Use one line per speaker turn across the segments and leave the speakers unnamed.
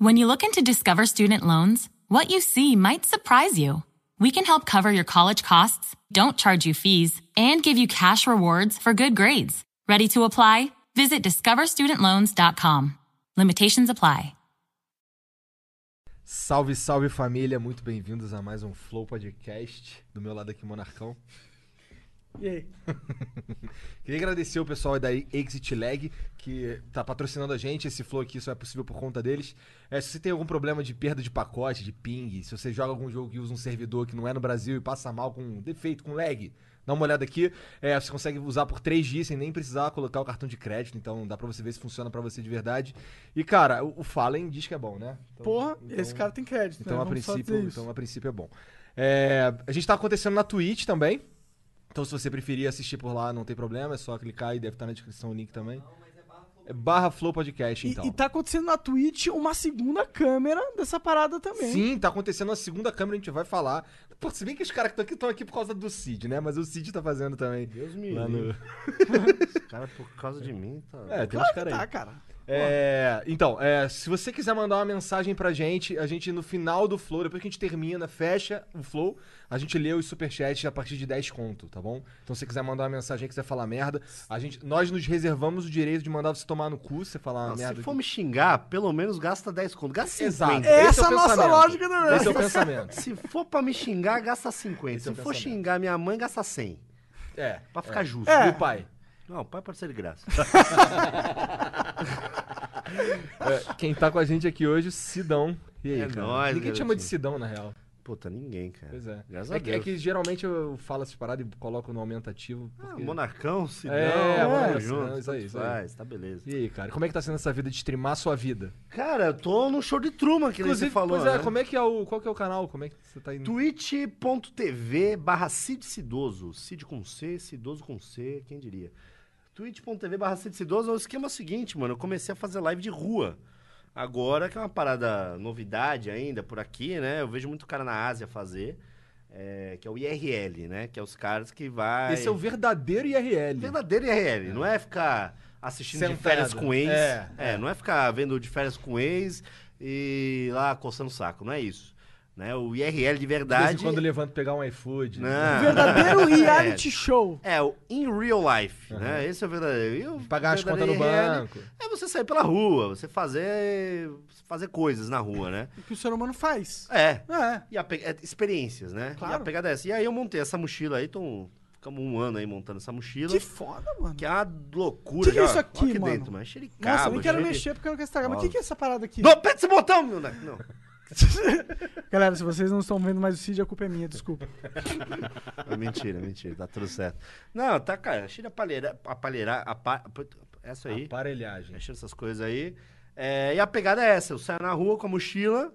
When you look into Discover Student Loans, what you see might surprise you. We can help cover your college costs, don't charge you fees, and give you cash rewards for good grades. Ready to apply? Visit discoverstudentloans.com. Limitations apply.
Salve, salve família, muito bem-vindos a mais um Flow Podcast. Do meu lado aqui, Monarcão.
E aí?
Queria agradecer o pessoal da Exit Lag, que tá patrocinando a gente. Esse flow aqui só é possível por conta deles. É, se você tem algum problema de perda de pacote, de ping, se você joga algum jogo que usa um servidor que não é no Brasil e passa mal com defeito, com lag, dá uma olhada aqui. É, você consegue usar por 3 dias sem nem precisar colocar o cartão de crédito. Então dá pra você ver se funciona pra você de verdade. E cara, o, o Fallen diz que é bom, né? Então,
Porra,
então-
esse cara tem crédito,
então,
né?
a
Vamos só dizer
princípio,
isso.
então a princípio é bom. É, a gente tá acontecendo na Twitch também. Então se você preferir assistir por lá, não tem problema, é só clicar e deve estar na descrição o link também. É barra Flow Podcast,
E,
então.
e tá acontecendo na Twitch uma segunda câmera dessa parada também.
Sim, tá acontecendo a segunda câmera, a gente vai falar. Pô, se bem que os caras que estão aqui estão aqui por causa do Cid, né? Mas o Cid tá fazendo também.
Deus me
Lá no-
livre. Esse cara, por causa de mim, tá.
É, tem uns
Claro que
caras aí.
tá, cara.
É, então, é, se você quiser mandar uma mensagem pra gente, a gente no final do flow, depois que a gente termina, fecha o flow, a gente lê os superchats a partir de 10 conto, tá bom? Então se você quiser mandar uma mensagem, quiser falar merda, a gente, nós nos reservamos o direito de mandar você tomar no cu, você falar Tá uma
Não,
merda.
se for me xingar, pelo menos gasta 10 conto. Gasta 50.
Exato.
É
Esse
essa a nossa
pensamento.
lógica do
Esse é o pensamento.
Se for pra me xingar, gasta 50.
Esse é
se
o
for
pensamento.
xingar minha mãe, gasta 100.
É.
Pra ficar justo.
E
É.
o pai?
Não, pai pode ser de graça.
É, quem tá com a gente aqui hoje, o Sidão. E aí,
É
cara?
nóis,
Ninguém te chama de
garotinho.
Sidão, na real.
Puta, ninguém, cara.
Pois é.
Graças
É
a
que,
Deus.
é que geralmente eu falo essas paradas e coloco no aumentativo.
Ah,
porque-
monarcão, se não,
É, monarcão,
junto,
isso aí, isso aí.
faz, tá beleza.
E aí, cara, como é que tá sendo essa vida de streamar a sua vida?
Cara, eu tô no show de Truman, que nem você falou,
pois é,
né?
como é que é o. Qual que é o canal? Como é que você tá indo?
twitch.tv barra Cid Cidoso. Cid com C, Cidoso com C, quem diria? twitch.tv barra Cid Cidoso. O esquema é o seguinte, mano. Eu comecei a fazer live de rua. Agora, que é uma parada novidade ainda por aqui, né? Eu vejo muito cara na Ásia fazer, é, que é o IRL, né? Que é os caras que vai...
Esse é o verdadeiro IRL.
Verdadeiro IRL, não é ficar assistindo de
Sentado.
férias com ex.
É,
É, não é ficar vendo de férias com ex e lá coçando o saco, não é isso. Né? O IRL de
De vez
verdade.
em quando levanta pegar um iFood.
Não.
Verdadeiro
É.
reality show.
É, o in real life, né? Esse é o verdadeiro. E o
Pagar as contas
verdadeiro
no
IRL
banco.
É você sair pela rua, você fazer fazer coisas na rua, né?
O que o ser humano faz.
É.
É.
E a pe- é, experiências, né? E a
Claro.
pegada é essa. E aí eu montei essa mochila aí, tô... ficamos um ano aí montando essa mochila.
Que foda, mano.
Que é uma loucura.
Que que é
já.
isso aqui,
Olha aqui
mano?
dentro, mano. É Xericaba,
Nossa, eu nem quero
xeri-
mexer porque eu não quero estragar. Mas o que,
Nossa.
que é essa parada aqui?
Não, aperta esse botão, meu. ne- Não.
Galera, se vocês não estão vendo mais o Cid, a culpa é minha, desculpa.
É mentira, é mentira. Tá tudo certo. Não, tá, cara. Cheira a palheira. A palheira. A pa... Essa aí.
Aparelhagem.
Mexendo essas coisas aí. É, e a pegada é essa. Eu saio na rua com a mochila.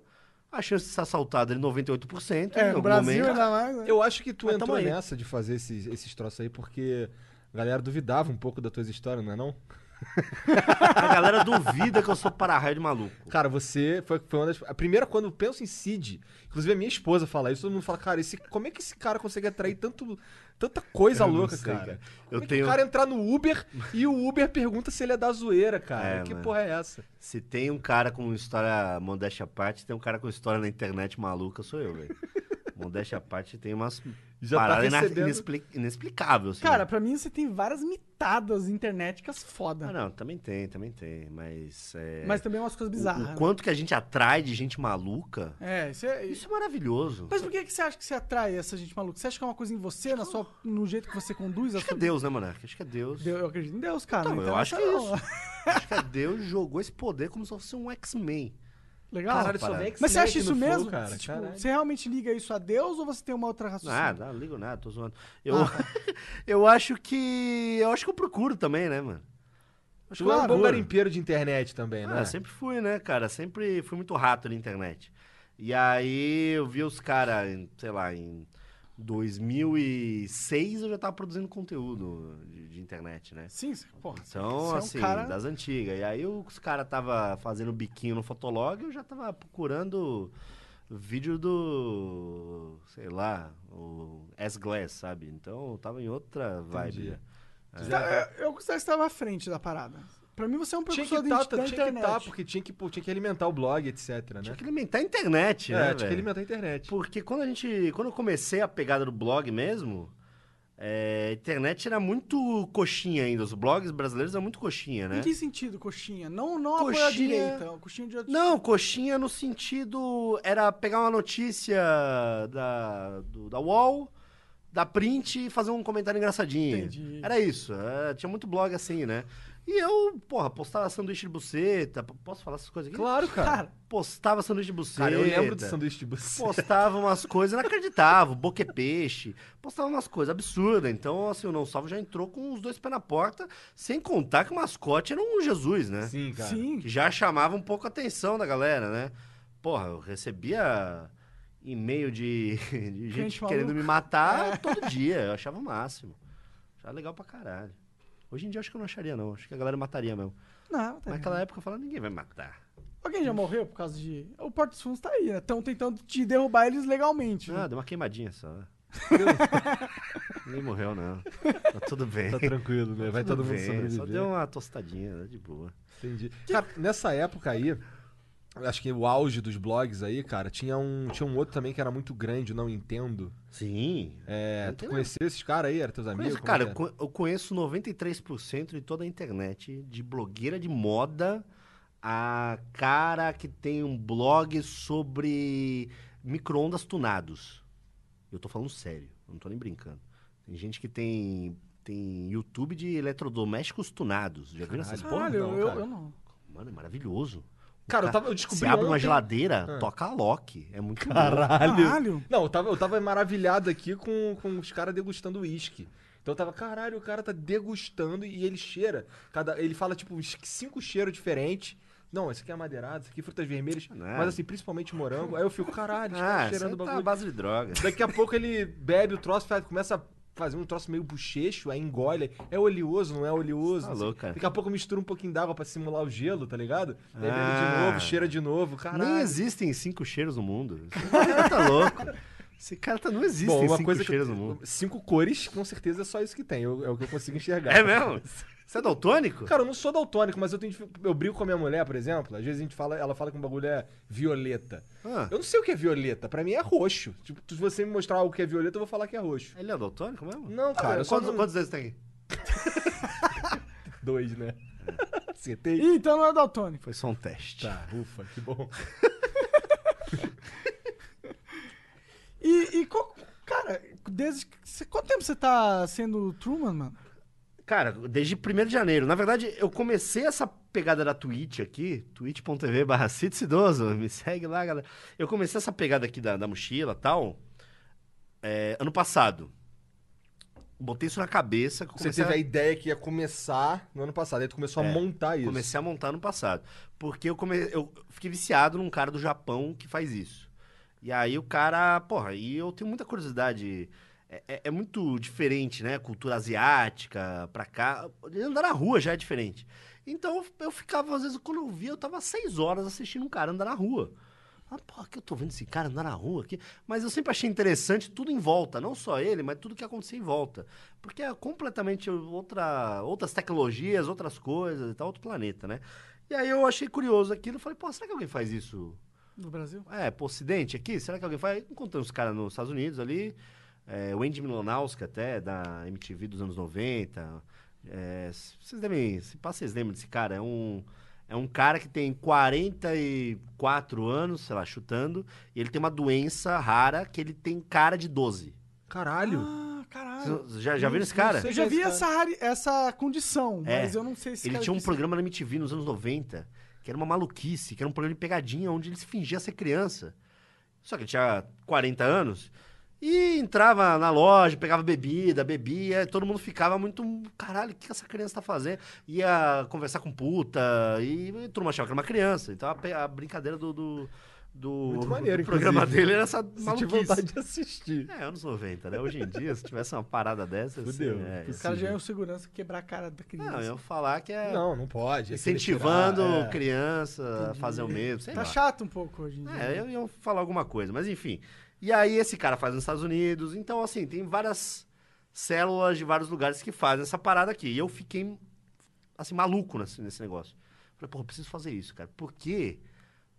A chance de ser assaltado é 98%.
É,
em
no
algum
Brasil
momento.
ainda mais. né?
Eu acho que tu
Mas tamo
entrou
aí.
nessa de fazer esses, esses troços aí porque a galera duvidava um pouco das tuas histórias, não é não?
é
A galera duvida que eu sou para-raio de maluco.
Cara, você foi, foi uma das. A primeira, quando eu penso em Cid, inclusive a minha esposa fala isso, todo mundo fala, cara, esse, como é que esse cara consegue atrair tanto, tanta coisa
Eu não
louca,
sei,
cara?
cara.
Como
Eu
é que
tenho-
o cara entrar no Uber e o Uber pergunta se ele é da zoeira, cara.
É,
que
mano.
porra é essa?
Se tem um cara com história modéstia à parte, tem um cara com história na internet maluca, sou eu, velho. Modéstia à parte tem umas
Já tá
paradas ina-
recebendo-
inexpli- inexplicáveis. assim.
Cara, pra mim você tem várias mitadas internéticas foda.
Ah, não, também tem, também tem, mas... É...
Mas também umas coisas
o-
bizarras.
O
né?
quanto que a gente atrai de gente maluca,
É, isso é.
isso é maravilhoso.
Mas por que, que você acha que você atrai essa gente maluca? Você acha que é uma coisa em você, na sua, no jeito que você conduz a
Acho que
sua
é Deus, né, Monarca? Acho que é Deus.
Deu- Eu acredito em Deus, cara.
Então,
não
eu acho que é
interessa,
isso.
não.
Acho que é Deus jogou esse poder como se fosse um X-Men.
Legal.
Caralho,
só
parada.
vem que
Mas você
esse moleque
acha isso
no flow,
mesmo?
cara?
Você, tipo,
Caralho.
você realmente liga isso a Deus ou você tem uma outra raciocínio?
Nada, Ah, não ligo nada, tô zoando. Eu, eu acho que. Eu acho que eu procuro também, né, mano? Acho
Tu é um bom
procuro.
garimpeiro de internet também, né?
Ah, sempre fui, né, cara? Sempre fui muito rato na internet. E aí eu vi os caras, sei lá, em 2006 eu já tava produzindo conteúdo de, de internet, né?
Sim, você- porra.
Então,
você
assim,
é um cara...
das antigas. E aí os caras tava fazendo biquinho no Fotolog, eu já tava procurando vídeo do, sei lá, o S-Glass, sabe? Então eu tava em outra vibe.
Entendi. é
né?
Você tá- eu- Eu considero que você estava à frente da parada. Pra mim você é um
Tinha que
precursor da,
estar,
in- da
tinha que
internet.
tá, porque tinha que, pô, tinha que alimentar o blog, etc, né?
Tinha que alimentar a internet, né?
é, tinha que
velho?
alimentar a internet.
Porque quando a gente. Quando eu comecei a pegada do blog mesmo, é, a internet era muito coxinha ainda. Os blogs brasileiros eram muito coxinha, né?
Em que sentido, coxinha? Não, não apoia a
Coxinha-
direita. Coxinha de
Não, coxinha no sentido. Era pegar uma notícia da, do- da UOL, da print e fazer um comentário engraçadinho.
Entendi.
Era isso. é, tinha muito blog assim, né? E eu, porra, postava sanduíche de buceta. p- Posso falar essas coisas aqui?
Claro, cara.
Cara,
Postava sanduíche de buceta.
Cara, eu lembro do sanduíche de buceta.
Postava umas coisas inacreditáveis, boque é peixe, postava umas coisas absurdas. Então, assim, o Não Salvo já entrou com os dois pés na porta, sem contar que o mascote era um Jesus, né?
Sim, cara.
sim.
que já chamava um pouco a atenção da galera, né? Porra, eu recebia e-mail de, de gente
Gente
querendo
maluca.
me matar todo dia. Eu achava o máximo. Achava legal pra caralho. Hoje em dia acho que eu não acharia, não. Acho que a galera mataria mesmo.
Não, tá
Naquela época eu falava, ninguém vai matar.
Alguém já morreu por causa de. O Porto dos Fundos tá aí, né? Estão tentando te derrubar eles legalmente. né?
Ah, deu uma queimadinha só. ninguém morreu, não. Tá tudo bem.
Tá tranquilo, né? Vai
Tudo
todo mundo
bem, Só
sobreviver.
deu um- uma tostadinha, né? de boa.
Entendi. Cara, nessa época aí, acho que o auge dos blogs aí, cara, tinha um, tinha um outro também que era muito grande, o Não Entendo.
Sim.
É,
Não
tu
tem
conheceu esses caras aí? Era teus amigos?
Conheço,
Como é
cara,
que
eu
era?
co- eu conheço 93% de toda a internet, de blogueira de moda, a cara que tem um blog sobre micro-ondas tunados. Eu tô falando sério, eu não tô nem brincando. Tem gente que tem, tem YouTube de eletrodomésticos tunados. Já viram essas
Caralho.
porra?
Caralho,
não,
eu,
cara.
eu não.
Mano, é maravilhoso. O
Cara, eu,
ca-
tava, eu descobri
Você abre uma
ontem-
geladeira,
Ah.
toca a Loki. É muito bom.
Caralho.
Não, eu tava, eu tava maravilhado aqui com, com os caras degustando uísque. Então eu tava, caralho, o cara tá degustando e ele cheira. Cada, ele fala, tipo, uns cinco cheiros diferentes. Não, esse aqui é madeirado, esse aqui é frutas vermelhas,
Caralho.
mas assim, principalmente morango. Aí eu fico, caralho, esse
Ah,
cara
isso
cheirando
aí
o
tá à
bagulho.
base de drogas.
Daqui a pouco ele bebe o troço, faz- começa a fazer um troço meio bochecho, aí engole. É oleoso, não é oleoso?
Tá
não sei.
louco, cara.
Daqui a pouco mistura um pouquinho d'água pra simular o gelo, tá ligado? Aí bebe
Ah.
de novo, cheira de novo, caralho.
Nem existem cinco cheiros no mundo. Esse cara tá louco. Esse cara tá, não existem
Bom, uma
cinco
coisa que eu-
cheiros no mundo.
Cinco cores, com certeza é só isso que tem. eu- é o que eu consigo enxergar.
É mesmo? Você é daltônico?
Cara, eu não sou daltônico, mas eu tenho dific- Eu brigo com a minha mulher, por exemplo. Às vezes a gente fala, ela fala que um bagulho é violeta.
Ah,
Eu não sei o que é violeta. Pra mim é roxo. Tipo, se você me mostrar algo que é violeta, eu vou falar que é roxo.
Ele é daltônico mesmo?
Não, cara, eu só
quantos,
não-
quantos dedos tem?
Dois, né? Acertei.
Ih, então não é daltônico.
Foi só um teste.
Tá, ufa, que bom.
E, e co- cara, desde. que- cê- quanto tempo você tá sendo Truman, mano?
Cara, desde 1 de janeiro. Na verdade, eu comecei essa pegada da Twitch aqui, twitch.tv barra Cidoso, me segue lá, galera. Eu comecei essa pegada aqui da, da mochila e tal, é, ano passado. Botei isso na cabeça. que eu
Você
comecei
teve
a-
a ideia que ia começar no ano passado. Aí tu começou a
É,
montar isso.
Comecei a montar no passado. Porque eu, come... eu fiquei viciado num cara do Japão que faz isso. E aí o cara, porra, e eu tenho muita curiosidade. É, é- é muito diferente, né? Cultura asiática, pra cá. Andar na rua já é diferente. Então eu- eu ficava, às vezes, quando eu via, eu tava seis horas assistindo um cara andar na rua. Ah, porra, que eu tô vendo esse cara andar na rua aqui. Mas eu sempre achei interessante tudo em volta, não só ele, mas tudo que acontecia em volta. Porque é completamente outra, outras tecnologias, outras coisas e tal, outro planeta, né? E aí eu achei curioso aquilo, falei, pô, será que alguém faz isso?
No Brasil?
É, pro ocidente aqui? Será que alguém faz? Encontrei uns caras nos Estados Unidos ali, é, o Andy Milonowski até, da MTV dos anos 90. É, c- vocês devem, se pá, vocês lembram desse cara, é um... É um cara que tem 44 anos, sei lá, chutando, e ele tem uma doença rara que ele tem cara de 12.
Caralho.
Ah, caralho.
Vocês Já, já
Não-
viram esse
não
cara?
sei
Eu já vi
Esse cara-
essa, rari- essa condição,
É.
mas eu não sei se.
Ele tinha um programa na MTV nos anos 90, que era uma maluquice, que era um programa de pegadinha, onde ele se fingia ser criança. Só que ele tinha 40 anos. E entrava na loja, pegava bebida, bebia, e todo mundo ficava muito. Caralho, o que essa criança tá fazendo? Ia conversar com puta, e, e todo mundo achava que era uma criança. Então a, pe- a brincadeira do. do, do-
Muito maneiro,
do programa
inclusive.
dele era essa
Senti
maluquice.
vontade de assistir.
É, anos 90, né? Hoje em dia, se tivesse uma parada dessa. assim,
Fudeu.
é,
Os caras já iam segurança quebrar a cara da criança.
Não, eu ia falar que é
Não, não pode. é que ele
incentivando
tirar, é.
criança a fazer o mesmo, sei
Tá
lá.
chato um pouco hoje em dia.
É, eu ia falar alguma coisa, mas enfim. E aí esse cara faz nos Estados Unidos, então assim, tem várias células de vários lugares que fazem essa parada aqui. E eu fiquei assim, maluco nesse, nesse negócio. Falei, porra, eu preciso fazer isso, cara. Porque,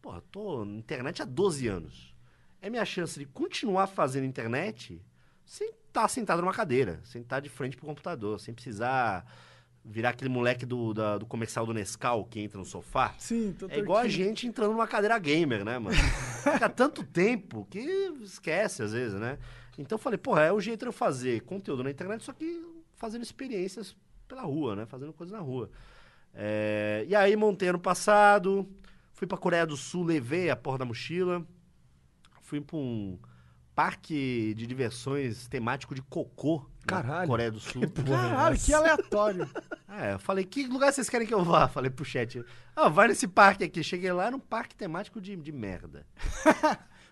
porra, eu tô na internet há 12 anos. É minha chance de continuar fazendo internet sem estar sentado numa cadeira, sem estar de frente pro computador, sem precisar virar aquele moleque do, da- do comercial do Nescau que entra no sofá.
Sim, tô
É igual a
tortinho.
gente entrando numa cadeira gamer, né, mano? Fica tanto tempo que esquece, às vezes, né? Então eu falei, porra, é o jeito de eu fazer conteúdo na internet, só que fazendo experiências pela rua, né? Fazendo coisas na rua. É, E aí montei ano passado, fui pra Coreia do Sul, levei a porra da mochila, fui pra um parque de diversões temático de cocô na
Caralho.
Coreia do Sul.
Caralho,
assim.
que aleatório.
É, eu falei, que lugar vocês querem que eu vá? Falei pro chat. Ah, vai nesse parque aqui. Cheguei lá, era um parque temático de, de merda.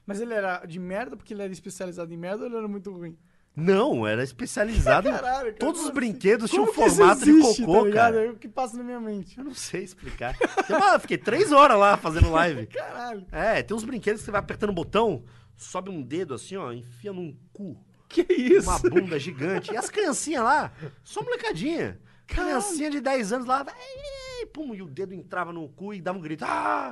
Mas ele era de merda porque ele era especializado em merda ou ele era muito ruim?
Não, era especializado em...
Caralho, cara,
Todos os
como
brinquedos tinham um
Como que isso
formato
existe,
de
tá
cocô,
ligado?
cara.
É o que passa na minha mente.
Eu não sei explicar. Eu ah, fiquei três horas lá fazendo live.
Caralho.
É, tem uns brinquedos que você vai apertando um botão, sobe um dedo assim, ó, enfia num cu.
Que isso?
Uma bunda gigante. E as criancinhas lá, só molecadinha.
Caralho.
Criancinha de 10 anos lá, "Ei, ei", pum, e o dedo entrava no cu e dava um grito. Ah!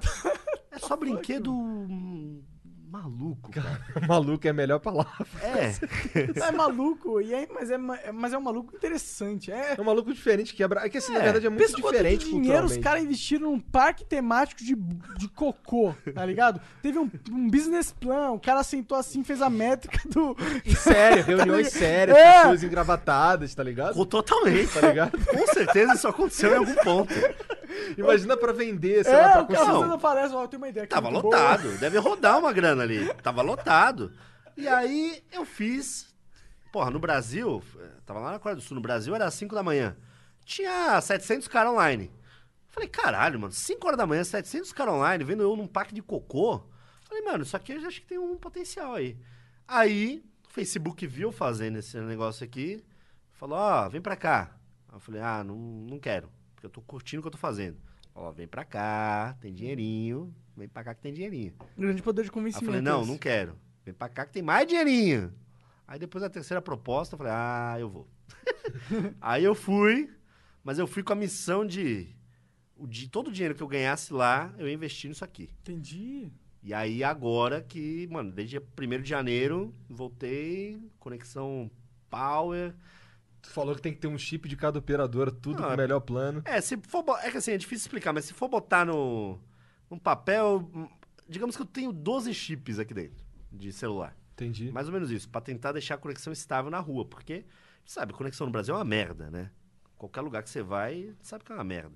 É só brinquedo hum, maluco, cara.
Maluco é a melhor palavra.
É.
É maluco, e é, mas, é, ma- é- mas é um maluco interessante. É,
É um maluco diferente, que é, bra... é que assim, na
É,
verdade é muito
pensa quanto
diferente
de dinheiro os
culturalmente.
caras investiram num parque temático de, de cocô, tá ligado? Teve um, um business plan, o cara sentou assim, fez a métrica do...
Sério, reuniões sérias,
É.
pessoas engravatadas, tá ligado?
Co- Totalmente.
Tá ligado?
Com certeza isso aconteceu em algum ponto.
Imagina pra vender, sei
é,
lá, pra
o cara
conseguir.
Não.
fazendo aparece, ó, eu tenho uma ideia aqui
Tava
muito
lotado. Deve rodar uma grana ali. Tava lotado. E aí eu fiz. Porra, no Brasil, eh, tava lá na Coreia do Sul, no Brasil era 5 da manhã. Tinha 700 caras online. Falei, caralho, mano, 5 horas da manhã, 700 caras online, vendo eu num parque de cocô. Falei, mano, isso aqui eu já acho que tem um potencial aí. Aí, o Facebook viu eu fazendo esse negócio aqui, falou, ó, vem pra cá. Aí eu falei, ah, não, não quero, porque eu tô curtindo o que eu tô fazendo. Ó, vem pra cá, tem dinheirinho, vem pra cá que tem dinheirinho.
boa. Grande poder de
Aí eu
convencimento.
falei, não,
esse.
não quero. Vem pra cá que tem mais dinheirinho. Aí depois da terceira proposta, eu falei, ah, eu vou. Aí eu fui, mas eu fui com a missão de, o de todo o dinheiro que eu ganhasse lá, eu ia investir nisso aqui.
Entendi.
E aí agora que, mano, desde 1 de janeiro, voltei, conexão power.
Tu falou que tem que ter um chip de cada operadora, tudo
Ah,
com o melhor plano.
É, se for, bo- é que assim, é difícil explicar, mas se for botar no num papel, hum, digamos que eu tenho 12 chips aqui dentro de celular.
Entendi.
Mais ou menos isso, pra tentar deixar a conexão estável na rua, porque, sabe, conexão no Brasil é uma merda, né? Qualquer lugar que você vai, sabe que é uma merda.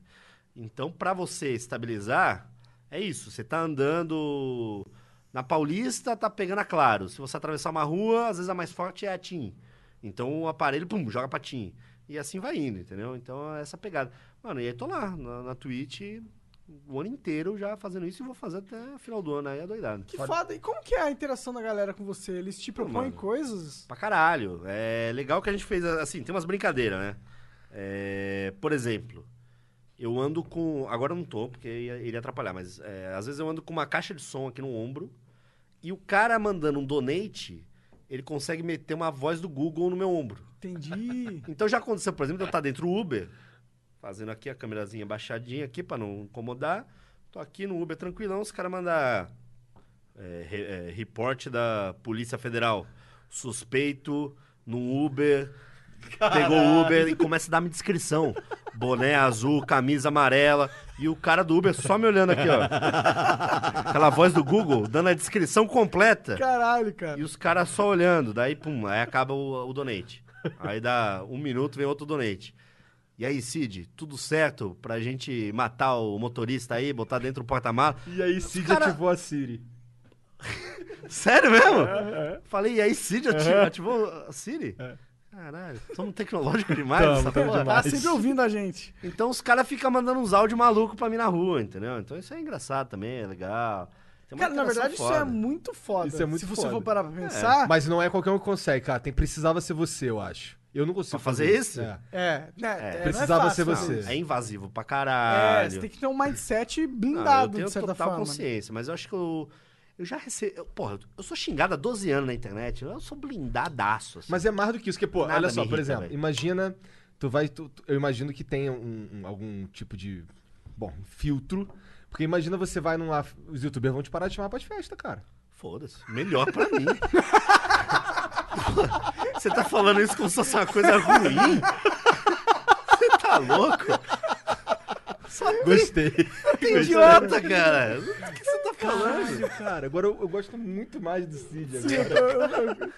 Então, pra você estabilizar, é isso. Você tá andando na Paulista, tá pegando a Claro. Se você atravessar uma rua, às vezes a mais forte é a TIM. Então, o aparelho, pum, joga pra TIM. E assim vai indo, entendeu? Então, é essa pegada. Mano, e aí tô lá, na, na Twitch, o ano inteiro já fazendo isso e vou fazer até o final do ano aí, é adoidado.
Que foda. E como que é a interação da galera com você? Eles te propõem
mano.
coisas?
Pra caralho. É legal que a gente fez, assim, tem umas brincadeiras, né? É, por exemplo, eu ando com. Agora eu não tô, porque ia- iria atrapalhar, mas é, às vezes eu ando com uma caixa de som aqui no ombro e o cara mandando um donate, ele consegue meter uma voz do Google no meu ombro.
Entendi.
Então já aconteceu, por exemplo, de eu estar dentro do Uber, fazendo aqui a câmerazinha baixadinha aqui pra não incomodar. Tô aqui no Uber tranquilão, os caras mandam é, re- é, report da Polícia Federal. Suspeito no Uber, pegou o Uber e começa a dar minha descrição. Boné azul, camisa amarela. E o cara do Uber só me olhando aqui, ó. Aquela voz do Google dando a descrição completa.
Caralho,
E
cara.
os caras só olhando, daí pum, aí acaba o, o donate. Aí dá um minuto, vem outro donate. E aí, Cid, tudo certo pra gente matar o motorista aí, botar dentro do porta-malas?
E aí, Cid
cara-
ativou a Siri.
Sério mesmo?
É,
Falei, e aí, Cid ati- ativou a Siri? Caralho, somos tecnológicos demais,
Tamo,
essa
tamo
porra. Assim,
Tá
demais.
sempre ouvindo a gente.
Então os caras ficam mandando uns áudios malucos pra mim na rua, entendeu? Então isso é engraçado também, é legal. Tem uma
Cara, na
interação
verdade, isso
foda.
é muito foda.
Isso é muito
Se você
foda.
for parar pra pensar,
Mas não é qualquer um que consegue, cara. Tem precisava ser você, eu acho. Eu não consigo
Pra fazer isso?
É.
É, né, é, não é
Precisava
fácil
ser
Não,
você.
é invasivo pra
É,
caralho.
você tem que ter um mindset
Não, eu
blindado,
tenho
de certa
total
forma. né?
consciência, mas eu acho que eu, eu já recebi. eu- porra, eu sou xingado há 12 anos na internet, eu sou blindadaço. Assim.
Mas é mais do que isso, porque, pô,
Nada
olha
me
só, por
irrita,
exemplo,
velho.
imagina tu vai. tu- tu- eu imagino que tenha um- um- algum tipo de. Bom, um filtro. Porque imagina você vai numa. Os youtubers vão te parar de chamar pra festa, cara.
Foda-se. Melhor pra mim. Você tá falando isso como se fosse uma coisa ruim? Você tá louco? Só
Gostei.
tem idiota, cara. O que você tá falando?
Caralho, cara. Agora eu, eu gosto muito mais do Cid
Sim,
agora.
eu- eu- eu-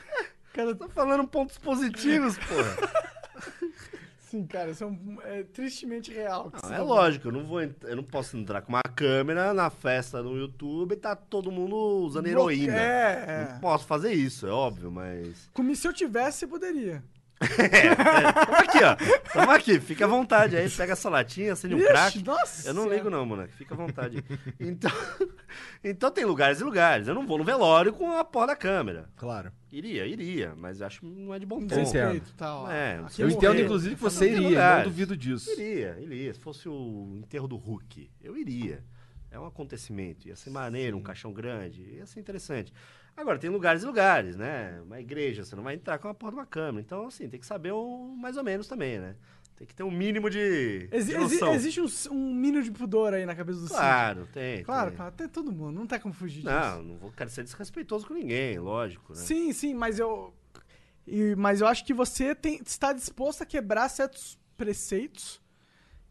Cara, tá falando pontos positivos, porra.
sim, cara, isso é, um- é tristemente real. que
Não,
você
é
tá-
lógico, eu não, vou, ent- eu não posso entrar com uma câmera na festa no YouTube e tá todo mundo usando heroína.
É,
Não
é.
posso fazer isso, é óbvio, mas.
Comi se eu tivesse, você poderia.
Toma aqui, ó. Toma aqui, fica à vontade aí. Pega essa latinha, acende um
Ixi,
crack.
nossa
Eu não
senhora.
ligo, não, moleque. Fica à vontade. Então, então tem lugares e lugares. Eu não vou no velório com a porra da câmera.
Claro.
Iria, iria, mas acho que não é de bom
Um
tom.
sei se é.
desrespeito, tá, ó.
É,
Aqui
Se
eu
eu
entendo,
morrer,
inclusive, que
não
você
tem
iria.
lugar.
Não duvido disso.
Iria, iria. Se fosse o enterro do Hulk, eu iria. É um acontecimento. Ia ser maneiro, um caixão grande. Ia ser interessante. Agora, tem lugares e lugares, né? Uma igreja, você não vai entrar com a porra de uma câmera. Então, assim, tem que saber o mais ou menos também, né? Tem que ter um mínimo de,
Exi-
de
exi-
noção.
existe um, s- um mínimo de pudor aí na cabeça do Cid.
Claro, tem.
Claro,
tem.
claro, até todo mundo, não tá como fugir disso.
Não, não vou, quero ser desrespeitoso com ninguém, lógico, né?
Sim, sim, mas eu. e- mas eu acho que você tem- está disposto a quebrar certos preceitos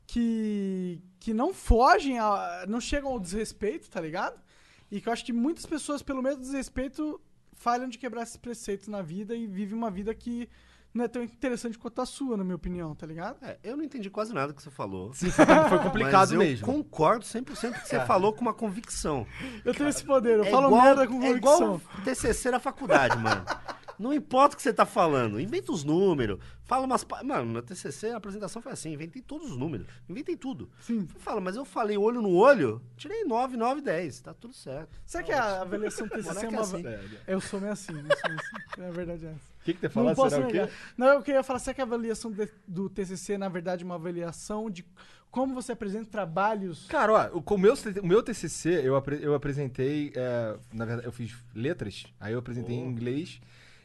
que, que não fogem, a, não chegam ao desrespeito, tá ligado? E que eu acho que muitas pessoas, pelo medo do desrespeito, falham de quebrar esses preceitos na vida e vivem uma vida que não é tão interessante quanto a sua, na minha opinião, tá ligado?
É, eu não entendi quase nada que você falou.
Sim, foi foi
mas
complicado
eu
mesmo.
concordo 100% que
É.
você falou com uma convicção.
Eu tenho esse poder, eu
é
falo
igual,
merda com
é
convicção.
igual TCC na faculdade, mano. Não importa o que você tá falando, inventa os números, fala umas... pa- Mano, na TCC a apresentação foi assim, inventei todos os números, inventei tudo.
Sim.
Fala, mas eu falei olho no olho, tirei 9, 9, 10, tá tudo certo.
Será que a avaliação TCC é
Moleque
uma...
é assim.
Sério.
Eu sou meio assim, eu sou meio assim. Na verdade é essa.
né? O que, que você
Não
falou?
posso
Será o quê?
negar. Não, eu queria falar, será que a avaliação de- do TCC é, na verdade, uma avaliação de como você apresenta trabalhos?
Cara, ó, o, com o meu, o meu TCC eu, apre- eu apresentei, é, na verdade, eu fiz letras, aí eu apresentei em inglês,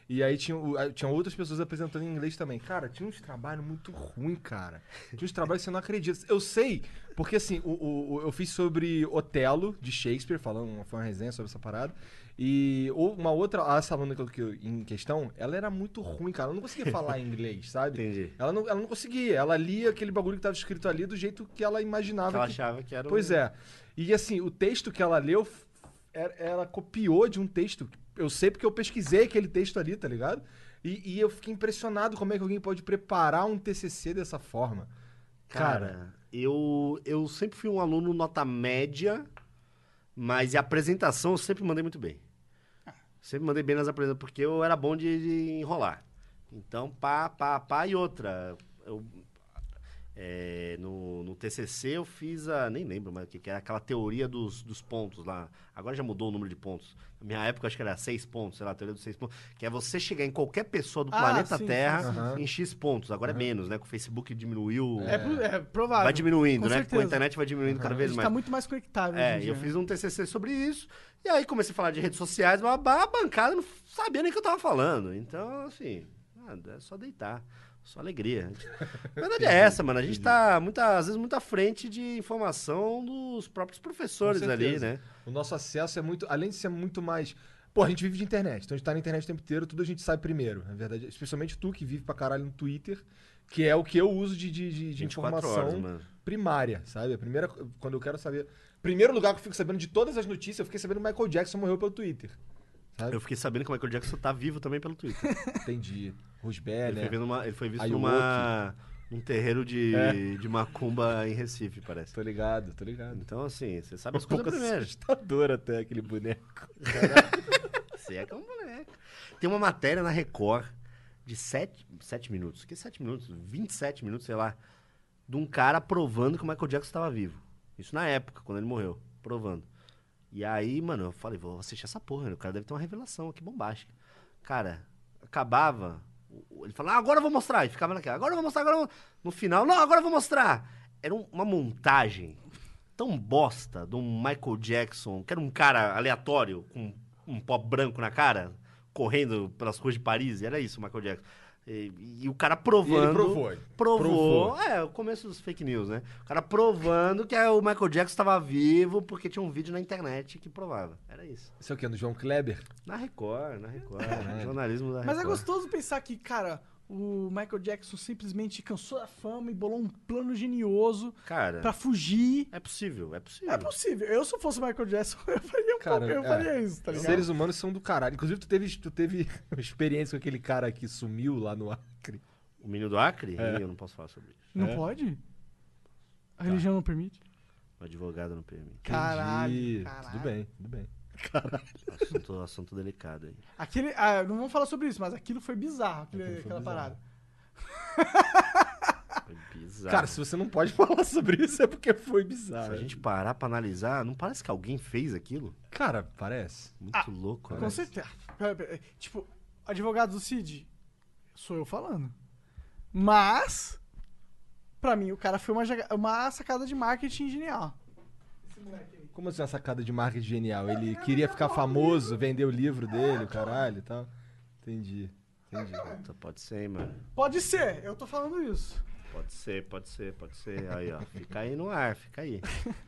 e aí tinha, o- aí tinha outras pessoas apresentando em inglês também. Cara, tinha uns trabalhos muito ruim, cara. Tinha uns trabalhos que você não acredita. Eu sei, porque assim, o, o- o- eu fiz sobre Otelo, de Shakespeare, falando, uma- foi uma resenha sobre essa parada, e ou uma outra, a essa aluna que eu- que eu- em questão, ela era muito ruim, cara, ela não conseguia falar inglês, sabe?
Entendi.
Ela não, ela não conseguia, ela lia aquele bagulho que tava escrito ali do jeito que ela imaginava
Ela
que
achava que era um-
Pois é. E assim, o texto que ela leu, f- era- ela copiou de um texto. Eu sei porque eu pesquisei aquele texto ali, tá ligado? E, e eu fiquei impressionado como é que alguém pode preparar um TCC dessa forma.
Cara,
Cara,
eu, eu sempre fui um aluno nota média, mas em apresentação eu sempre mandei muito bem. Sempre mandei bem nas apresentações, porque eu era bom de, de enrolar. Então, pá, pá, pá, e outra. Eu, é, no, no TCC eu fiz a. Nem lembro mais o que, que era aquela teoria dos, dos pontos lá. Agora já mudou o número de pontos. Na minha época eu acho que era seis pontos, sei lá, a teoria dos seis pontos. Que é você chegar em qualquer pessoa do
Ah,
planeta
sim,
Terra
sim, sim, sim.
em X pontos. Agora é menos, né? Que o Facebook diminuiu.
É, pro- é provável.
Vai diminuindo,
Com
né? Com
certeza.
a internet vai diminuindo cada
A
vez
gente
mais.
tá muito mais conectável hoje em
É,
dia,
eu
né?
fiz um TCC sobre isso. E aí comecei a falar de redes sociais, mas a bancada não sabia nem o que eu tava falando. Então, assim, nada, é só deitar. Só alegria. A verdade é essa, mano. A gente tá, muita, às vezes, muito à frente de informação dos próprios professores
Com certeza.
ali, né?
o nosso acesso é muito. Além de ser muito mais. Pô, a gente vive de internet, então a gente tá na internet o tempo inteiro, tudo a gente sabe primeiro. Na verdade, especialmente tu que vive pra caralho no Twitter, que é o que eu uso de, de, de- de
24
informação.
horas, né? mano.
primária, sabe? A primeira, quando eu quero saber. Primeiro lugar que eu fico sabendo de todas as notícias, eu fiquei sabendo que Michael Jackson morreu pelo Twitter.
Eu fiquei sabendo que o Michael Jackson tá vivo também pelo Twitter.
Entendi. Rosberg,
Ele foi,
né?
vendo uma- ele foi visto
Aí o É.
numa, num terreiro de, de macumba em Recife, parece.
Tô ligado, tô ligado.
Então, assim, você sabe as
Um
coisas
pouco
primeiro.
assustador até aquele boneco.
Você é que é um boneco. Tem uma matéria na Record de 7, minutos. Que 7 minutos? 27 minutos, sei lá. De um cara provando que o Michael Jackson estava vivo. Isso na época, quando ele morreu. Provando. E aí, mano, eu falei, vou assistir essa porra. né? O cara deve ter uma revelação aqui bombástica. Cara, acabava. o- o- Ele falava, ah, agora eu vou mostrar. E ficava naquela, agora eu vou mostrar, agora eu vou... No final, não, agora eu vou mostrar. Era um- uma montagem tão bosta de um Michael Jackson, que era um cara aleatório, com um pó branco na cara, correndo pelas ruas de Paris, era isso o Michael Jackson. E, e o cara
E ele
provando.
provou.
Provou,
Provou.
é, o começo dos fake news, né? O cara provando que ah, o Michael Jackson estava vivo porque tinha um vídeo na internet que provava. Era isso.
Isso é o quê? No João Kleber?
Na Record, na Record, no jornalismo da Record.
É Mas é gostoso pensar que, cara, o Michael Jackson simplesmente cansou da fama e bolou um plano genioso
Cara,
pra fugir.
é possível, é possível.
É possível. Eu, se eu fosse o Michael Jackson, eu faria, um
Cara,
pouco, eu
é.
faria isso, tá
Os
ligado?
Seres humanos são do caralho. Inclusive, tu teve, tu teve experiência com aquele cara que sumiu lá no Acre.
O menino do Acre?
É.
Ih, Eu não posso falar sobre isso.
Não
É.
pode? A religião não permite?
O advogado não permite.
Caralho,
Entendi.
caralho.
Tudo bem, tudo bem.
Assunto, assunto delicado aí.
Aquele. Ah, não vamos falar sobre isso, mas aquilo foi bizarro, aquele-
Aquilo foi
aquela
bizarro.
parada.
Foi bizarro.
Cara, se você não pode falar sobre isso é porque foi
Se
bizarro.
a gente parar pra analisar, não parece que alguém fez aquilo?
Cara, parece.
Muito louco, né?
Ah, Com certeza. Pera, pera, Tipo, advogado do Cid, sou eu falando. Mas, pra mim, o cara foi uma, jaga- uma sacada de marketing genial.
Como assim uma sacada de marketing genial? Ele queria ficar famoso, vender o livro dele, o caralho e tal. Entendi, entendi.
Puta, Pode ser, hein, mano.
Pode ser, eu tô falando isso.
Pode ser, pode ser, pode ser. Aí, ó. Fica aí no ar, fica aí.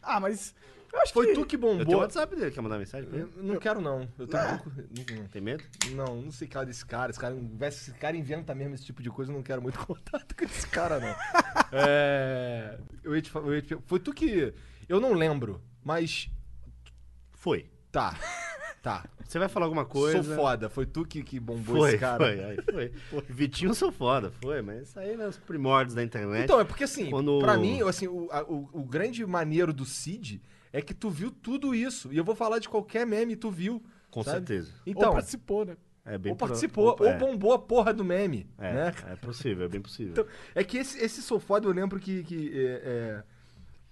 Ah, mas eu acho
Foi
que...
tu que
Eu tenho o
bombou.
WhatsApp dele, quer mandar mensagem pra
Eu
ele?
não quero, não. Eu tô um pouco- não-
Tem medo?
Não, não sei cara desse cara. Esse cara, esse cara inventa mesmo esse tipo de coisa, eu não quero muito contato com esse cara, não. é. Eu ia te, fa- eu ia te, foi tu que. Eu não lembro, mas.
Foi.
Tá. Tá.
Você vai falar alguma coisa?
Sou foda. Foi tu que, que bombou
Foi,
esse cara.
foi, aí foi. Vitinho sou foda, foi, mas isso aí nos primórdios da internet.
Então, é porque assim,
Quando-
pra mim, assim, o, a- o, o grande maneiro do Cid é que tu viu tudo isso. E eu vou falar de qualquer meme, tu viu.
com
sabe?
certeza.
Então,
Ou
ou,
participou, né?
É bem pro-
participou,
Opa,
ou
é.
bombou a porra do meme,
É,
né?
é possível, é bem possível.
Então, é que esse, esse Sou Foda, eu lembro que. que, é, é,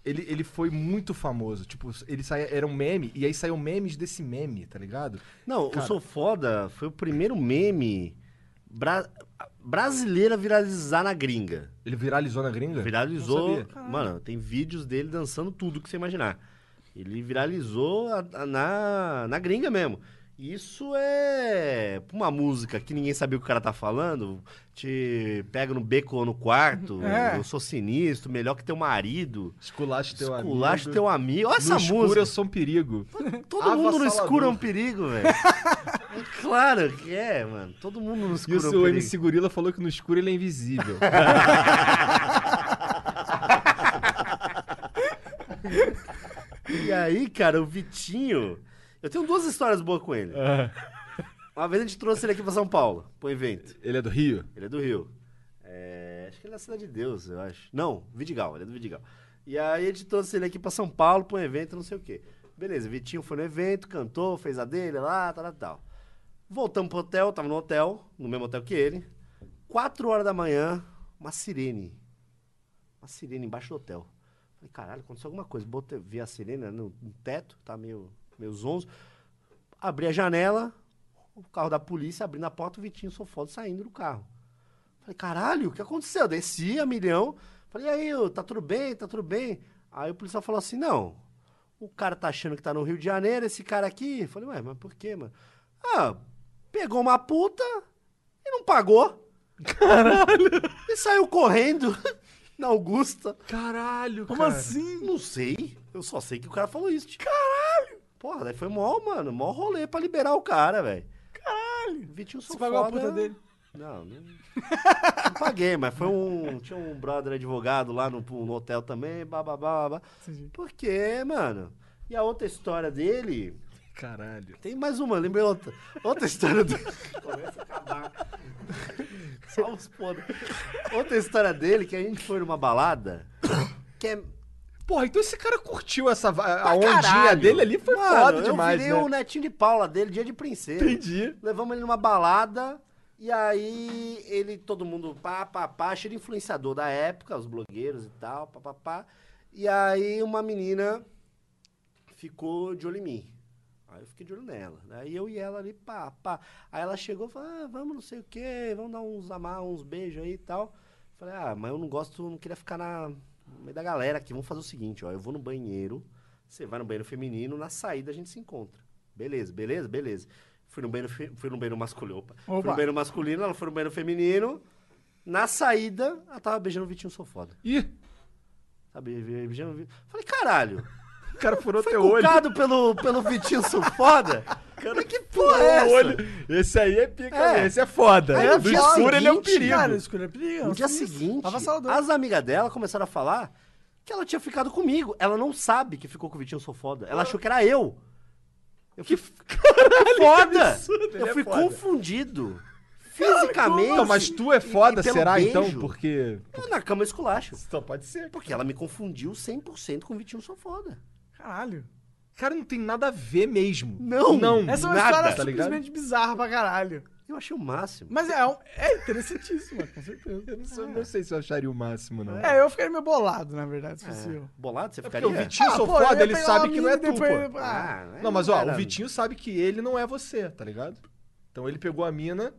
ele, ele foi muito famoso. Tipo, ele saía, era um meme, e aí saiu memes desse meme, tá ligado?
Não,
Cara.
o Sou Foda foi o primeiro meme bra- brasileiro a viralizar na gringa.
Ele viralizou na gringa? Não
Viralizou.
sabia.
Mano, tem vídeos dele dançando tudo que você imaginar. Ele viralizou a- a- na, na gringa mesmo. Isso é pra uma música que ninguém sabia o que o cara tá falando. Te pega no beco ou no quarto.
É.
Eu sou sinistro, melhor que teu marido.
Esculacho teu amigo.
Esculacho teu amigo. Olha essa
no escuro
música.
eu sou um perigo.
Todo mundo no
avassalador.
escuro é um perigo, velho. É claro que é, mano. Todo mundo no
E o
escuro é um
seu
perigo.
MC Gorila falou que no escuro ele é invisível.
E aí, cara, o Vitinho. Eu tenho duas histórias boas com ele. Uma vez a gente trouxe ele aqui pra São Paulo, pro evento.
ele é do Rio?
Ele é do Rio. É, acho que ele é da Cidade de Deus, eu acho. Não, Vidigal, ele é do Vidigal. E aí a gente trouxe ele aqui pra São Paulo pra um evento, não sei o quê. Beleza, Vitinho foi no evento, cantou, fez a dele lá, tal, tal, tal. Voltamos pro hotel, tava no hotel, no mesmo hotel que ele. Quatro horas da manhã, uma sirene. Uma sirene embaixo do hotel. Falei, caralho, aconteceu alguma coisa. Botei, vi a sirene né, no, no teto, tá meio, meio zonzo. Abri a janela, o carro da polícia abrindo a porta, o Vitinho Sofodo saindo do carro. Falei, caralho, o que aconteceu? Desci a milhão. Falei, e aí, ô, tá tudo bem, tá tudo bem? Aí o policial falou assim, não, o cara tá achando que tá no Rio de Janeiro, esse cara aqui. Falei, ué, mas por quê, mano? Ah, pegou uma puta e não pagou. Caralho. E saiu correndo na Augusta.
Caralho,
Como
cara.
assim?
Não sei. Eu só sei que o cara falou isso. Tipo. Caralho! Porra, daí foi mó, mano, mó rolê pra liberar o cara, velho. Caralho! Vitinho
Você
sou
pagou a
foda.
puta dele?
Não, não, não paguei, mas foi um. Tinha um brother advogado lá no, no hotel também, bababá. babá.
Entendi.
Por quê, mano? E a outra história dele.
Caralho.
Tem mais uma, lembrei outra. Outra história dele. Começa a acabar. Só os podres. Outra história dele que a gente foi numa balada. Que é
Porra, então esse cara curtiu essa. va- A
Pra
ondinha
caralho.
dele ali foi
Mano,
foda demais,
Eu
né?
virei o netinho de Paula dele, dia de princesa.
Entendi.
Levamos ele numa balada. E aí, ele, todo mundo, pá, pá, pá, cheio de influenciador da época, os blogueiros e tal, pá, pá, pá. E aí, uma menina ficou de olho em mim. Aí eu fiquei de olho nela. Aí eu e ela ali, pá, pá. Aí ela chegou e falou, ah, vamos não sei o quê, vamos dar uns amar, uns beijos aí e tal. Falei, ah, mas eu não gosto, não queria ficar na no meio da galera aqui. Vamos fazer o seguinte, ó, eu vou no banheiro, você vai no banheiro feminino, na saída a gente se encontra. Beleza, beleza, beleza. Fui no banheiro, fe- fui no banheiro masculino, opa. Fui
Opa.
no banheiro masculino, ela foi no banheiro feminino. Na saída, ela tava beijando o Vitinho Sou Foda.
Ih,
Tá be- be- beijando o Vitinho. Falei, caralho.
o cara furou
Foi
teu olho.
cucado pelo, pelo Vitinho Sou Foda? Cara, que porra é
Furou o
essa?
olho. Esse aí é pica,
É.
esse é foda.
Aí no
Do
dia
escuro ele é um
seguinte,
perigo.
Cara, escolha perigo.
No dia
sinistro.
seguinte,
Avassalador.
as amigas dela começaram a falar que ela tinha ficado comigo. Ela não sabe que ficou com o Vitinho Sou Foda.
Ah.
Ela achou que era eu. Eu fui foda!
absurdo, ele
eu
é
fui
foda.
confundido. Fisicamente.
Não, mas tu é foda,
e pelo
será, então?
beijo.
Porque...
Eu Na cama esculacho.
Só Então, pode ser.
Porque ela me confundiu 100% com o Vitinho Sou Foda.
Caralho.
Cara, não tem nada a ver mesmo.
Não.
Não,
Essa é uma
nada,
história
tá ligado?
simplesmente bizarra pra caralho.
Eu achei o máximo.
Mas é, um- é interessantíssima, com certeza.
Eu não, sou- não sei se eu acharia o máximo, não.
É, eu fiquei meio bolado, na verdade, se fosse
É.
eu.
Bolado, você
É porque
ficaria?
o Vitinho
Ah,
sou
pô, eu
foda,
ia
ele
pegar
sabe
uma
que não é
mina e
tu,
depois-
pô.
Ah,
né,
Não, mas ó,
era-
o Vitinho sabe que ele não é você, tá ligado? Então ele pegou a mina,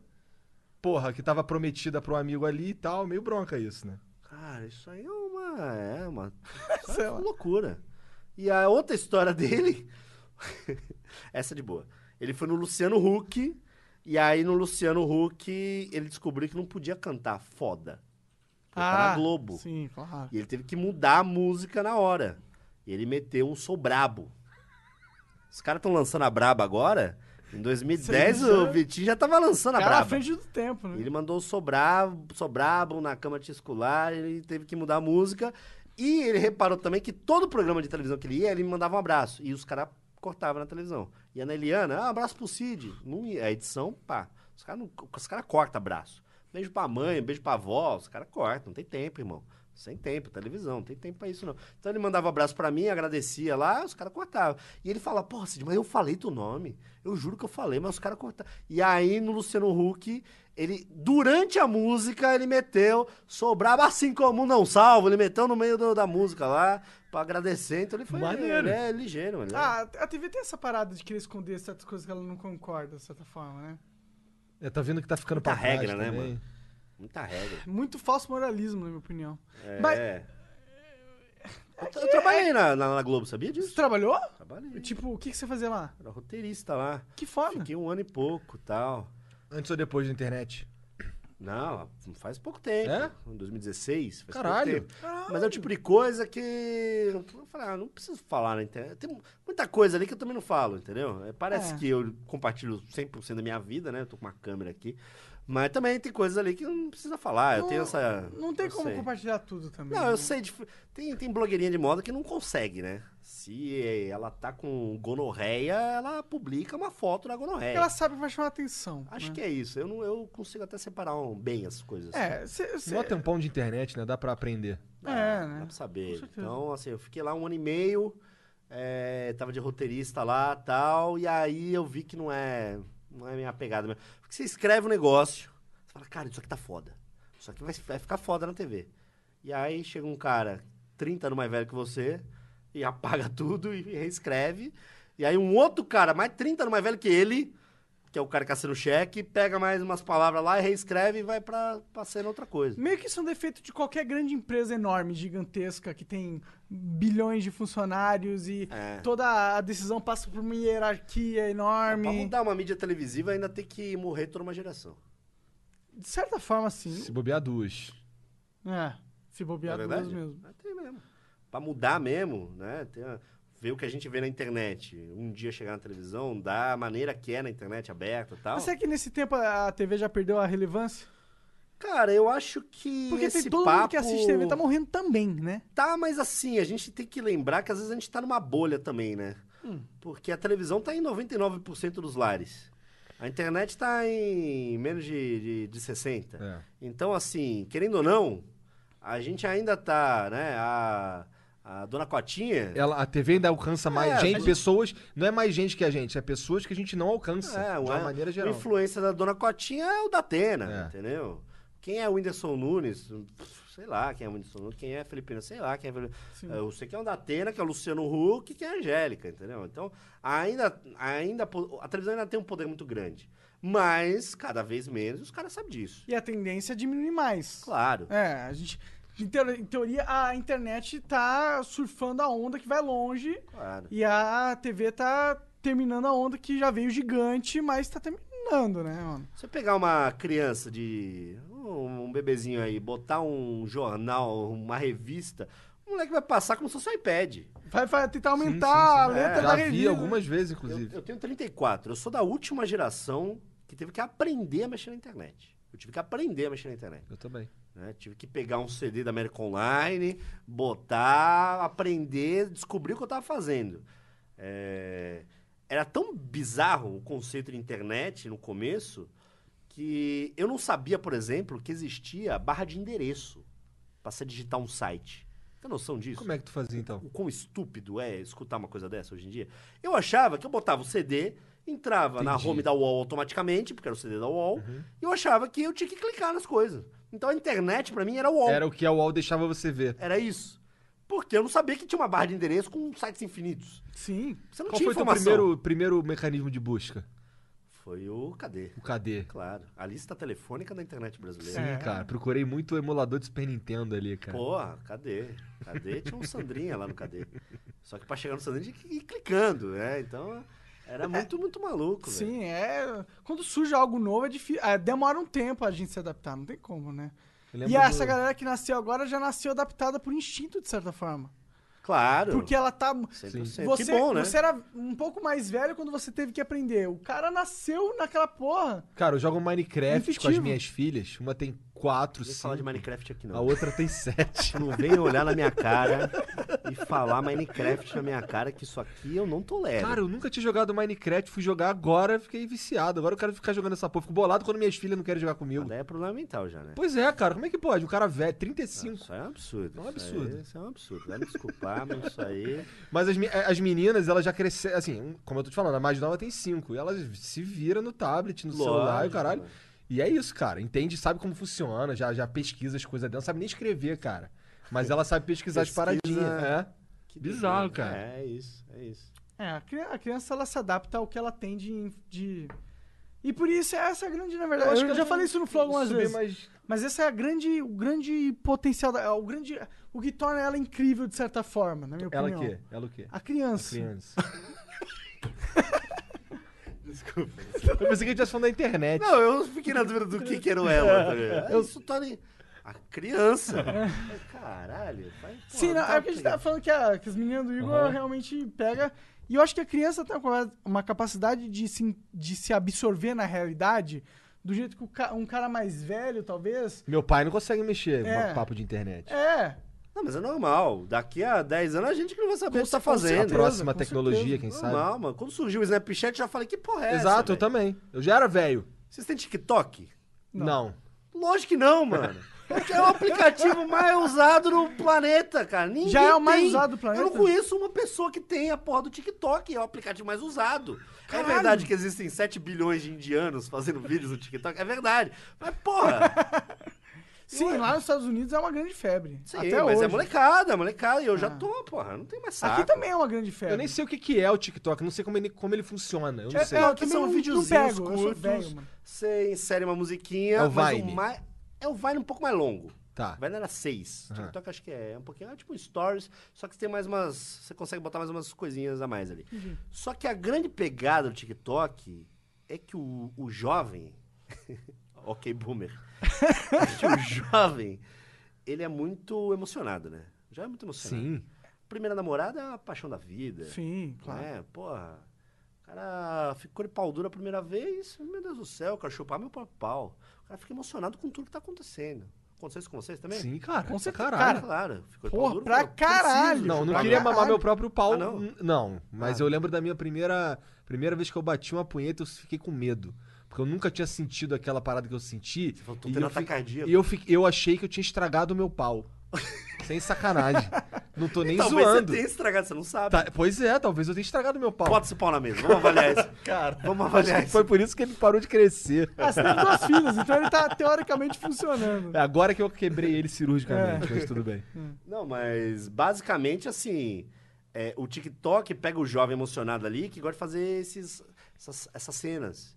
porra, que tava prometida pra um amigo ali e tal, meio bronca isso, né?
Cara, isso aí é uma. É uma. isso
Sei
é uma
lá.
loucura. E a outra história dele. Essa é de boa. Ele foi no Luciano Huck. E aí no Luciano Huck ele descobriu que não podia cantar foda. Porque tá na Globo. Tá
Sim, claro.
E ele teve que mudar a música na hora. E ele meteu um Sou Brabo. Os caras estão lançando a Braba agora. Em 2010
Sim,
o
sim.
Vitinho já tava lançando a
Cara à
Braba.
frente do tempo, né?
Ele é. mandou sobrar, sobravam na cama te escular, ele teve que mudar a música. E ele reparou também que todo programa de televisão que ele ia, ele me mandava um abraço. E os caras cortavam na televisão. E a Neliana, ah, abraço pro Cid. Não ia. A edição, pá. Os caras cara cortam abraço. Beijo pra mãe, beijo pra avó, os caras cortam, não tem tempo, irmão. Sem tempo, televisão, não tem tempo pra isso, não. Então ele mandava abraço pra mim, agradecia lá, os caras cortavam. E ele fala, porra, Cid, mas eu falei teu nome. Eu juro que eu falei, mas os caras cortaram. E aí, no Luciano Huck, ele, durante a música, ele meteu, sou brabo assim como não salvo, ele meteu no meio do- da música lá, pra agradecer. Então ele foi,
Maneiro.
ele é ligeiro, mano.
Ah, a TV tem essa parada de querer esconder certas coisas que ela não concorda, de certa forma, né?
É, tá vendo que tá ficando
Muita
pra trás
regra, né,
também.
mano? Muita regra.
Muito falso moralismo, na minha opinião.
É.
Mas-
Eu, tra- eu trabalhei na, na- na Globo, sabia
Você
disso?
trabalhou?
Trabalhei.
Tipo, o que, que você fazia lá?
Era roteirista lá.
Que foda.
Fiquei um ano e pouco tal.
Antes ou depois da internet?
Não, faz pouco tempo.
É?
Em 2016. Faz pouco
Caralho.
tempo. Mas é o tipo de coisa que. Eu falei, ah, não preciso falar na internet. Tem muita coisa ali que eu também não falo, entendeu? É, Parece
É.
que eu compartilho 100% da minha vida, né? Eu tô com uma câmera aqui. Mas também tem coisas ali que não precisa falar. Eu
Não-
tenho essa.
Não tem
eu
como
sei.
compartilhar tudo também.
Não,
né?
eu sei. de- Tem, tem blogueirinha de moda que não consegue, né? Se ela tá com gonorreia, ela publica uma foto da gonorreia.
Ela sabe que vai chamar atenção. né?
Acho que é isso. Eu, não, eu consigo até separar um- bem as coisas.
É, cê, cê,
Mó tempão de internet, né? Dá pra aprender.
Dá,
é, né?
dá pra saber.
Com certeza.
Então, assim, eu fiquei lá um ano e meio, é, tava de roteirista lá tal, e aí eu vi que não é, não é minha pegada mesmo. Porque você escreve um negócio, você fala, cara, isso aqui tá foda. Isso aqui vai, vai ficar foda na TV. E aí chega um cara 30 anos mais velho que você e apaga tudo e reescreve. E aí um outro cara, mais 30 anos mais velho que ele, que é o cara que assina o cheque, pega mais umas palavras lá e reescreve e vai pra, pra cena outra coisa.
Meio que isso é um defeito de qualquer grande empresa enorme, gigantesca, que tem bilhões de funcionários e
É.
toda a decisão passa por uma hierarquia enorme.
É, Pra mudar uma mídia televisiva ainda tem que morrer toda uma geração.
De certa forma, sim.
Se bobear duas.
É, se
Não
bobear
é
duas
verdade?
mesmo.
É, tem mesmo. Pra mudar mesmo, né? Tem a- Ver o que a gente vê na internet. Um dia chegar na televisão, da maneira que é na internet aberta e tal.
Mas é- será que nesse tempo a a TV já perdeu a relevância?
Cara, eu acho que.
Porque
esse
tem todo
papo...
mundo que assiste TV tá morrendo também, né?
Tá, mas assim, a gente tem que lembrar que às vezes a gente tá numa bolha também, né?
Hum.
Porque a televisão tá em 99% dos lares. A internet tá em menos de, de, de 60.
É.
Então, assim, querendo ou não, a gente ainda tá, né? A, a dona
É.
Cotinha.
Ela, a TV ainda alcança mais
É,
gente,
mas-
pessoas. Não é mais gente que a gente, é pessoas que a gente não alcança. de uma
a-
maneira
O
geral.
influência da dona Cotinha é o da Atena,
É.
entendeu? Quem é o Whindersson Nunes? Pff, Sei lá quem é o Whindersson Nunes, quem é Felipina, sei lá quem é Felipina.
Sim.
Eu sei que é o da Atena, que é o Luciano Huck, que é a Angélica, entendeu? Então, ainda, ainda. po- A televisão ainda tem um poder muito grande. Mas, cada vez menos, os caras sabem disso.
E a tendência é diminuir mais.
Claro.
É, a gente. Em, teo- em teoria, a internet tá surfando a onda que vai longe
Claro.
e a TV tá terminando a onda que já veio gigante, mas tá terminando. funcionando, né, mano?
Se eu pegar uma criança de. um um bebezinho aí, botar um jornal, uma revista, o moleque vai passar como se fosse um iPad.
Vai, vai tentar
Sim, sim, sim.
aumentar a letra
É,
da
já vi
revista.
algumas vezes,
Eu,
inclusive.
eu tenho 34, eu sou da última geração que teve que aprender a mexer na internet. Eu tive que aprender a mexer na internet.
Eu também.
né? Tive que pegar um CD da América Online, botar, aprender, descobrir o que eu tava fazendo. É, Era tão bizarro o conceito de internet no começo que eu não sabia, por exemplo, que existia barra de endereço para você digitar um site. Tem noção disso?
Como é que tu fazia, então?
o quão estúpido é escutar uma coisa dessa hoje em dia. Eu achava que eu botava o CD, entrava na
Entendi. Uhum.
home da UOL automaticamente, porque era o CD da UOL, e eu achava que eu tinha que clicar nas coisas. Então a internet pra mim era UOL. Era,
Era o que a UOL deixava você ver.
isso. Porque eu não sabia que tinha uma barra de endereço com sites infinitos.
Sim.
Você não
Qual
tinha
foi o teu
informação.
primeiro, primeiro mecanismo de busca?
Foi o cadê?
O KD.
Claro. A lista telefônica da internet
Sim,
brasileira.
cara. Procurei muito o emulador de Super Nintendo ali, cara.
Porra, cadê? Cadê? Tinha um Sandrinha lá no cadê. Só que pra chegar no Sandrinha tinha que ir clicando, né? Então
É.
era muito, muito maluco, velho.
Sim, é. Quando surge algo novo, é difícil. é, demora um tempo a gente se adaptar, não tem como, né?
Eu
E
lembro
essa
do-
galera que nasceu agora já nasceu adaptada por instinto, de certa forma.
Claro.
Porque ela tá.
100%.
Você,
que bom, né?
você era um pouco mais velho quando você teve que aprender. O cara nasceu naquela porra.
Cara, eu jogo Minecraft com as
Intuitivo.
minhas filhas. Uma tem quatro,
Não é vem falar de
cinco.
Minecraft aqui,
A
não.
outra tem sete.
Não vem olhar na minha cara e falar Minecraft na minha cara, que isso aqui eu não tolero.
Cara, eu nunca tinha jogado Minecraft, fui jogar agora, fiquei viciado. Agora eu quero ficar jogando essa porra. Fico bolado quando minhas filhas não querem jogar
Mas
comigo.
daí é problema mental já, né?
Pois é, cara, como é que pode? O cara velho,
Ah,
35.
Isso aí é um
É
absurdo.
um
isso aí-
absurdo.
Isso, é um absurdo. Vai me desculpar, mas isso aí.
Mas as, me- as meninas, elas já cresceram, assim, um- como eu tô te falando, a mais nova tem cinco. E elas se viram no tablet, no celular e o
Lógico,
caralho.
né?
E é isso, cara. Entende, sabe como funciona, já, já pesquisa as coisas dela. Não sabe nem escrever, cara. Mas ela sabe pesquisar
Pesquisa.
as paradinhas. É.
Que
Bizarro,
doideira.
cara.
É isso, é isso.
É, a cri- a criança ela se adapta ao que ela tem de. de- E por isso essa é a grande, na verdade. Eu, acho que eu já falei isso no Flow algumas
Subir
vezes.
mais-
Mas esse é a grande, o grande potencial, da- é o grande, o que torna ela incrível de certa forma, na minha
Ela o
opinião.
quê? Ela o quê?
A criança.
Criança. Desculpa. Eu pensei que a gente falando da internet.
É Não, eu fiquei na dúvida do que, que era o ela. tá ligado? É Isso tá ali. A criança.
É.
Caralho. Vai, porra,
Sim, não, é
tá
porque a gente tava falando que, a- que as meninas do Igor
Aham.
realmente pega. E eu acho que a criança tem uma- uma capacidade de se, in- de se absorver na realidade do jeito que o ca- um cara mais velho, talvez.
Meu pai não consegue mexer
É.
no papo de internet.
É.
tá
Não, mas é normal. Daqui a 10 anos a gente que não vai saber o que tá
com
A
fazendo.
certeza.
próxima
com
tecnologia,
certeza.
quem sabe?
Normal, mano. Quando surgiu o Snapchat, eu já falei, que porra é essa?
Exato, eu
velho?
também. Eu já era velho.
Vocês têm TikTok?
Não.
Lógico que não, mano. É o aplicativo mais usado no planeta, cara. Ninguém
Já é o mais
tem.
usado do planeta?
Eu não conheço uma pessoa que tem a porra do TikTok. É o aplicativo mais usado. É verdade que existem 7 bilhões de indianos fazendo vídeos no TikTok. É verdade. Mas, porra,
Sim, lá nos Estados Unidos é uma grande febre.
sim,
Até
mas
hoje.
é molecada, é molecada. E eu já
Ah.
tô, porra, não tem mais saco.
Aqui também é uma grande febre.
Eu nem sei o que, que é o TikTok, não sei como ele, como ele funciona. Eu não
É,
sei.
é,
Eu
que
também
são
não- não
videozinhos
pego, eu sou
curtos.
velho, mano.
Você insere uma musiquinha.
É o
mas
Vine.
mais- É o Vine um pouco mais longo.
Tá.
Vine era 6.
Aham.
TikTok acho que é um pouquinho. É tipo um stories, só que você tem mais umas. Você consegue botar mais umas coisinhas a mais ali. Só que a grande pegada do TikTok é que o, o jovem. ok, boomer. é que o jovem, ele é muito emocionado, né? Já é muito emocionado.
Sim.
Primeira namorada é a paixão da vida.
Sim, claro.
Né? Porra. O cara ficou de pau dura a primeira vez. Meu Deus do céu, eu quero chupar meu próprio pau. O cara fica emocionado com tudo que tá acontecendo. Aconteceu isso com vocês também?
Sim, cara.
Com certeza,
Caralho.
claro. Ficou de pau
Porra,
duro,
pra
falou, preciso
caralho.
Não, eu não
chupar
queria
meu-
mamar meu próprio pau.
Ah, não?
n- não. mas
Ah.
eu lembro da minha primeira primeira vez que eu bati uma punheta, eu fiquei com medo. Porque eu nunca tinha sentido aquela parada que eu senti.
Você falou, tô
E
tendo
eu, fi-
ataque cardíaco.
e eu, fi- eu achei que eu tinha estragado o meu pau. Sem sacanagem. Não tô nem
Talvez
zoando.
Então, você tenha estragado, você não sabe.
Tá, pois é, talvez eu tenha estragado meu pau.
Bota esse pau na mesa, vamos avaliar isso.
Cara,
Vamos avaliar isso.
foi por isso que ele parou de crescer.
Ah, você tem duas filhas, então ele tá teoricamente funcionando.
É Agora que eu quebrei ele cirurgicamente,
É.
mas tudo bem.
Não, mas basicamente assim, é, o TikTok pega o jovem emocionado ali que gosta de fazer esses, essas, essas cenas.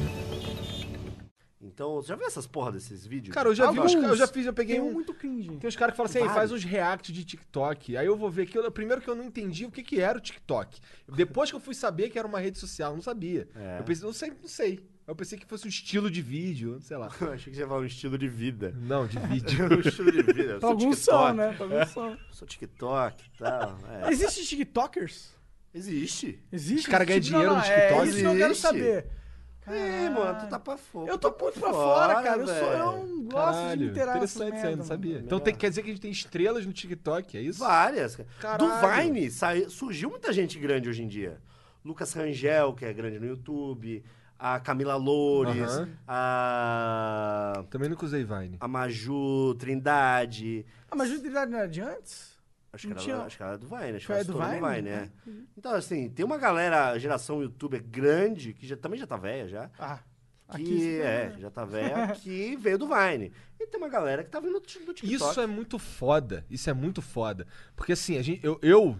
Então, você já viu essas porra desses vídeos? Ah,
Cara, eu já vi
Alguns.
uns caras, eu já fiz, eu peguei
Tem um
um.
muito cringe.
Tem uns caras que falam assim, aí faz
Vários.
uns react de TikTok. Aí eu vou ver que eu, primeiro que eu não entendi o que, que era o TikTok. Depois que eu fui saber que era uma rede social, eu não sabia.
É.
Eu pensei, não sei, não sei. Eu pensei que fosse um estilo de vídeo, sei lá.
Eu Achei que você ia falar um estilo de vida.
Não, de vídeo.
um estilo de vida. Eu
Pra
sou
alguns
TikTok,
são, né? Pra alguns são.
eu Sou TikTok e tal. é.
Existe TikTokers?
Existe.
Existe?
Os caras ganham
Não,
dinheiro
não,
no
É
TikTok?
isso que eu quero
Existe.
saber.
É.
Ih, mano, tu tá pra fora.
Eu tô
tá
muito pra fora, cara. Eu, sou,
velho.
eu não gosto de
Caralho,
me inteirar nessas
interessante isso aí,
merda,
não
mano.
sabia. Então tem, quer dizer que a gente tem estrelas no TikTok, é isso?
Várias. cara.
Caralho.
Do Vine saiu- surgiu muita gente grande hoje em dia. Lucas Rangel, que é grande no YouTube. A Camila Loures.
Aham.
A.
Também nunca usei Vine.
A Maju Trindade.
Ah, mas utilidade não era de antes?
Acho que,
Não
era,
tinha-
acho que era do Vine, acho que
Foi
era
do
do Vine, do
Vine?
Vine é. Então, assim, tem uma galera, a geração youtuber grande, que já, também já tá velha já,
Ah,
que
aqui. isso
é,
não
já tá velha, que veio do Vine. E tem uma galera que tá vindo do Tik- do TikTok.
Isso é muito foda. Isso é muito foda. Porque assim, a gente, eu, eu,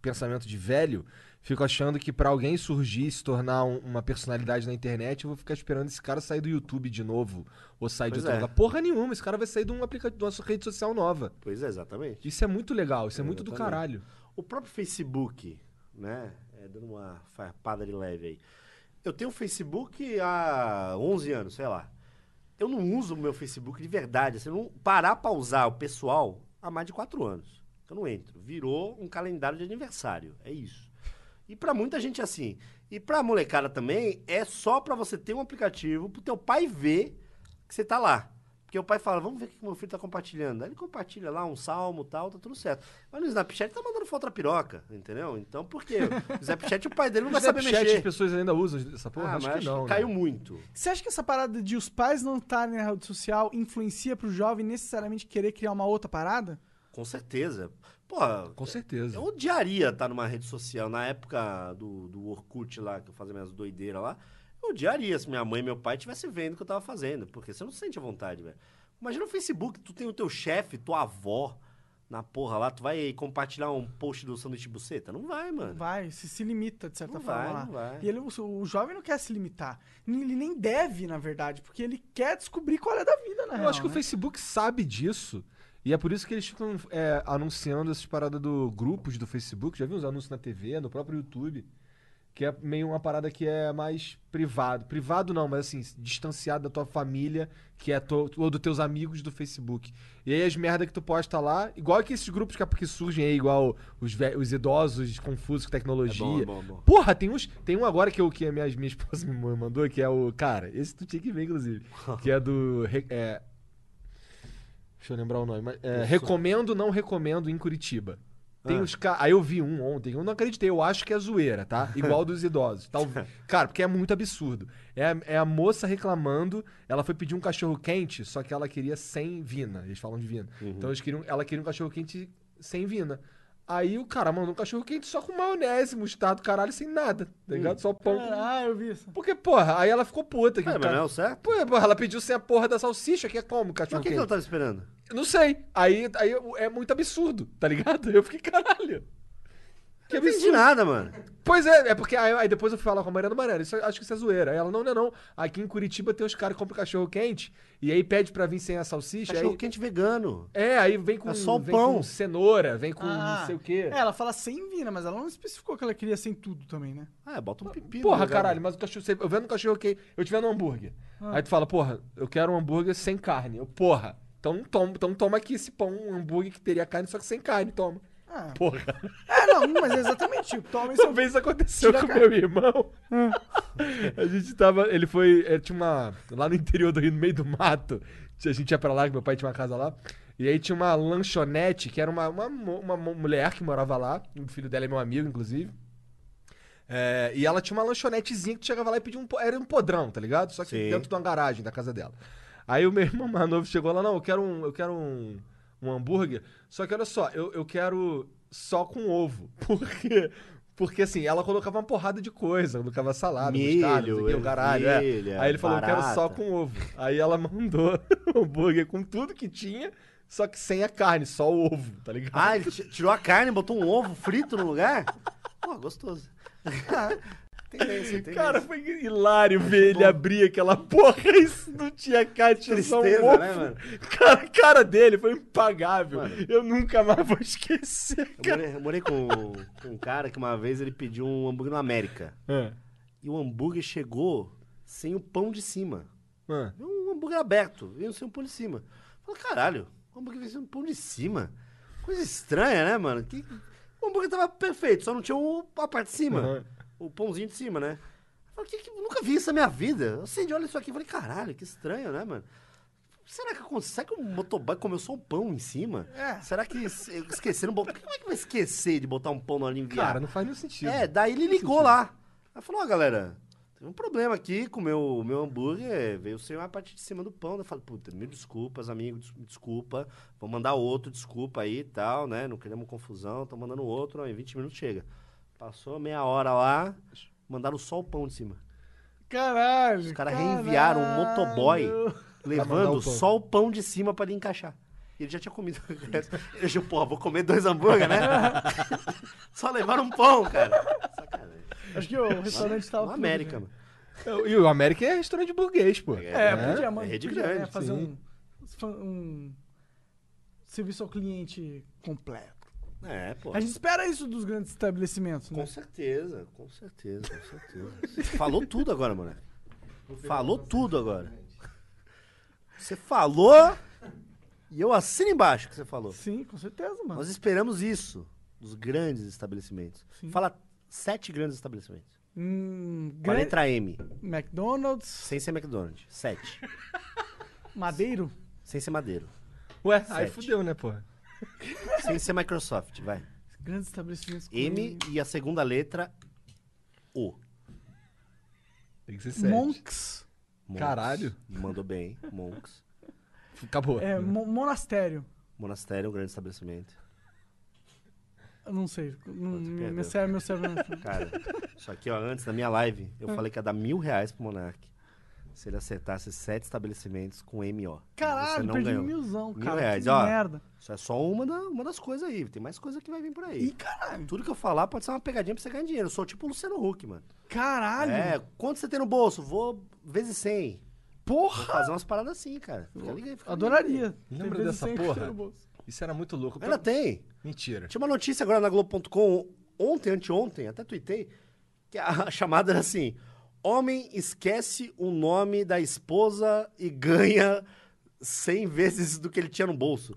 pensamento de velho, fico achando que pra alguém surgir e se tornar um- uma personalidade na internet, eu vou ficar esperando esse cara sair do YouTube de novo. Ou sair
Pois
de outro
é.
lugar. Porra nenhuma, esse cara vai sair de um aplicativo, de uma rede social nova.
Pois é, exatamente.
Isso é muito legal, isso é muito do
Exatamente.
caralho.
O próprio Facebook, né? É, dando uma farpada de leve aí. Eu tenho Facebook há 11 anos, sei lá. Eu não uso o meu Facebook de verdade. Assim, eu não parar pra usar o pessoal há mais de 4 anos. Eu não entro. Virou um calendário de aniversário. É isso. E pra muita gente é assim. E pra molecada também, é só pra você ter um aplicativo pro teu pai ver que você tá lá. Porque o pai fala, vamos ver o que meu filho tá compartilhando. Aí ele compartilha lá um salmo tal, tá tudo certo. Mas no Snapchat tá mandando foto da piroca, entendeu? Então por quê? O Snapchat o pai dele não vai saber
Snapchat, as
mexer.
pessoas ainda usam essa porra?
Ah,
acho
mas
que não. né?
caiu muito.
Você acha que essa parada de os pais não estarem na rede social influencia pro jovem necessariamente querer criar uma outra parada?
Com certeza. Porra,
Com certeza.
eu odiaria estar numa rede social. Na época do, do Orkut lá, que eu fazia minhas doideiras lá, eu odiaria se minha mãe e meu pai estivessem vendo o que eu tava fazendo. Porque você não se sente à vontade, velho. Imagina o Facebook, tu tem o teu chefe, tua avó na porra lá, tu vai compartilhar um post do sanduíche de buceta? Não vai,
Não
mano.
vai, se se limita de certa
Não
forma.
vai,
lá.
não vai.
E ele, o, o jovem não quer se limitar. Ele nem deve, na verdade, porque ele quer descobrir qual é da vida, na
Eu
real,
acho que o
né?
Facebook sabe disso. E é por isso que eles ficam é, anunciando essas paradas do grupos do Facebook. Já viu uns anúncios na TV, no próprio YouTube. Que é meio uma parada que é mais privado. Privado não, mas assim, distanciado da tua família, que é to, ou dos teus amigos do Facebook. E aí as merda que tu posta lá, igual que esses grupos que, que surgem aí, igual os, ve- os idosos confusos com tecnologia.
bom, é bom, é bom.
Porra, tem, uns, tem um agora que, eu, que a minha, minha esposa me mandou, que é o. Cara, esse tu tinha que ver, inclusive. Que é do. re- é, Deixa eu lembrar o nome. Mas, é, recomendo, não recomendo em Curitiba. Tem
Ah.
uns ca... Aí eu vi um ontem, eu não acreditei, eu acho que é zoeira, tá? Igual dos idosos. Tal... Cara, porque é muito absurdo. É, a- é a moça reclamando, ela foi pedir um cachorro quente, só que ela queria sem vina. Eles falam de vina.
Uhum.
Então eles queriam, ela queria um cachorro quente sem vina. Aí o cara mandou um cachorro quente só com maionese, mostarda, caralho, sem nada, tá ligado? Só pão. com-
Ah, eu vi isso.
Porque, porra, aí ela ficou puta. Que
Ué,
o
mas
cara...
não Hum. é o certo?
Pô, porra, ela pediu sem a porra da salsicha, que é como
Mas
cachorro
o que, que
quente?
ela tava esperando?
Não sei. Aí, aí eu- é muito absurdo, tá ligado? Eu fiquei, caralho. Que
Não entendi
absurdo.
nada, mano.
Pois é, é porque aí, aí depois eu fui falar com a Mariana Mariana, isso, acho que isso é zoeira. Aí ela, não, não, não. Aqui em Curitiba tem os caras que compram cachorro quente e aí pede pra vir sem a salsicha.
Cachorro
aí-
quente vegano.
É, aí vem com,
É só o
vem
pão.
com cenoura, vem com
Ah.
não sei o quê.
É, ela fala sem vina, mas ela não especificou que ela queria sem tudo também, né?
Ah, é, bota um pepino.
Porra,
no lugar.
caralho, mas o cachorro. Eu vendo um cachorro que eu tiver no hambúrguer.
Ah.
Aí tu fala, porra, eu quero um hambúrguer sem carne. Eu, porra, então toma, então toma aqui esse pão, um hambúrguer que teria carne, só que sem carne, toma.
Ah.
Porra.
É, não, mas é exatamente. Tipo, toma isso.
Uma vez aconteceu com meu irmão. A gente tava. Ele foi. é, tinha uma. Lá no interior do Rio, no meio do mato. A gente ia pra lá, que meu pai tinha uma casa lá. E aí tinha uma lanchonete, que era uma, uma, mo- uma mo- mulher que morava lá. O filho dela é meu amigo, inclusive. É, e ela tinha uma lanchonetezinha que tu chegava lá e pedia um. po- Era um podrão, tá ligado? Só que
Sim.
dentro de uma garagem da casa dela. Aí o meu irmão mais novo chegou lá, não, eu quero um, eu quero um, um hambúrguer. Só que olha só, eu, eu quero só com ovo. Por quê? Porque assim, ela colocava uma porrada de coisa, colocava salada, mostarda, não sei o quê,
Milho,
o caralho. é.
ervilha,
Aí ele falou, eu quero só
barata.
com ovo. Aí ela mandou o hambúrguer com tudo que tinha, só que sem a carne, só o ovo, tá ligado?
Ah, ele ti- tirou a carne, botou um ovo frito no lugar? Pô, gostoso. Tendência, tendência.
Cara, foi hilário ver ele abrir aquela porra e isso não tinha cara, tinha só um
Tristeza,
ovo.
né, mano?
Cara, a cara dele foi impagável.
Mano.
Eu nunca mais vou esquecer,
Eu
cara.
morei, eu morei com, com um cara que uma vez ele pediu um hambúrguer no América.
Ah,
E o hambúrguer chegou sem o pão de cima.
ah.
Veio Um hambúrguer aberto, veio sem o pão de cima. Falei, caralho, o hambúrguer veio sem o pão de cima. Coisa estranha, né, mano? Que... O hambúrguer tava perfeito, só não tinha o- a parte de cima.
Uhum.
O pãozinho de cima, né? Falei, que, que... eu nunca vi isso na minha vida. Eu acendi, olha isso aqui. Falei, caralho, que estranho, né, mano? Será que aconteceu? Será que o motoboy comeu só um pão em cima?
É.
Será que es- esqueceram botar. Como é que vai esquecer de botar um pão na linha?
Cara, não faz nenhum sentido.
É, daí ele ligou lá. Ela falou, ó, galera, teve um problema aqui com o meu, meu hambúrguer, veio sem a parte de cima do pão. Eu falei, puta, mil desculpas, amigo, des- desculpa. Vou mandar outro, desculpa aí e tal, né? Não queremos confusão, tô mandando outro, ó, em 20 minutos chega. Passou meia hora lá, mandaram só o pão de cima.
Caralho.
Os caras reenviaram um motoboy
mandar
levando
o pão.
só o pão de cima pra ele encaixar. Ele já tinha comido. Ele achou, porra, vou comer dois hambúrguer, né? só levaram um pão, cara. Sacanagem.
Acho que o restaurante tava.
Na
tudo,
América,
né?
mano.
E o América é restaurante burguês, pô.
É,
Né?
podia, mano.
É rede
podia,
grande,
né, fazer
sim.
um, um serviço ao cliente completo.
É, pô.
A gente espera isso dos grandes estabelecimentos, né?
Com certeza, com certeza, com certeza. falou tudo agora, moleque. Falou tudo agora. Você falou e eu assino embaixo o que você falou.
Sim, com certeza, mano.
Nós esperamos isso dos grandes estabelecimentos. Fala sete grandes estabelecimentos.
Hum,
Com a
grande...
letra M.
McDonald's,
Sem ser McDonald's. Sete.
Madeiro.
Sem ser Madeiro.
Ué, aí
Sete.
fudeu, né, pô?
Sem ser Microsoft, vai.
Grandes estabelecimentos. com-
M e a segunda letra O.
Tem que ser sete.
Monks.
Monks.
Caralho.
Mandou bem, Monks.
Acabou.
É, mo- monastério.
Monastério, é um grande estabelecimento.
Eu não sei. Não,
perdeu.
meu cérebro, meu cérebro. não-
Cara, isso aqui, ó, antes da minha live,
Hum.
eu falei que ia dar mil reais pro Monark se ele acertasse sete estabelecimentos com MO. Você
Caralho,
não
perdi um
ganhou.
milzão,
Mil
cara.
reais,
que
ó.
merda.
Isso é só uma, da- uma das coisas aí. Tem mais coisa que vai vir por aí.
Ih, caralho.
Tudo que eu falar pode ser uma pegadinha pra você ganhar dinheiro. Eu sou tipo o Luciano Huck, mano.
Caralho.
É, quanto você tem no bolso? Vou vezes 100. Vou
Porra.
fazer umas paradas assim, cara. Fica ligado, fica
Adoraria.
Lembra
Tem vezes
dessa
cem que
porra?
tá no bolso.
Isso era muito louco.
ligado. Ainda tem.
Mentira.
Tinha uma notícia agora na Globo.com, ontem, anteontem, até tuitei, que a a chamada era assim: Homem esquece o nome da esposa e ganha 100 vezes do que ele tinha no bolso.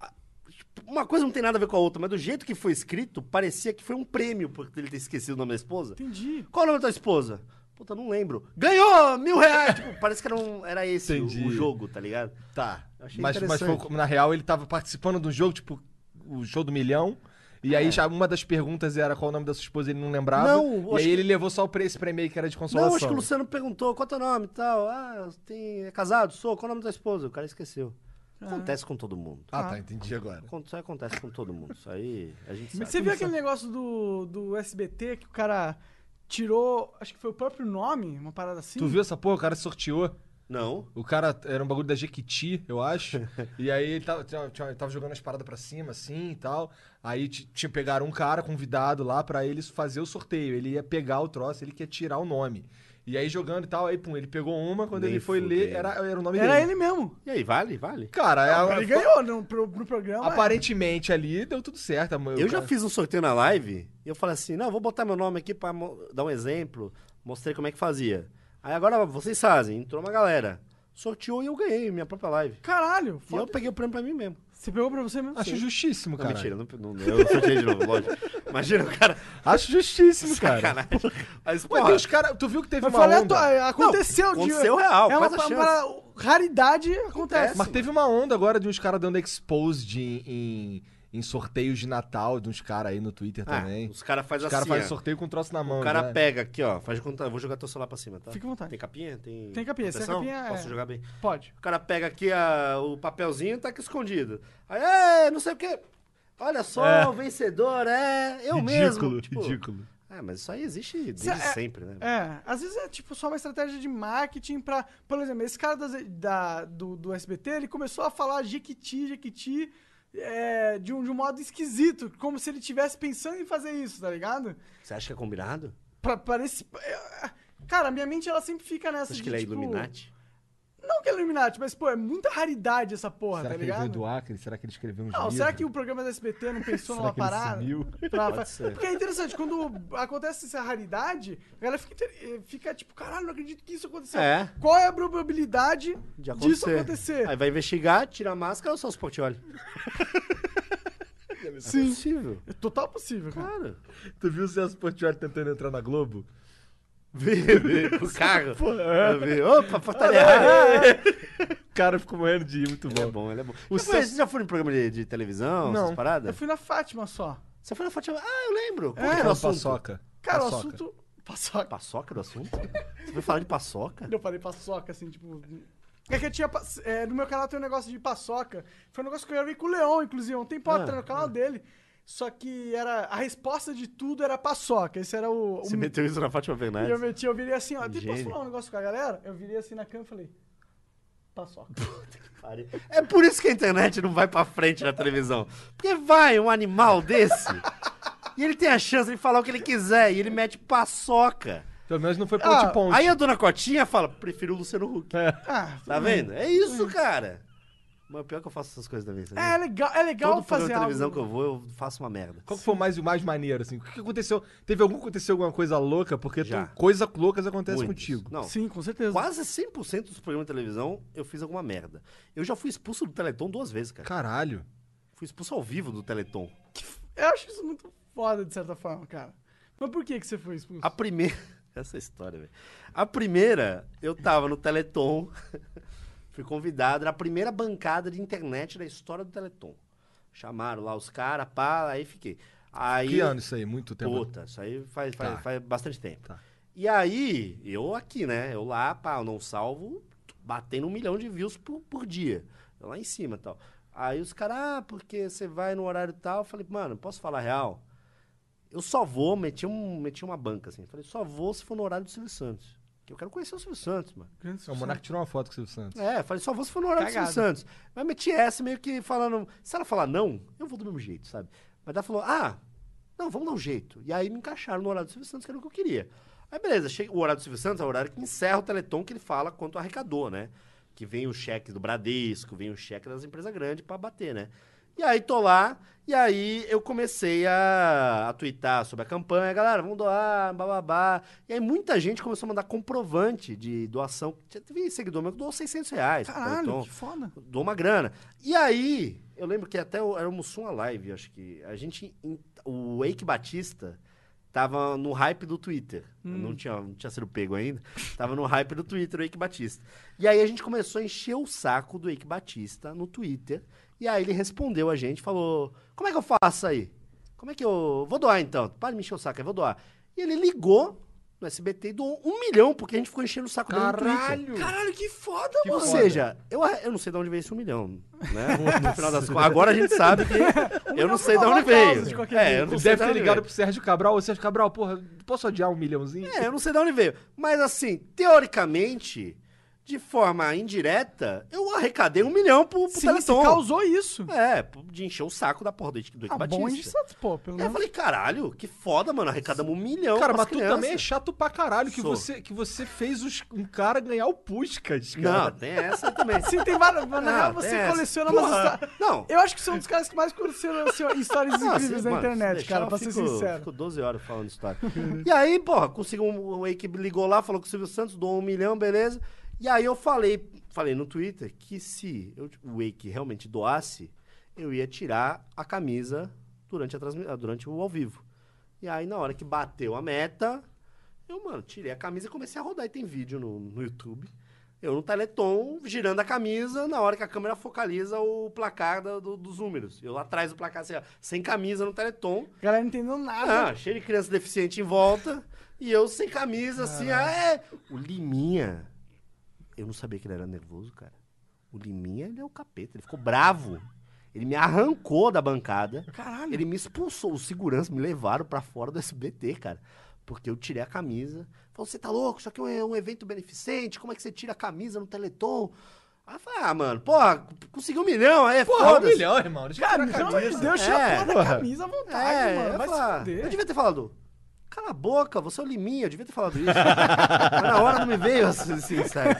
A- tipo, Uma coisa não tem nada a ver com a outra, mas do jeito que foi escrito, parecia que foi um prêmio por ele ter esquecido o nome da esposa.
Entendi.
Qual é o nome da tua esposa? Puta, não lembro. Ganhou mil reais! Tipo, parece que era, um- era esse o,
Entendi.
o jogo, tá ligado?
Tá.
Achei
Mas, mas foi-
interessante.
na real ele tava participando do jogo, tipo, o show do milhão. E aí já uma das perguntas era qual o nome da sua esposa, ele não lembrava.
É. Não,
e
acho
aí
que-
ele levou só o preço prêmio que era de consolação.
Não, acho que o Luciano perguntou qual é o teu nome e tal. Ah, tem... é casado? Sou? Qual é o nome da tua esposa? O cara esqueceu. Acontece com todo mundo.
Ah, tá, entendi agora.
Acon- Isso aí acontece com todo mundo. Isso aí a gente
Mas
sabe.
você viu
é?
aquele negócio do, do SBT que o cara tirou, acho que foi o próprio nome, uma parada assim?
Tu viu essa porra? O cara sorteou.
Não.
O cara era um bagulho da Jequiti, eu acho. e aí ele tava, tinha- tinha- ele tava jogando as paradas pra cima, assim e tal. Aí ti- tinha pegaram um cara convidado lá pra ele fazer o sorteio. Ele ia pegar o troço, ele queria tirar o nome. E aí jogando e tal, aí pum, ele pegou uma, quando
Nem
ele foi
fudendo.
ler, era, era o nome
Era
dele.
ele mesmo.
E aí, vale? Vale?
Cara, é a-
Ele ganhou no, pro- no programa. é.
aparentemente ali deu tudo certo.
Eu já fiz um sorteio na live e eu falei assim: não, vou botar meu nome aqui pra mo- dar um exemplo. Mostrei como é que fazia. Aí agora vocês fazem. Entrou uma galera. Sorteou e eu ganhei minha própria live.
Caralho,
E eu
foda.
peguei o prêmio pra mim mesmo.
Você pegou pra você mesmo?
Acho
Sim.
justíssimo,
Não,
cara.
mentira, não, não, eu sorteei de novo, lógico. Imagina o cara.
Acho justíssimo, cara.
Sacanagem. Mas,
Ué,
porra,
tem os cara, tu viu que teve
Mas
uma
foi
onda?
aleatório, aconteceu. de-
aconteceu real,
É uma,
quais a
pa- para- raridade, acontece.
Mas teve uma onda agora de uns caras dando exposed em, em, em sorteios de Natal de uns caras aí no Twitter
Ah,
também.
os caras
Os
fazem assim.
caras fazem
ó.
sorteio com um troço na mão.
o cara
né?
pega aqui, ó. Faz de conta. eu Vou jogar teu celular pra cima, tá?
Fica à vontade.
Tem capinha? Tem,
Tem capinha, se é
proteção?
capinha,
Posso
é.
jogar bem.
Pode.
O cara pega aqui a- o papelzinho e tá aqui escondido. Aí, é, não sei o quê. Olha só,
É.
o vencedor é eu
ridículo,
mesmo. Tipo,
ridículo.
É, mas isso aí existe desde
Cê- é-
sempre, né?
É, às vezes é tipo só uma estratégia de marketing pra. Por exemplo, esse cara das- da, do, do SBT, ele começou a falar Jequiti, Jequiti é, de, um, de um modo esquisito, como se ele estivesse pensando em fazer isso, tá ligado?
Você acha que é combinado?
Pra, parece. é, Cara, minha mente ela sempre fica nessa.
Você acha
de,
que ele é
tipo,
Illuminati?
Não que é Illuminati, mas, pô, é muita raridade essa porra,
Será
tá
que ele
ligado?
veio do Acre? Será que ele escreveu um
Não, será que o programa da SBT não pensou
Será
numa
que ele
parada?
sumiu?
pra-
Pode ser.
Porque é interessante, quando acontece essa raridade, a galera fica, inter- eh, fica tipo, caralho, não acredito que isso aconteceu.
É.
Qual é a probabilidade
De acontecer.
disso acontecer?
Aí vai investigar, tira a máscara ou só os portiolhos?
Sim.
É possível.
É total possível, cara.
Claro.
Tu viu o Celso Portiolli tentando entrar na Globo?
Vê, vê, com o carro.
é.
Porra.
Vê. Opa, portaria
Ah,
errada.
O cara ficou morrendo de ir, muito
Ele é
bom.
bom, ele é bom.
O
Você foi-
Celso-
Você já foi no programa de, de televisão,
Não.
essas paradas?
Eu fui na Fátima só.
Você foi na Fátima? Ah, eu lembro. Qual
É,
que era o
Fala
assunto?
paçoca.
Cara,
Paçoca.
o assunto. Paçoca.
Paçoca do assunto? Você foi falar de paçoca?
Eu falei paçoca, assim, tipo. É que eu tinha. pa- é, no meu canal tem um negócio de paçoca. Foi um negócio que eu gravei com o Leon, inclusive, há um tempo
Ah,
atrás no canal dele. Só que era. A resposta de tudo era paçoca. Esse era o. o
Você meteu isso na
E
Fátima
eu
Bernardes?
meti, eu virei assim, ó. Depois posso
é Gênio.
falar um negócio com a galera? Eu virei assim na cama e falei. Paçoca.
É por isso que a internet não vai pra frente na televisão. Porque vai um animal desse e ele tem a chance de falar o que ele quiser e ele mete paçoca.
Pelo menos não foi ponte
Ah,
ponte.
Aí a dona Cotinha fala, prefiro o Luciano Huck.
Ah,
Tá vendo? É isso, cara. Mas pior é que eu faço essas coisas também, sabe?
Hum. é legal, é legal
Todo programa
fazer
de televisão
algo.
que eu vou, eu faço uma merda.
Qual que foi o mais, o mais maneiro, assim? O que que aconteceu? Teve algum aconteceu alguma coisa louca? Porque
Já.
tu- coisas loucas acontecem
Muitos.
contigo.
Não,
Sim, com certeza.
quase 100% dos programas de televisão eu fiz alguma merda. Eu já fui expulso do Teleton duas vezes, cara.
Caralho.
Fui expulso ao vivo do Teleton.
Que f- Eu acho isso muito foda, de certa forma, cara. Mas por que, que você foi expulso?
A primeira. Essa é a história, velho. A primeira, eu tava no Teleton. fui convidado, era a primeira bancada de internet da história do Teleton. Chamaram lá os caras, pá, aí fiquei. Aí,
Que ano isso aí? Muito tempo. né?
Puta, isso aí faz, faz,
Tá.
faz bastante tempo.
Tá.
E aí, eu aqui, né? Eu lá, pá, eu não salvo, batendo um milhão de views por, por dia. Eu lá em cima e tal. Aí os caras, ah, porque você vai no horário tal. Eu falei, mano, posso falar a real? Eu só vou, meti, um, meti uma banca assim. Eu Falei, só vou se for no horário do Silvio Santos. Que eu quero conhecer o Silvio Santos, mano.
Grande
O Monark tirou uma foto com o Silvio Santos.
É, eu falei, só vou se for no horário
Cagado.
do Silvio Santos. Mas meti essa meio que falando. Se ela falar não, eu vou do mesmo jeito, sabe? Mas ela falou, ah, não, vamos dar um jeito. E aí me encaixaram no horário do Silvio Santos, que era o que eu queria. Aí beleza, che- o horário do Silvio Santos é o horário que encerra o Teleton que ele fala quanto arrecadou, né? Que vem o cheque do Bradesco, vem o cheque das empresas grandes pra bater, né? E aí tô lá, e aí eu comecei a, a twittar sobre a campanha, galera, vamos doar, bababá. E aí muita gente começou a mandar comprovante de doação. Já Teve seguidor meu que doou 600 reais. pro
Caralho,
Teleton
que foda.
dou uma grana. E aí, eu lembro que até o- era o Mussum a live, acho que. A gente. em- O Eike Batista tava no hype do Twitter. Eu Não, tinha, não tinha sido pego ainda. Tava no hype do Twitter, o Eike Batista. E aí a gente começou a encher o saco do Eike Batista no Twitter. E aí ele respondeu a gente, falou: Como é que eu faço aí? Como é que eu. Vou doar então. Para de me encher o saco, eu vou doar. E ele ligou no SBT e doou um milhão, porque a gente ficou enchendo o saco dele no Twitter.
Caralho!
Caralho, que foda.
Que
Ou
foda.
seja, eu, eu não sei de onde veio esse um milhão, né? No final das contas. Agora a gente sabe que eu não
milhão
sei de
foi uma boa
onde veio.
causa, de qualquer
É,
jeito.
eu não
Ele
sei
deve
de
ter
onde
ligado
veio.
pro Sérgio Cabral. Ô, Sérgio Cabral, porra, posso adiar um milhãozinho?
É, eu não sei de onde veio. Mas assim, teoricamente, de forma indireta, eu arrecadei um milhão pro, pro
Sim, você
Teleton.
causou isso.
É, de encher o saco da porra do Eike do Eike
Ah, bom né? de
Batista. É,
Santos, pô, pelo
Aí eu
menos.
falei, caralho, que foda, mano, arrecadamos um milhão
Cara,
pras
mas tu
crianças.
também é chato pra caralho que,
Sou.
você, que você fez os- um cara ganhar o Puskas, cara.
Não, tem essa também.
Sim, tem várias. Na
Ah,
real,
tem
você
essa.
coleciona
Porra.
umas histórias.
Não.
Eu acho que são um dos caras que mais colecionam assim, ó, histórias
Ah,
incríveis
sim,
da
mano,
internet,
se
cara,
deixar,
pra
eu
ser
fico-
sincero.
Fico 12 horas falando história. e aí, porra, consegui um, um aí que ligou lá, falou que o Silvio Santos doou um milhão, beleza. E aí eu falei, falei no Twitter que se eu, o Wake realmente doasse, eu ia tirar a camisa durante, a transmi- ah, durante o ao vivo. E aí, na hora que bateu a meta, eu, mano, tirei a camisa e comecei a rodar. E tem vídeo no, no YouTube. Eu no Teleton, girando a camisa, na hora que a câmera focaliza o placar da- do- dos números. Eu lá atrás do placar, assim, ó, sem camisa no Teleton.
A galera não entendeu nada.
Ah, cheio de criança deficiente em volta. E eu sem camisa, assim, ah, é. O Liminha. Eu não sabia que ele era nervoso, cara. O Liminha, ele é o capeta. Ele ficou bravo. Ele me arrancou da bancada. Caralho. Ah, Ele me expulsou. Os seguranças me levaram pra fora do SBT, cara. Porque eu tirei a camisa. Falou, você tá louco? Isso aqui é um- é um evento beneficente. Como é que você tira a camisa no Teleton? Aí eu falei, ah, mano, porra, conseguiu um milhão, aí é
Porra, um
foda-se.
milhão, irmão. Deixa eu
Cara,
tirar a
pelo amor de
camisa.
Deus, tira
É,
a porra da
porra.
camisa à vontade,
É, eu,
mano. Vai
ia
se
falar, eu
fuder.
devia ter falado. Cala a boca, você é o Liminha, eu devia ter falado isso. Mas na hora não me veio assim, assim, sabe?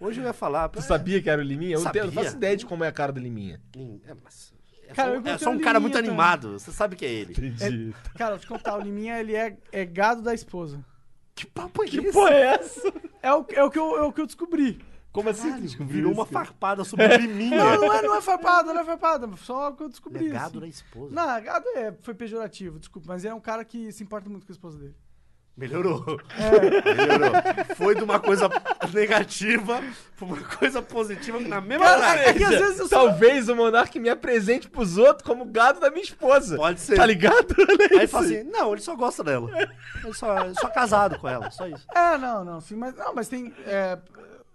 Hoje eu ia falar.
Tu sabia que era o Liminha? Eu não, tenho, eu não
Sabia.
faço ideia de como é a cara do Liminha.
É, mas- é
Cara, eu
só, um- é
encontrei
só
o
um cara
Liminha
muito
também.
animado, você sabe que é ele.
Entendi.
Cara, vou te contar, o Liminha, ele é, é gado da esposa.
Que papo é
Que
esse?
porra é essa?
É o, é o, que, eu, é o que eu descobri.
Como assim?
Caralho,
tu descobriu
virou
isso,
uma
cara?
farpada sobre o
Não,
Liminha.
não é, não é farpada, não é farpada. Só o que eu descobri.
Legado
assim.
é da esposa.
Não, gado é, foi pejorativo, desculpa. Mas ele é um cara que se importa muito com a esposa dele.
Melhorou.
É.
Melhorou. Foi de uma coisa negativa pra uma coisa positiva na mesma
Cara, é
frase.
que às vezes eu sou...
Talvez o Monark me apresente pros outros como gado da minha esposa.
Pode ser.
Tá ligado? Olha
Aí ele
isso.
fala assim: não, ele só gosta dela. Ele só, ele só é casado com ela, só isso.
É, não, não, sim, mas... Não, mas tem... É,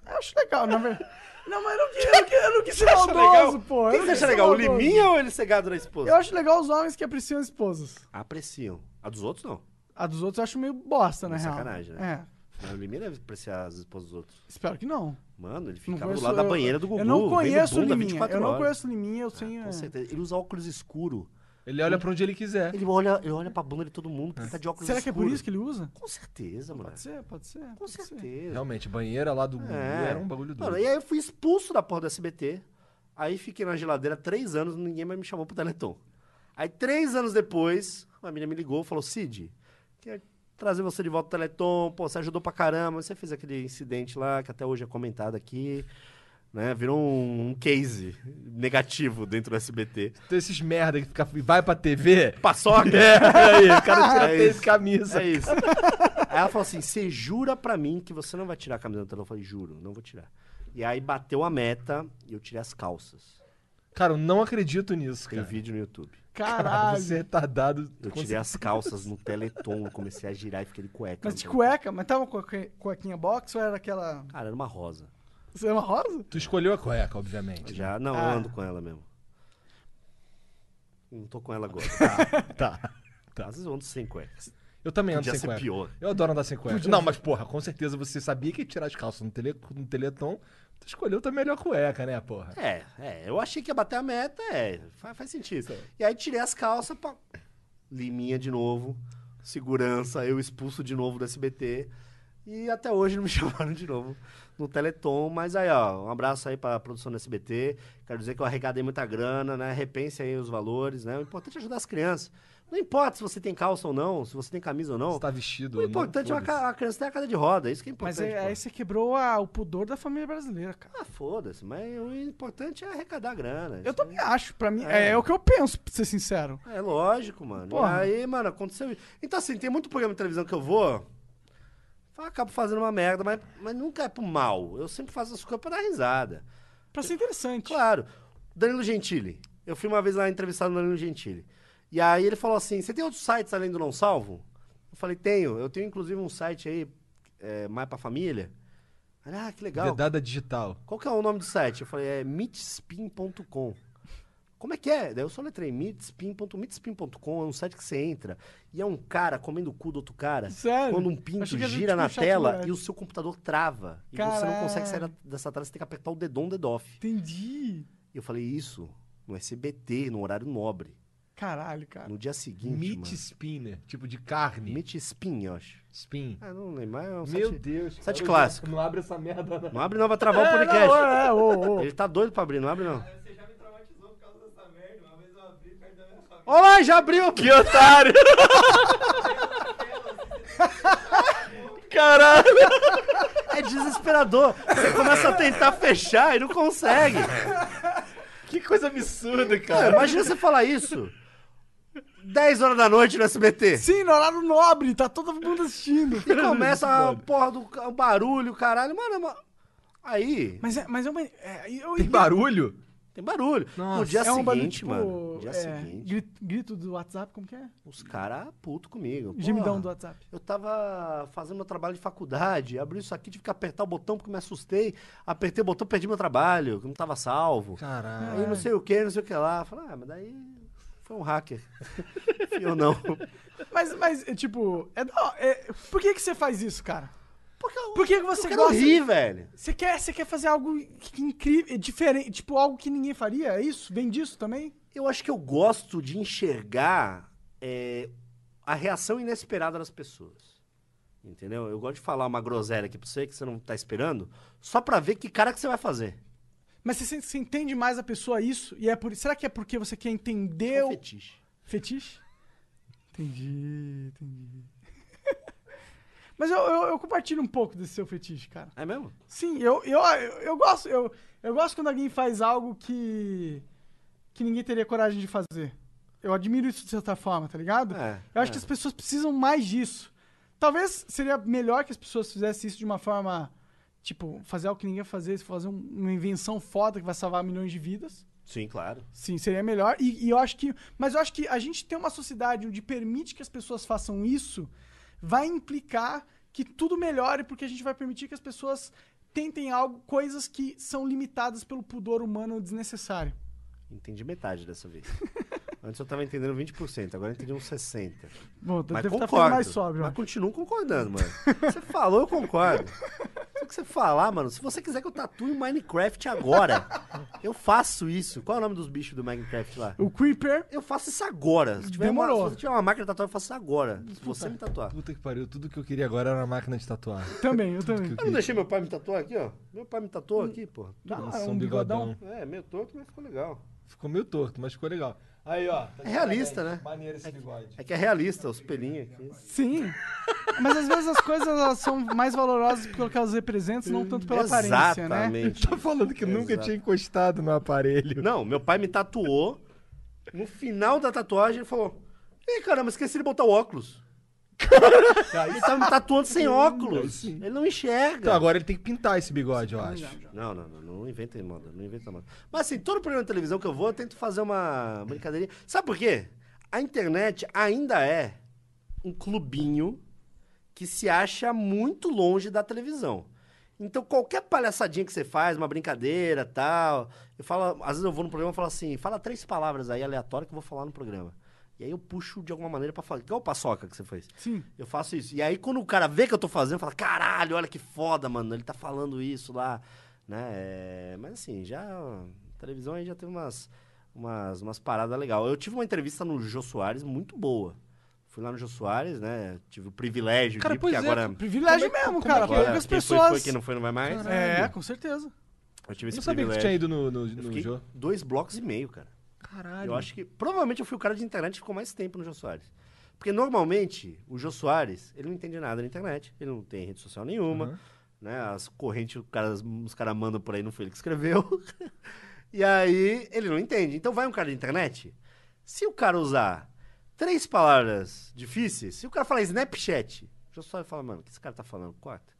eu acho legal, na verdade... Não, mas eu não quis, eu não quis, eu não quis ser maldoso, pô. eu
Quem
não
você
quis ser
acha legal? O
maldoso.
Liminha ou ele ser gado da esposa?
Eu acho legal os homens que apreciam esposas.
Apreciam. A dos outros, não.
A dos outros eu acho meio bosta, na
Meio
real.
sacanagem, né?
É.
Mas o Liminha deve apreciar as esposas dos outros.
Espero que não.
Mano, ele
Não
ficava do
conheço-
lado da
eu-
banheira do Gugu.
Eu não
vendo
conheço o
bunda
Liminha.
24
Eu não
horas.
conheço o Liminha, eu sei...
Com certeza. Ele usa óculos escuros.
Ele olha pra onde ele quiser.
Ele olha, ele olha pra bunda de todo mundo, porque ele tá de óculos
Será que é
escuros.
por isso que ele usa?
Com certeza, mano.
Pode ser, pode ser.
Com
pode ser.
certeza.
Realmente, banheira lá do Gugu
É.
era um bagulho doido.
Mano, e aí eu fui expulso da porra do SBT. Aí fiquei na geladeira três anos, ninguém mais me chamou pro Teleton. Aí três anos depois, uma menina me ligou e falou, Cid, quer trazer você de volta pro Teleton, pô, você ajudou pra caramba, você fez aquele incidente lá, que até hoje é comentado aqui, né? Virou um, um case negativo dentro do SBT.
Então esses merda que fica, vai pra TV.
Paçoca!
É, aí, o cara tira
É
três
isso.
camisas.
É isso. aí ela falou assim: você jura pra mim que você não vai tirar a camisa do Telão? Eu falei, juro, não vou tirar. E aí bateu a meta e eu tirei as calças.
Cara, eu não acredito nisso,
Tem
cara.
vídeo no YouTube.
Cara,
Caralho.
você é retardado.
Eu
Com
tirei as calças no Teleton, eu comecei a girar e fiquei de cueca.
Mas de cueca? Mas tava com a cue- cuequinha box ou era aquela...
Cara, era uma rosa.
Você é uma rosa?
Tu escolheu a cueca, obviamente.
Já, não,
Ah.
eu ando com ela mesmo. Não tô com ela agora.
Tá.
Às vezes eu ando sem cueca.
Eu também ando
Podia
sem
ser
cueca.
pior.
Eu adoro andar sem cueca. Não, mas porra, com certeza você sabia que ia tirar as calças no, tele, no Teleton. Tu escolheu tua melhor cueca, né, porra?
É, é, eu achei que ia bater a meta, é, faz, faz sentido. E aí tirei as calças, pá, liminha de novo, segurança, eu expulso de novo do SBT. E até hoje não me chamaram de novo no Teleton, mas aí, ó, um abraço aí pra produção do SBT. Quero dizer que eu arrecadei muita grana, né? Repense aí os valores, né? O importante é ajudar as crianças. Não importa se você tem calça ou não, se você tem camisa ou não.
Você tá vestido.
O
ou não,
importante é uma,
foda-se.
ca- a criança ter a casa de roda, isso que é importante.
Mas aí,
pô.
aí você quebrou a- o pudor da família brasileira, cara.
Ah, foda-se, mas o importante é arrecadar grana.
Eu
isso
também acho, pra mim, é,
É.
o que eu penso, pra ser sincero.
É lógico, mano.
Porra.
E aí, mano, aconteceu isso. Então, assim, tem muito programa de televisão que eu vou. eu Acabo fazendo uma merda, mas, mas nunca é pro mal. Eu sempre faço as coisas pra dar risada.
Pra ser interessante.
Claro. Danilo Gentili. Eu fui uma vez lá entrevistado no Danilo Gentili. E aí ele falou assim: você tem outros sites além do Não Salvo? Eu falei, tenho. Eu tenho inclusive um site aí, é, mais pra família. Ele, ah, que legal.
Vedada digital.
Qual que é o nome do site? Eu falei, é meetspin.com. Como é que é? Daí eu só letrei meetspin.com. Meetspin.com é um site que você entra e é um cara comendo o cu do outro cara.
Sério?
Quando um pinto
Achei que era
gira
tipo
na
um chat
tela
aberto.
e o seu computador trava. E você não consegue sair
Caralho.
da- dessa tela, você tem que apertar o dedão dedo off.
Entendi.
E eu falei, isso no SBT, no horário nobre.
Caralho, cara.
No dia seguinte,
Meat
mano.
spinner. Tipo de carne.
Meetspin, eu acho.
Spin.
Ah, não lembro, mas é um
Meu
site...
Deus.
site
cara,
clássico.
Não abre essa merda, né? não.
Não abre não, vai travar o
É,
podcast.
não, é, é, ô, ô.
Ele tá doido pra abrir, não abre não.
Você já me traumatizou por causa dessa merda. Uma vez eu abri perto da minha família.
Olha lá, já abriu!
Que otário! Caralho!
É desesperador. Você começa a tentar fechar e não consegue.
Que coisa absurda,
Pô,
cara.
imagina você falar isso. 10 horas da noite no SBT.
Sim, no horário nobre, tá todo mundo assistindo.
E começa a porra do ca- o barulho, caralho. Mano, é uma- Aí,
Mas é, mas é uma. é, eu
Tem
entendo-
barulho?
tem barulho.
Nossa.
no dia
é um
seguinte,
barulho, tipo,
mano, no dia
é,
seguinte,
Grito, grito do WhatsApp, como que é?
os caras puto comigo.
Gemidão
Porra,
do WhatsApp.
Eu tava fazendo meu trabalho de faculdade, abri isso aqui, tive que apertar o botão porque me assustei. Apertei o botão, perdi meu trabalho, que não tava salvo.
Caralho.
Aí não sei o que, não sei o que lá. Falei, ah, mas daí foi um hacker. Fui eu não.
Mas, mas é, tipo, é, da- é- por que, que você faz isso, cara?
Porque eu,
Por que, que você
eu quero
gosta.
rir, velho.
Você quer, você quer fazer algo incrível, diferente, tipo algo que ninguém faria? É isso? Vem disso também?
Eu acho que eu gosto de enxergar é, a reação inesperada das pessoas. Entendeu? Eu gosto de falar uma groselha aqui pra você que você não tá esperando, só pra ver que cara que você vai fazer.
Mas você, sente- você entende mais a pessoa isso? E é por, será que é porque você quer entender
É um
o
fetiche.
fetiche? Entendi, entendi. Mas eu, eu, eu compartilho um pouco desse seu fetiche, cara.
É mesmo?
Sim, eu, eu, eu, eu gosto. Eu, eu gosto quando alguém faz algo que. que ninguém teria coragem de fazer. Eu admiro isso de certa forma, tá ligado?
É,
eu acho
é.
que as pessoas precisam mais disso. Talvez seria melhor que as pessoas fizessem isso de uma forma. Tipo, fazer algo que ninguém ia fazer, fazer um- uma invenção foda que vai salvar milhões de vidas.
Sim, claro.
Sim, seria melhor. E, e eu acho que. Mas eu acho que a gente ter uma sociedade onde permite que as pessoas façam isso vai implicar que tudo melhore, porque a gente vai permitir que as pessoas tentem algo, coisas que são limitadas pelo pudor humano desnecessário.
Entendi metade dessa vez. Antes eu tava entendendo 20%, agora eu entendi uns 60%.
Bom,
Mas
deve estar
concordo.
tá ficando mais sóbrio.
mas
ó.
continuo concordando, mano. Você falou, eu concordo. Só que você falar, mano, se você quiser que eu tatue Minecraft agora, eu faço isso. Qual é o nome dos bichos do Minecraft lá?
O Creeper.
Eu faço isso agora. Se tiver
Demorou.
Uma, se você tiver uma máquina de tatuagem, eu faço isso agora. Se você me tatuar.
Puta que pariu, tudo que eu queria agora era uma máquina de tatuar.
Também, eu também.
Eu não deixei meu pai me tatuar aqui, ó. Meu pai me tatuou aqui, pô.
Nossa,
é
um bigodão.
É, meio torto, mas ficou legal.
Ficou meio torto, mas ficou legal. Aí, ó. tá de
É realista,
parabéns.
né?
Maneiro esse bigode.
É que é realista, os pelinhos aqui.
Sim. Mas às vezes as coisas elas são mais valorosas pelo que elas representam, não tanto pela aparência, né?
Exatamente.
Tá falando que nunca
Exato.
tinha encostado no aparelho.
Não, meu pai me tatuou. No final da tatuagem, ele falou: Ih, caramba, esqueci de botar o óculos. ele tava me tatuando sem óculos. Ele não enxerga.
Então agora ele tem que pintar esse bigode, eu acho.
Não, não, não, não inventa moda, não inventa moda. Mas assim, todo programa de televisão que eu vou, eu tento fazer uma brincadeirinha. Sabe por quê? A internet ainda é um clubinho que se acha muito longe da televisão. Então, qualquer palhaçadinha que você faz, uma brincadeira tal, eu falo, às vezes eu vou no programa e falo assim, fala três palavras aí aleatórias que eu vou falar no programa. E aí eu puxo de alguma maneira pra falar. Igual o paçoca que você fez.
Sim.
Eu faço isso. E aí, quando o cara vê que eu tô fazendo, fala: caralho, olha que foda, mano. Ele tá falando isso lá. Né? É, Mas assim, já. A televisão aí já teve umas, umas, umas paradas legais. Eu tive uma entrevista no Jô Soares muito boa. Fui lá no Jô Soares, né? Tive o privilégio
Cara,
de ir, porque
pois é,
agora.
Privilégio mesmo, cara.
agora
Poucas
quem
pessoas.
Foi, foi, quem não foi, não vai mais.
É, com certeza.
Eu tive
Eu
esse
não sabia que tu
privilégio.
tinha ido no, no,
Eu
no
fiquei
jogo.
dois blocos e meio, cara.
Caralho.
Eu acho que. Provavelmente eu fui o cara de internet que ficou mais tempo no Jô Soares. Porque normalmente o Jô Soares, ele não entende nada na internet, ele não tem rede social nenhuma,
Uhum.
né? As correntes, o cara- os caras mandam por aí, não foi ele que escreveu. e aí ele não entende. Então vai um cara de internet, se o cara usar três palavras difíceis, se o cara falar Snapchat, o Jô Soares fala, mano, o que esse cara tá falando? Corta.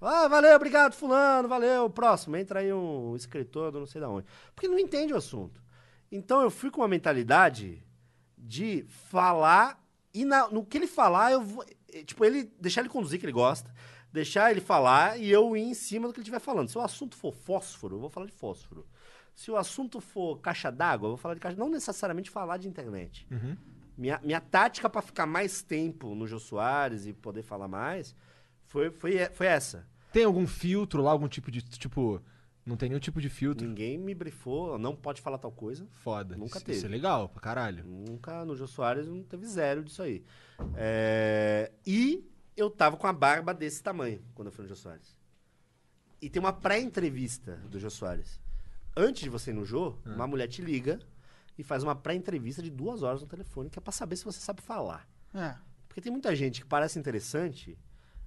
Ah, valeu, obrigado, fulano, valeu, próximo. Entra aí um escritor do não sei da onde. Porque não entende o assunto. Então eu fui com uma mentalidade de falar e na- no que ele falar, eu vou. eh, Tipo, ele deixar ele conduzir que ele gosta, deixar ele falar e eu ir em cima do que ele estiver falando. Se o assunto for fósforo, eu vou falar de fósforo. Se o assunto for caixa d'água, eu vou falar de caixa. Não necessariamente falar de internet. Minha, minha tática para ficar mais tempo no Jô Soares e poder falar mais foi, foi, e- foi essa.
Tem algum filtro lá, algum tipo de. Tipo. Não tem nenhum tipo de filtro.
Ninguém me brifou, não pode falar tal coisa.
Foda.
Hum, Nunca
isso,
teve.
Isso é legal pra caralho.
Nunca, no Jô Soares não teve zero disso aí. É, e eu tava com a barba desse tamanho quando eu fui no Jô Soares. E tem uma pré-entrevista do Jô Soares. Antes de você ir no Jô,
Ah.
uma mulher te liga e faz uma pré-entrevista de duas horas no telefone, que é pra saber se você sabe falar.
É.
Porque tem muita gente que parece interessante,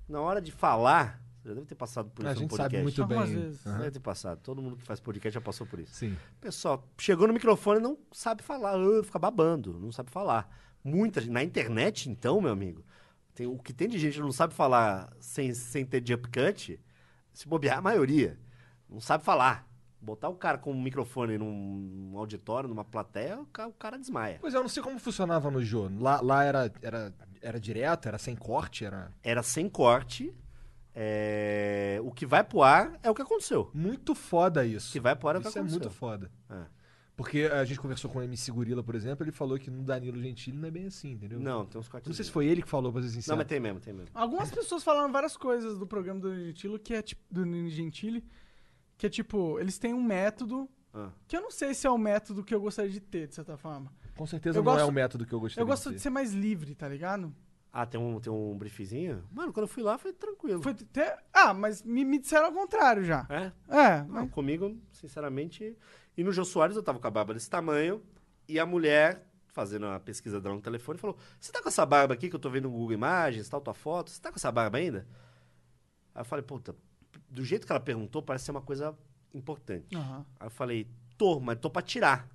na hora de falar, você já deve ter passado por isso
A
no
gente
podcast.
sabe muito
Algumas
bem.
vezes. né?
Aham.
Deve ter passado. Todo mundo que faz podcast já passou por isso.
Sim.
Pessoal, chegou no microfone não sabe falar, ah, fica babando, não sabe falar. Muita gente, na internet então, meu amigo, tem, o que tem de gente que não sabe falar sem, sem ter jump cut, se bobear a é maioria. Não sabe falar. Botar o cara com um microfone num auditório, numa plateia, o ca- o cara desmaia.
Pois é, eu não sei como funcionava no Jô. Lá, lá era, era, era direto, era sem corte, era.
Era sem corte. é, O que vai pro ar é o que aconteceu.
Muito foda isso.
O que vai pro ar é o que
Isso é
aconteceu.
muito foda.
É.
Porque a gente conversou com o MC Gorila, por exemplo, ele falou que no Danilo Gentili não é bem assim, entendeu?
Não, tem uns
Eu
cortes.
Não sei se foi né? ele que falou, assim, pra ser sincero.
Não, mas tem mesmo, tem mesmo.
Algumas pessoas falaram várias coisas do programa do Gentili, que é tipo. Do Nini Gentili, que é tipo, eles têm um método.
Ah.
Que eu não sei se é o método que eu gostaria de ter, de certa forma.
Com certeza
Eu
não é
gosto-
o método que eu gostaria
Eu gosto de
ter.
ser mais livre, tá ligado?
Ah, tem um, tem um briefzinho? Mano, quando eu fui lá foi tranquilo.
Foi até. Ah, mas me, me disseram ao contrário já.
É?
É,
Não,
mas.
comigo, sinceramente. E no Jô Soares eu tava com a barba desse tamanho e a mulher, fazendo a pesquisa dela no telefone, falou: Você tá com essa barba aqui que eu tô vendo no Google Imagens, tal, tua foto? Você tá com essa barba ainda? Aí eu falei: Puta, do jeito que ela perguntou, parece ser uma coisa importante.
Aham.
Aí eu falei: Tô, mas tô pra tirar.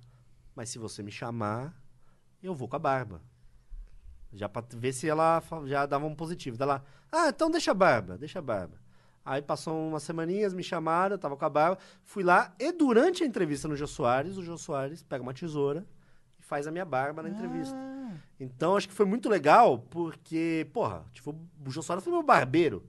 Mas se você me chamar, eu vou com a barba. Já pra ver se ela fa- já dava um positivo. Daí ela, ah, então deixa a barba, deixa a barba. Aí passou umas semaninhas, me chamaram, eu tava com a barba. Fui lá e durante a entrevista no Jô Soares, o Jô Soares pega uma tesoura e faz a minha barba na
Ah.
entrevista. Então acho que foi muito legal porque, porra, tipo, o Jô Soares foi meu barbeiro.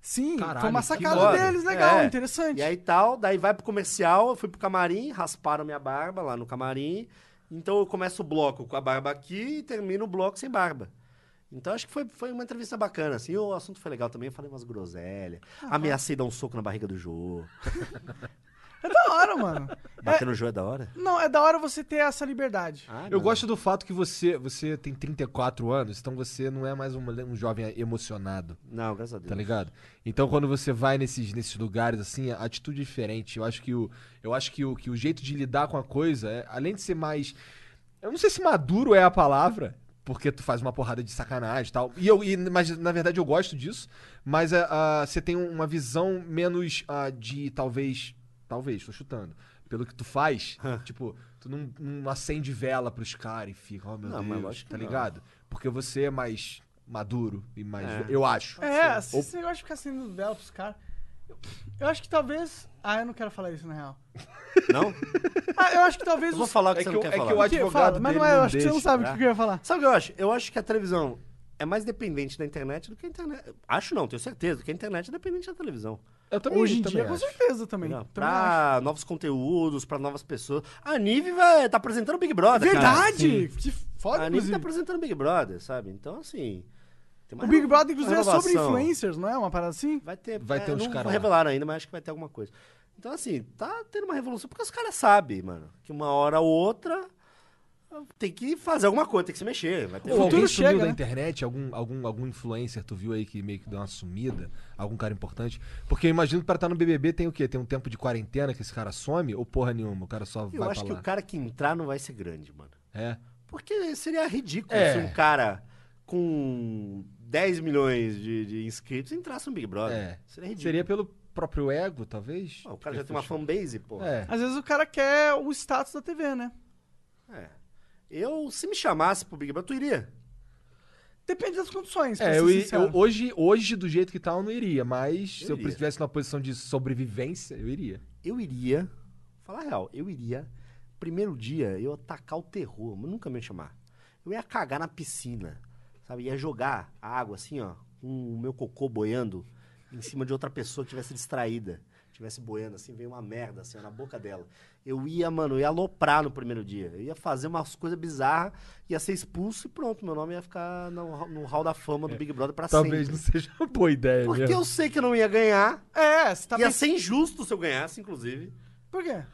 Sim, foi
Caralho,
uma
que
sacada
foda.
deles, legal,
É.
interessante.
E aí tal, daí vai pro comercial, eu fui pro camarim, rasparam minha barba lá no camarim. Então eu começo o bloco com a barba aqui e termino o bloco sem barba. Então acho que foi, foi uma entrevista bacana, assim. O assunto foi legal também, eu falei umas groselhas. Ameacei dar um soco na barriga do Jô.
É da hora, mano.
Bater no Jô é da hora?
Não, é da hora você ter essa liberdade.
Ah,
Eu
não.
gosto do fato que você, você tem 34 anos, então você não é mais um, mole- um jovem emocionado,
Não, graças a Deus.
tá ligado? Então quando você vai nesses, nesses lugares, assim, a atitude é diferente. Eu acho, que o, eu acho que, o, que o jeito de lidar com a coisa, é, além de ser mais. Eu não sei se maduro é a palavra. Porque tu faz uma porrada de sacanagem e tal. E eu, e, mas, na verdade, eu gosto disso. Mas ah, ah, você tem uma visão menos ah, de talvez. Talvez, tô chutando. Pelo que tu faz, tipo, tu não, não acende vela pros caras e fica, oh meu
Não, mas
Deus,
lógico que
tá
não.
ligado? Porque você é mais maduro e mais.
É.
Eu acho.
É,
Ou-
esse negócio de ficar sendo belo pros caras. Eu- Eu acho que talvez. Ah, eu não quero falar isso, na real.
Não?
Ah, eu acho que talvez.
Eu vou
os-
falar o que
É
você
que eu-
não quer
é que
falar.
eu
O quê?
advogado
Fala, Mas
dele
não é, eu
não
acho que você não
deixa,
sabe o
né?
que eu ia falar.
Sabe o que eu acho? Eu acho que a televisão é mais dependente da internet do que a internet. Acho não, tenho certeza, que a internet é dependente da televisão.
Eu
Hoje em dia,
também
com
acho.
certeza também.
Não,
Também acho.
pra novos conteúdos, pra novas pessoas. A Nive vai, tá apresentando o Big Brother. cara.
Verdade! Que foda,
A Nive tá
inclusive.
apresentando o Big Brother, sabe? Então, assim. tem uma
O Big
reno-
Brother, inclusive,
uma
é sobre
renovação.
influencers, não é? Uma parada assim?
Vai ter, é,
Vai ter uns
não
caras lá.
revelaram ainda, mas acho que vai ter alguma coisa. Então, assim, tá tendo uma revolução, porque os caras sabem, mano, que uma hora ou outra tem que fazer alguma coisa, tem que se mexer. Vai ter um
Ou
futuro
alguém
chega,
sumiu da
né?
internet, algum, algum, algum influencer tu viu aí que meio que deu uma sumida, algum cara importante. Porque eu imagino que pra estar no BBB tem o quê? Tem um tempo de quarentena que esse cara some ou porra nenhuma? O cara só
Eu
vai
acho que
pra lá.
o cara que entrar não vai ser grande, mano.
É.
Porque seria ridículo
É.
se um cara com 10 milhões de, de inscritos entrasse no Big Brother.
É.
Seria ridículo.
Seria pelo próprio ego, talvez?
Pô, o cara já tem uma fanbase, pô.
É.
Às vezes o cara quer o status da TV, né?
É. Eu, se me chamasse pro Big Brother, tu iria.
Depende das condições. pra
É,
ser
eu, i-
sincero.
eu- hoje, hoje, do jeito que tá, eu não iria, mas se eu
iria.
estivesse numa posição de sobrevivência, eu iria.
Eu iria, vou falar a real, eu iria, primeiro dia, eu atacar o terror, mas nunca me chamar. Eu ia cagar na piscina, sabe? Ia jogar a água assim, ó, com o meu cocô boiando em cima de outra pessoa que tivesse distraída. Tivesse boiando assim, veio uma merda assim, ó, na boca dela. Eu ia, mano, eu ia aloprar no primeiro dia. Eu ia fazer umas coisas bizarras, ia ser expulso e pronto. Meu nome ia ficar no, no hall da fama do Big Brother pra
É. Talvez
sempre.
não seja uma boa ideia
Porque
mesmo.
eu sei que eu não ia ganhar.
É, você tá
ia
pensando.
ser injusto se eu ganhasse, inclusive.
Por quê?
Porra,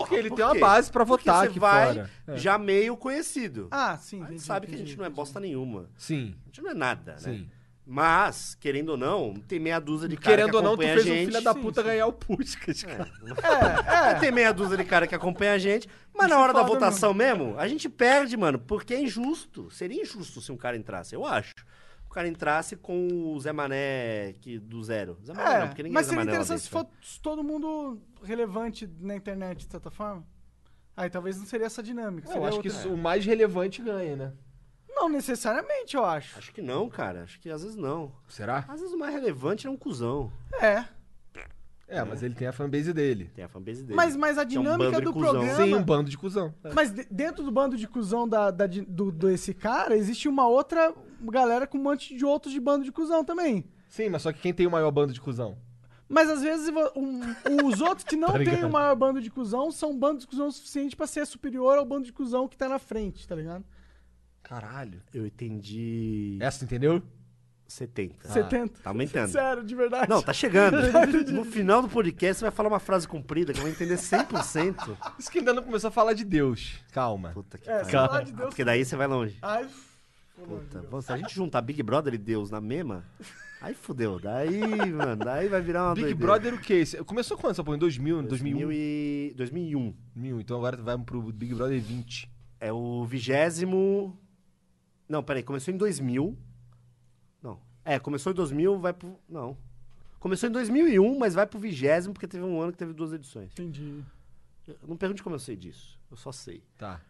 Porque ele
Ah, por
tem uma
quê?
base pra
Porque
votar
você
aqui
vai
fora. É.
já meio conhecido.
Ah, sim.
a gente
entendi,
sabe que a
entendi,
gente não é
entendi.
bosta nenhuma.
Sim,
A gente não é nada, né?
sim.
Mas, querendo ou não, tem meia dúzia de cara
Querendo
que
ou não, tu
acompanha
fez
a gente.
um filho da
Sim,
puta
sim.
ganhar o Puskas, cara.
É, tem meia dúzia de cara que acompanha a gente, mas na
Isso é
hora da
foda
votação mesmo. a gente perde, mano, porque é injusto. Seria injusto se um cara entrasse, eu acho. O cara entrasse com o Zé Mané que, do zero. Zé Mané não, porque
É,
ninguém é
mas
Zé
seria
Mané lá
interessante se
dentro, né?
fosse todo mundo relevante na internet, de certa forma. Aí talvez não seria essa dinâmica.
eu
seria
acho que
outra.
isso- o mais relevante ganha, né?
Não necessariamente, eu acho.
né? Acho que não, cara. Acho que às vezes não.
Será?
Às vezes o mais relevante é um cuzão.
É.
É, mas ele tem a fanbase dele.
Tem a fanbase dele.
Mas- mas a
Que é um
dinâmica
bando de
do
cuzão.
programa-
Sem um bando de cuzão. É.
Mas de- dentro do bando de cuzão da, da- de- do, desse cara, existe uma outra galera com um monte de outros de bando de cuzão também.
Sim, mas só que quem tem o maior bando de cuzão?
Mas às vezes vo- um- os outros que não
Tá
têm
ligado.
o maior bando de cuzão são bando de cuzão suficiente pra ser superior ao bando de cuzão que tá na frente, tá ligado?
Caralho.
Eu entendi
Essa, entendeu?
70.
70.
Tá aumentando.
Sério, de verdade.
Não, tá chegando. No final do podcast você vai falar uma frase comprida que eu vou entender 100%.
Isso que ainda não começou a falar de Deus. Calma.
Puta que
É,
pariu.
pelo amor de
Ah,
Deus.
Porque daí você vai longe.
Ai,
Puta, pô, se a gente juntar Big Brother e Deus na mesma, aí fudeu. Daí, mano, daí vai virar uma
Big
doideira.
Brother o quê? Esse- Começou quando essa porra? Em 2000? 2001?
2001. 2001.
2001. Então agora vai pro Big Brother 20.
É o vigésimo... Não, peraí, começou em 2000. Não. É, começou em 2000, vai pro... Não. Começou em 2001, mas vai pro vigésimo, porque teve um ano que teve duas edições.
entendi.
Eu- Não pergunte como eu sei disso. Eu só sei. É,
Tá.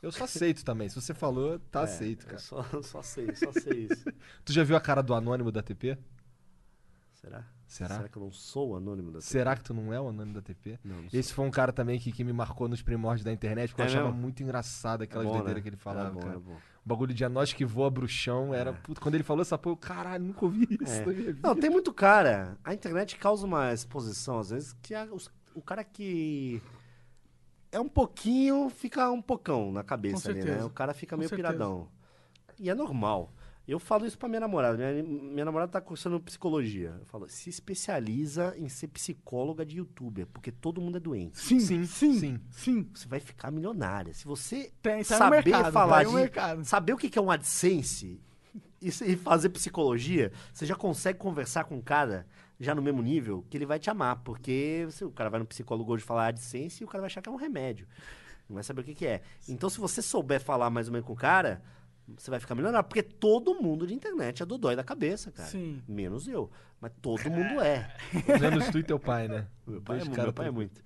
Eu só aceito também. Se você falou, tá aceito,
Eu
cara.
só, eu só sei, só sei isso.
Tu já viu a cara do anônimo da TP?
Será?
Será?
Será que eu não sou o anônimo da TV?
Será que tu não é o anônimo da TP?
Não, não
Esse foi um cara também que, que me marcou nos primórdios da internet, porque
É
eu achava
mesmo?
muito engraçado é aquelas
Bom,
doideiras
né?
que ele
Era
falava,
bom,
cara.
era bom.
O bagulho de a nós que voa bruxão era. Puto, quando ele falou essa porra, eu, caralho, nunca ouvi isso
É.
na minha vida.
Não, tem muito cara. A internet causa uma exposição, às vezes, que a- os- o cara que é um pouquinho, fica um pocão na cabeça
Com
ali, né?
certeza.
O cara fica
Com
meio
certeza.
piradão. E é normal. Eu falo isso pra minha namorada. Minha, minha namorada tá cursando psicologia. Eu falo, se especializa em ser psicóloga de youtuber, porque todo mundo é doente.
Sim,
Sim,
sim, sim.
sim.
Você vai ficar milionária. Se você
Tem, tá no
saber
mercado,
falar
tá no
de-
mercado.
saber o que que é um AdSense e se- e fazer psicologia, você já consegue conversar com um cara já no mesmo nível que ele vai te amar, porque se o cara vai no psicólogo hoje falar AdSense e o cara vai achar que é um remédio. Não vai saber o que que é. Então, se você souber falar mais ou menos com o cara, você vai ficar milionário, porque todo mundo de internet é dodói da cabeça, cara.
Sim.
Menos eu, mas todo mundo é.
Menos tu e teu pai, né?
Meu pai, é,
Dois
mu-
cara
meu pai é
tão-
muito.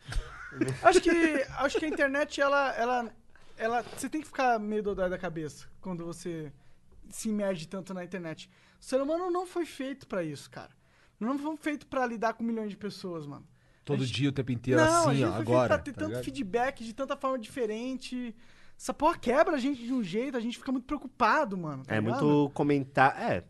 Acho que, acho que a internet, ela, ela, ela. Você tem que ficar meio dodói da cabeça quando você se imerge tanto na internet. O ser humano não foi feito pra isso, cara. Não foi feito pra lidar com milhões de pessoas, mano.
Todo dia, o tempo inteiro,
não, a
assim,
gente
ó,
foi feito
agora.
pra ter
tá
tanto
ligado?
feedback de tanta forma diferente. Essa porra quebra a gente de um jeito, a gente fica muito preocupado, mano. tá
É
ligado?
muito comentar. É.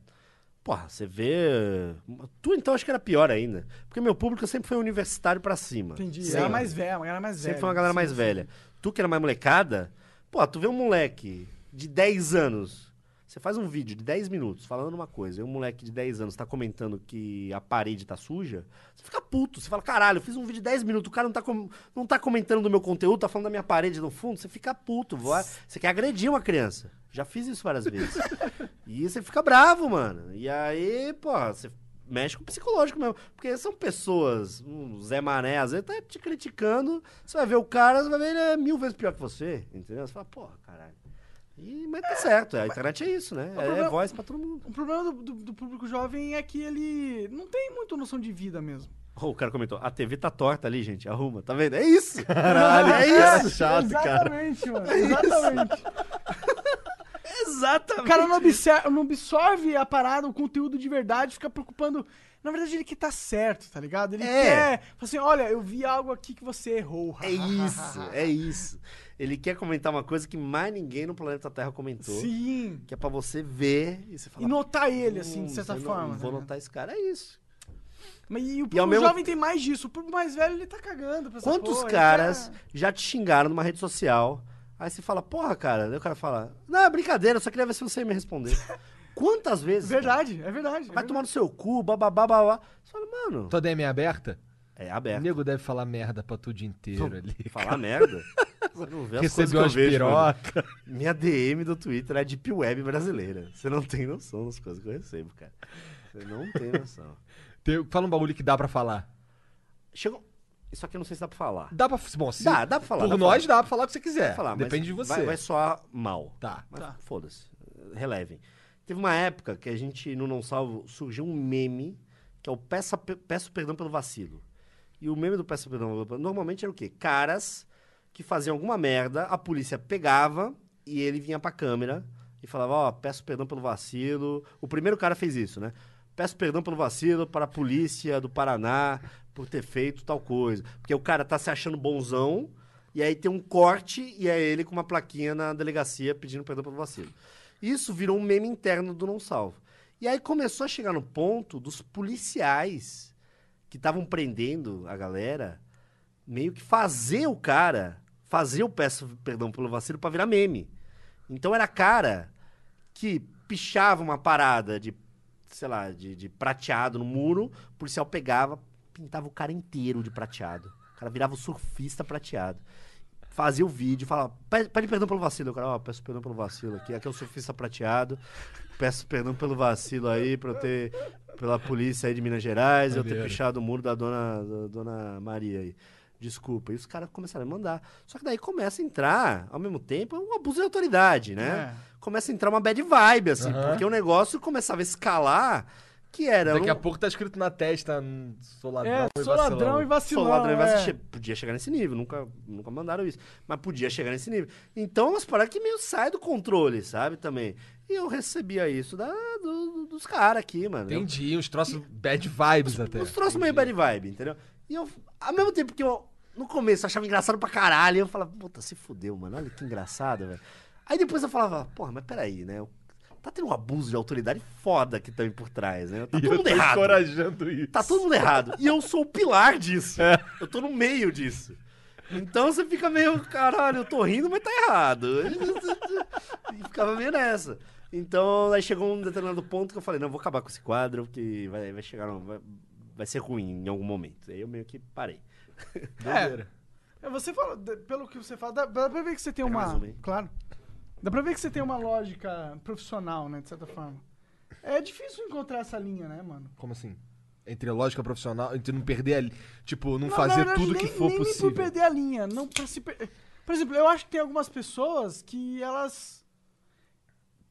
Porra, você vê. Tu então acho que era pior ainda. Porque meu público sempre foi universitário pra cima.
Entendi.
Sempre.
Era mais velha, era mais velha.
Sempre foi uma galera
Sim,
mais
sim.
velha. Tu que era mais molecada, pô, tu vê um moleque de 10 anos. Você faz um vídeo de 10 minutos falando uma coisa, e um moleque de 10 anos tá comentando que a parede tá suja, você fica puto. Você fala, caralho, eu fiz um vídeo de 10 minutos, o cara não tá, com- não tá comentando do meu conteúdo, tá falando da minha parede no fundo, você fica puto. vó. Você quer agredir uma criança. Já fiz isso várias vezes. e você fica bravo, mano. E aí, pô, você mexe com o psicológico mesmo. Porque são pessoas, um Zé Mané, às vezes, tá te criticando. Você vai ver o cara, você vai ver ele é mil vezes pior que você. Entendeu? Você fala, porra, caralho. E, mas tá certo, a internet é isso, né? É,
problema-
voz pra todo mundo.
O problema do, do- do público jovem é que ele não tem muita noção de vida mesmo.
Ô, o cara comentou, a TV tá torta ali, gente, arruma, tá vendo? É isso!
Caralho,
é isso!
chato, cara.
Exatamente, mano.
É
Exatamente.
Exatamente!
O cara não observa- não absorve a parada, o conteúdo de verdade, fica preocupando. Na verdade, ele que tá certo, tá ligado? Ele
É.
quer. Fala assim: olha, eu vi algo aqui que você errou.
É isso, é isso. Ele quer comentar uma coisa que mais ninguém no planeta Terra comentou.
Sim.
Que é pra você ver e você falar.
E notar ele, assim, de
"Hum,
certa
eu não-
forma.
não vou
né?
notar esse cara, é isso.
Mas e o
E ao
público
mesmo
jovem tem mais disso. O público mais velho, ele tá cagando. Pra essa
Quantos
porra, ele
caras
quer-
já te xingaram numa rede social? Aí você fala, porra, cara. Daí o cara fala, não, é brincadeira, eu só queria ver se você ia me responder. Quantas vezes? cara?
Verdade, é verdade. é
Vai
verdade.
tomar no seu cu, bababá, babá. Você fala, mano,
Tua DM é aberta?
é
O
aberto.
nego deve falar merda pra tu o dia inteiro ali.
Falar merda. Você não vê as coisas que
Recebeu
eu
umas
vejo, mano.
pirocas.
Minha DM do Twitter é a Deep Web brasileira. Você não tem noção das coisas que eu recebo, cara. Você não tem noção.
Tem- Fala um bagulho que dá pra falar.
Chegou. Isso aqui eu não sei se dá pra falar.
Dá pra. Bom, se
Dá, dá pra falar.
Por
dá pra
nós
falar.
dá pra falar o que você
Dá
quiser.
pra falar, mas
É, Depende de você.
Vai, vai soar mal.
Tá.
Mas
Tá.
foda-se. Relevem. Teve uma época que a gente, no Não Salvo, surgiu um meme que é o Peça, Pe- Peço Perdão pelo Vacilo. E o meme do Peço Perdão pelo Vacilo normalmente era o quê? Caras que faziam alguma merda, a polícia pegava e ele vinha pra câmera e falava, ó, peço perdão pelo vacilo. O primeiro cara fez isso, né? Peço perdão pelo vacilo para a polícia do Paraná por ter feito tal coisa. Porque o cara tá se achando bonzão, e aí tem um corte, e é ele com uma plaquinha na delegacia pedindo perdão pelo vacilo. Isso virou um meme interno do Não Salvo. E aí começou a chegar no ponto dos policiais que estavam prendendo a galera meio que fazer o cara, fazer o peço perdão pelo vacilo pra virar meme. Então era cara que pichava uma parada de, sei lá, de, de prateado no muro, o policial pegava, pintava o cara inteiro de prateado. O cara virava o surfista prateado. Fazia o vídeo, falava, pede, pede perdão pelo vacilo. O cara, ó, peço perdão pelo vacilo aqui. Aqui é o surfista prateado. Peço perdão pelo vacilo aí, pra eu ter, pela polícia aí de Minas Gerais, eu ter
Maneiro.
pichado o muro da dona, da dona Maria aí. Desculpa. E os caras começaram a mandar. Só que daí começa a entrar, ao mesmo tempo, um abuso de autoridade, né? Começa a entrar uma bad vibe, assim,
É. Aham.
porque o negócio começava a escalar, que era.
Daqui
um-
a pouco tá escrito na testa, hum, sou ladrão
É,
e
sou ladrão
vacilão.
e vacilão.
Sou ladrão e vai
é.
assistir. Podia chegar nesse nível, nunca, nunca mandaram isso. Mas podia chegar nesse nível. Então, umas paradas que meio sai do controle, sabe? Também. E eu recebia isso da, do- do- dos caras aqui, mano. Eu-
Entendi, uns troços bad vibes até.
Os troços meio bad vibe, entendeu? E eu, ao mesmo tempo que eu, no começo, eu achava engraçado pra caralho, eu falava, puta, se fudeu, mano, olha que engraçado, velho. Aí depois eu falava, porra, mas peraí, né? Tá tendo um abuso de autoridade foda que também por trás, né? Tá
E
todo
eu
mundo
tô
errado.
encorajando isso.
Tá todo mundo errado. E eu sou o pilar disso.
É.
Eu tô no meio disso. Então você fica meio, caralho, eu tô rindo, mas tá errado. E ficava meio nessa. Então, aí chegou um determinado ponto que eu falei, não, vou acabar com esse quadro, porque vai, vai chegar, um- vai, vai ser ruim em algum momento. Aí eu meio que parei.
Doideira.
É, Você fala, de- pelo que você fala, dá, dá pra ver que você tem
Pega
uma.
um
mais uma aí.
Claro. Dá pra ver que você tem uma lógica profissional, né? De certa forma. É difícil encontrar essa linha, né, mano?
Como assim? Entre lógica profissional, entre não perder a. li- Tipo, não,
Não,
fazer
na verdade,
tudo que
nem-
for
nem
possível.
por perder a linha. Não pra se per- Por exemplo, eu acho que tem algumas pessoas que elas.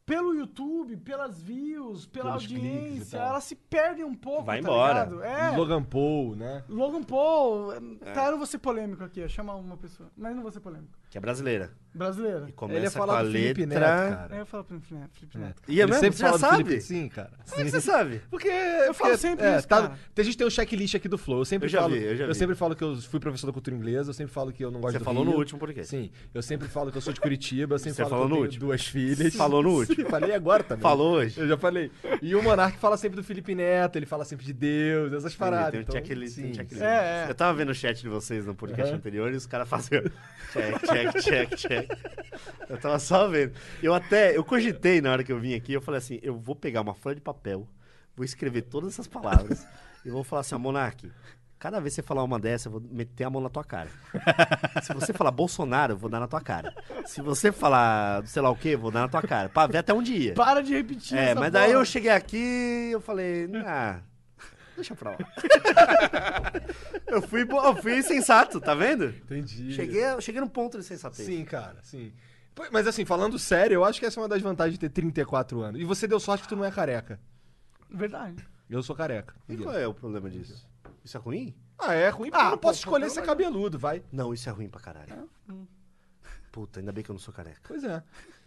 Pelo YouTube, pelas views, pela
Pelos cliques e
audiência,
tal.
elas se perdem um pouco.
Vai
tá
embora.
ligado? É.
Logan Paul, né?
Logan Paul.
É.
Tá, eu não vou ser polêmico aqui, eu chamar uma pessoa. Mas não vou ser polêmico.
Que é brasileira.
Brasileira.
E
Ele é
começa com
falar
a
do Felipe Neto,
letra...
Aí
cara.
eu falo pro Felipe Felipe Neto.
E é
Ele
mesmo?
sempre
Você já
fala do Felipe-
sabe?
Sim, cara.
Como é
Sim.
que você sabe?
Porque.
falo
porque,
sempre isso, cara.
A gente tem um checklist aqui do Flow. Eu sempre
Eu já
falo.
vi, eu já vi.
sempre falo que eu fui professor da cultura inglesa, eu sempre falo que eu não gosto
Você
do
falou
Rio.
no último podcast.
Sim. Eu sempre falo que eu sou de Curitiba, eu sempre
Você
falo
falou
que eu
no
tenho
último.
duas filhas.
Falou no último.
Sim, falei agora também.
Falou hoje.
Eu já falei. E o Monark fala sempre do Felipe Neto, ele fala sempre de Deus, essas paradas.
Tem um
então,
checklist, tem um
sim.
checklist.
É, é.
Eu tava vendo o chat de vocês no podcast anterior e os caras faziam check, check, check, check. Eu tava só vendo. Eu até, eu cogitei na hora que eu vim aqui, eu falei assim, eu vou pegar uma folha de papel, vou escrever todas essas palavras e vou falar assim, ó, Monark, cada vez que você falar uma dessa, eu vou meter a mão na tua cara. Se você falar Bolsonaro, eu vou dar na tua cara. Se você falar sei lá o quê, eu vou dar na tua cara. Pra ver até um dia.
Para de repetir
É,
essa
mas daí
porra.
eu cheguei aqui eu falei, ah, deixa pra lá. eu, fui, bo- eu fui sensato, tá vendo?
Entendi.
Cheguei, eu cheguei num ponto de sensatez.
Sim, cara, sim. Pô, Mas assim, falando sério, eu acho que essa é uma das vantagens de ter 34 anos. E você deu sorte que tu não é careca.
Verdade.
Eu sou careca.
E qual é o problema disso? Isso é ruim?
Ah, é ruim porque eu não posso escolher
um,
ser cabeludo, vai.
Não, isso é ruim pra caralho. Puta, ainda bem que eu não sou careca.
Pois é.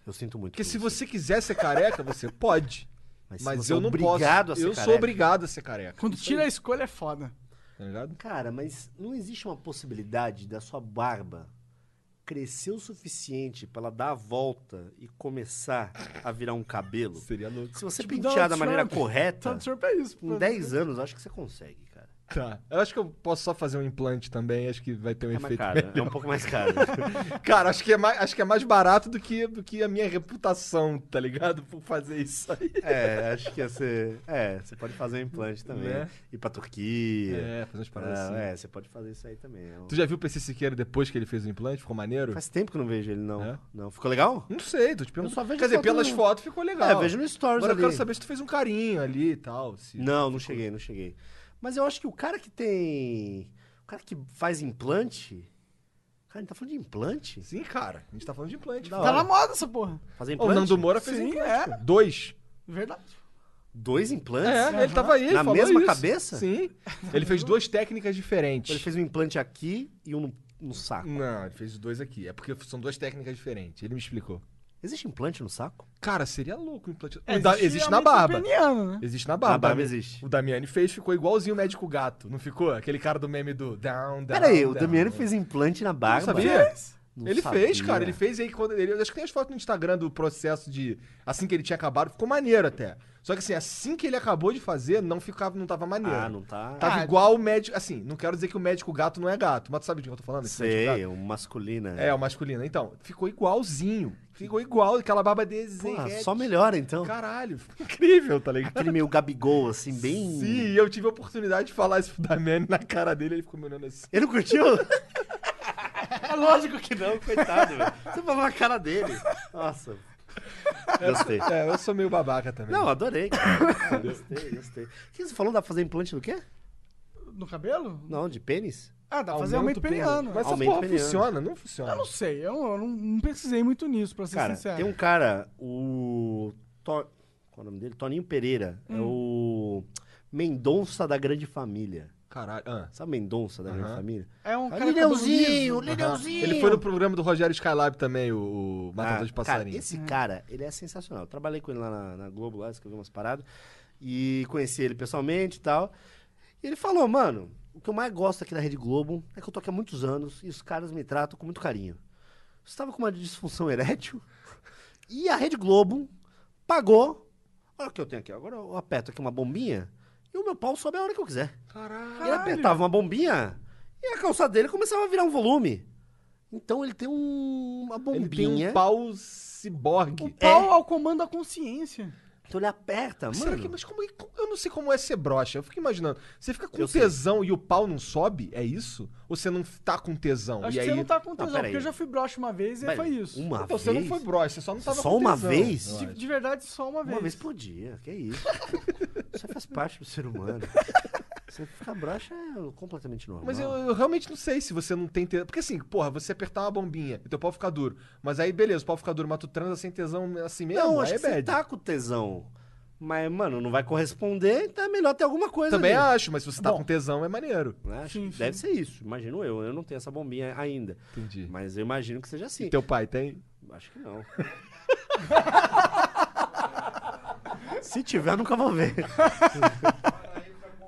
Eu sinto muito.
Porque
por
se
isso.
você quiser ser careca, você pode. Mas,
se você
eu
é
não
obrigado
posso.
a ser
eu sou
careca.
obrigado a ser careca.
Quando tira a escolha é foda.
Tá ligado?
Cara, mas não existe uma possibilidade da sua barba crescer o suficiente pra ela dar a volta e começar a virar um cabelo?
Seria louco.
Se você
Tipo
pentear
Donald
da maneira
Trump.
correta,
Donald Trump é isso.
em 10 anos, eu acho que você consegue, cara.
Tá. Eu acho que eu posso só fazer um implante também, acho que vai ter um
É mais
efeito.
caro, é um pouco mais caro.
Cara, acho que é mais, acho que é mais barato do que, do que a minha reputação, tá ligado? Por fazer isso aí.
é, acho que ia ser. É, você pode fazer um implante também.
Né?
Ir pra Turquia.
É, fazer umas paradas
Ah,
assim.
É, você pode fazer isso aí também. É um-
Tu já viu o PC Siqueira depois que ele fez o implante? Ficou maneiro?
Faz tempo que eu não vejo ele, não.
É?
Não, ficou legal?
Não sei, tô te
Eu só
perguntando.
vejo
Quer dizer,
foto
pelas
no-
fotos ficou legal.
É, vejo no Stories
Agora eu quero
ali.
saber se tu fez um carinho ali e tal. se-
Não, não cheguei, não cheguei. Mas eu acho que o cara que tem. O cara que faz implante. Cara, a gente tá falando de implante?
Sim, cara. A gente tá falando de implante.
Da
Tá
Tá
hora.
na moda essa porra.
Ó,
Fazer implante?
o Nando Moura fez
Sim,
implante,
é.
cara. Dois.
Verdade.
Dois implantes?
É, ele tava aí, ele
Na
falou
mesma
isso.
cabeça?
Sim. Ele fez duas técnicas diferentes.
Ele fez um implante aqui e um no, no saco.
Não, ele fez os dois aqui. É porque são duas técnicas diferentes. Ele me explicou.
Existe implante no saco?
Cara, seria louco o implante.
É,
O da- existe na
realmente
barba.
peniano, né?
Existe na barba.
Na
Dami-
barba existe.
O Damiani fez, ficou igualzinho o médico gato, não ficou? Aquele cara do meme do down, down.
Peraí, o
down.
Damiano fez implante na
Não
barba.
sabia?
Não
ele fez,
sabia.
cara. Ele fez aí quando. Ele, acho que tem as fotos no Instagram do processo de. Assim que ele tinha acabado, ficou maneiro até. Só que assim, assim que ele acabou de fazer, não ficava, não tava maneiro.
Ah, não tá.
Tava igual o médico. Assim, não quero dizer que o médico gato não é gato, mas tu sabe de que eu tô falando? Esse médico gato?
Sei, um masculina.
É, o masculino. Então, ficou igualzinho. Ficou igual, aquela barba desenhada.
Porra, só melhora então.
Caralho, ficou incrível, tá ligado?
Aquele meio Gabigol, assim, bem.
Sim, e eu tive a oportunidade de falar isso pro Damiani na cara dele, ele ficou me olhando assim.
Ele não curtiu? é lógico que não, coitado, velho. Você falou na cara dele. Nossa. Gostei.
É, eu sou meio babaca também.
Não, adorei. cara. Gostei, gostei. O que você falou? Dá pra fazer implante do quê?
No cabelo?
Não, de pênis?
Ah, dá pra fazer aumento peniano.
Mas essa
Aumento
porra
peniano.
funciona, não funciona.
Eu não sei, eu, eu não, não pesquisei muito nisso, pra ser
Cara,
sincero.
tem um cara, o. To- Qual é o nome dele? Toninho Pereira. É
Hum.
o. Mendonça da Grande Família.
Caralho. Ah.
Sabe Mendonça da Grande
Aham.
Família?
É um
Ah,
cara com cabelo
Lineuzinho,
liso.
Lineuzinho.
Ele foi no programa do Rogério Skylab também, o, o Matador
Ah,
de Passarinho.
Cara, esse cara, ele é sensacional. Eu trabalhei com ele lá na, na Globo, lá, escrevi umas paradas. E conheci ele pessoalmente e tal. E ele falou, mano, o que eu mais gosto aqui da Rede Globo é que eu tô aqui há muitos anos e os caras me tratam com muito carinho. Você estava com uma disfunção erétil e a Rede Globo pagou. Olha o que eu tenho aqui. Agora eu aperto aqui uma bombinha e o meu pau sobe a hora que eu quiser.
Caralho.
Ele é apertava uma bombinha e a calça dele começava a virar um volume. Então ele tem um- uma bombinha.
Ele tem um pau ciborgue.
O
É.
pau ao comando da consciência.
Então ele aperta, mano.
Mas Será que, mas como, é- eu não sei como é ser broxa. Eu fico imaginando. Você fica com um
Eu sei.
tesão e o pau não sobe? É isso? Ou você não tá com tesão?
Acho
e aí...
que você não tá com tesão,
Ah, peraí.
porque eu já fui broxa uma vez e
Velho,
foi isso.
Uma
Então
vez?
você não foi broxa, você só não tava
Só
com
uma
tesão,
vez?
eu
De,
acho.
de verdade, só uma vez.
Uma vez por dia, que é isso. Isso faz parte do ser humano. Você ficar broxa é completamente normal.
Mas eu, eu realmente não sei se você não tem tesão. Porque assim, porra, você apertar uma bombinha e teu pau ficar duro. Mas aí, beleza, o pau fica duro, mas tu transa sem tesão assim mesmo?
Não,
aí
acho
é
que você
bad.
tá com tesão. Mas, mano, não vai corresponder, então é melhor ter alguma coisa
Também
ali.
acho, mas se você tá com tesão, é maneiro.
Né? Acho
Sim,
que Deve ser isso, imagino eu. Eu não tenho essa bombinha ainda.
Entendi.
Mas eu imagino que seja assim.
E teu pai tem?
Acho que não. Se tiver, eu nunca vou ver.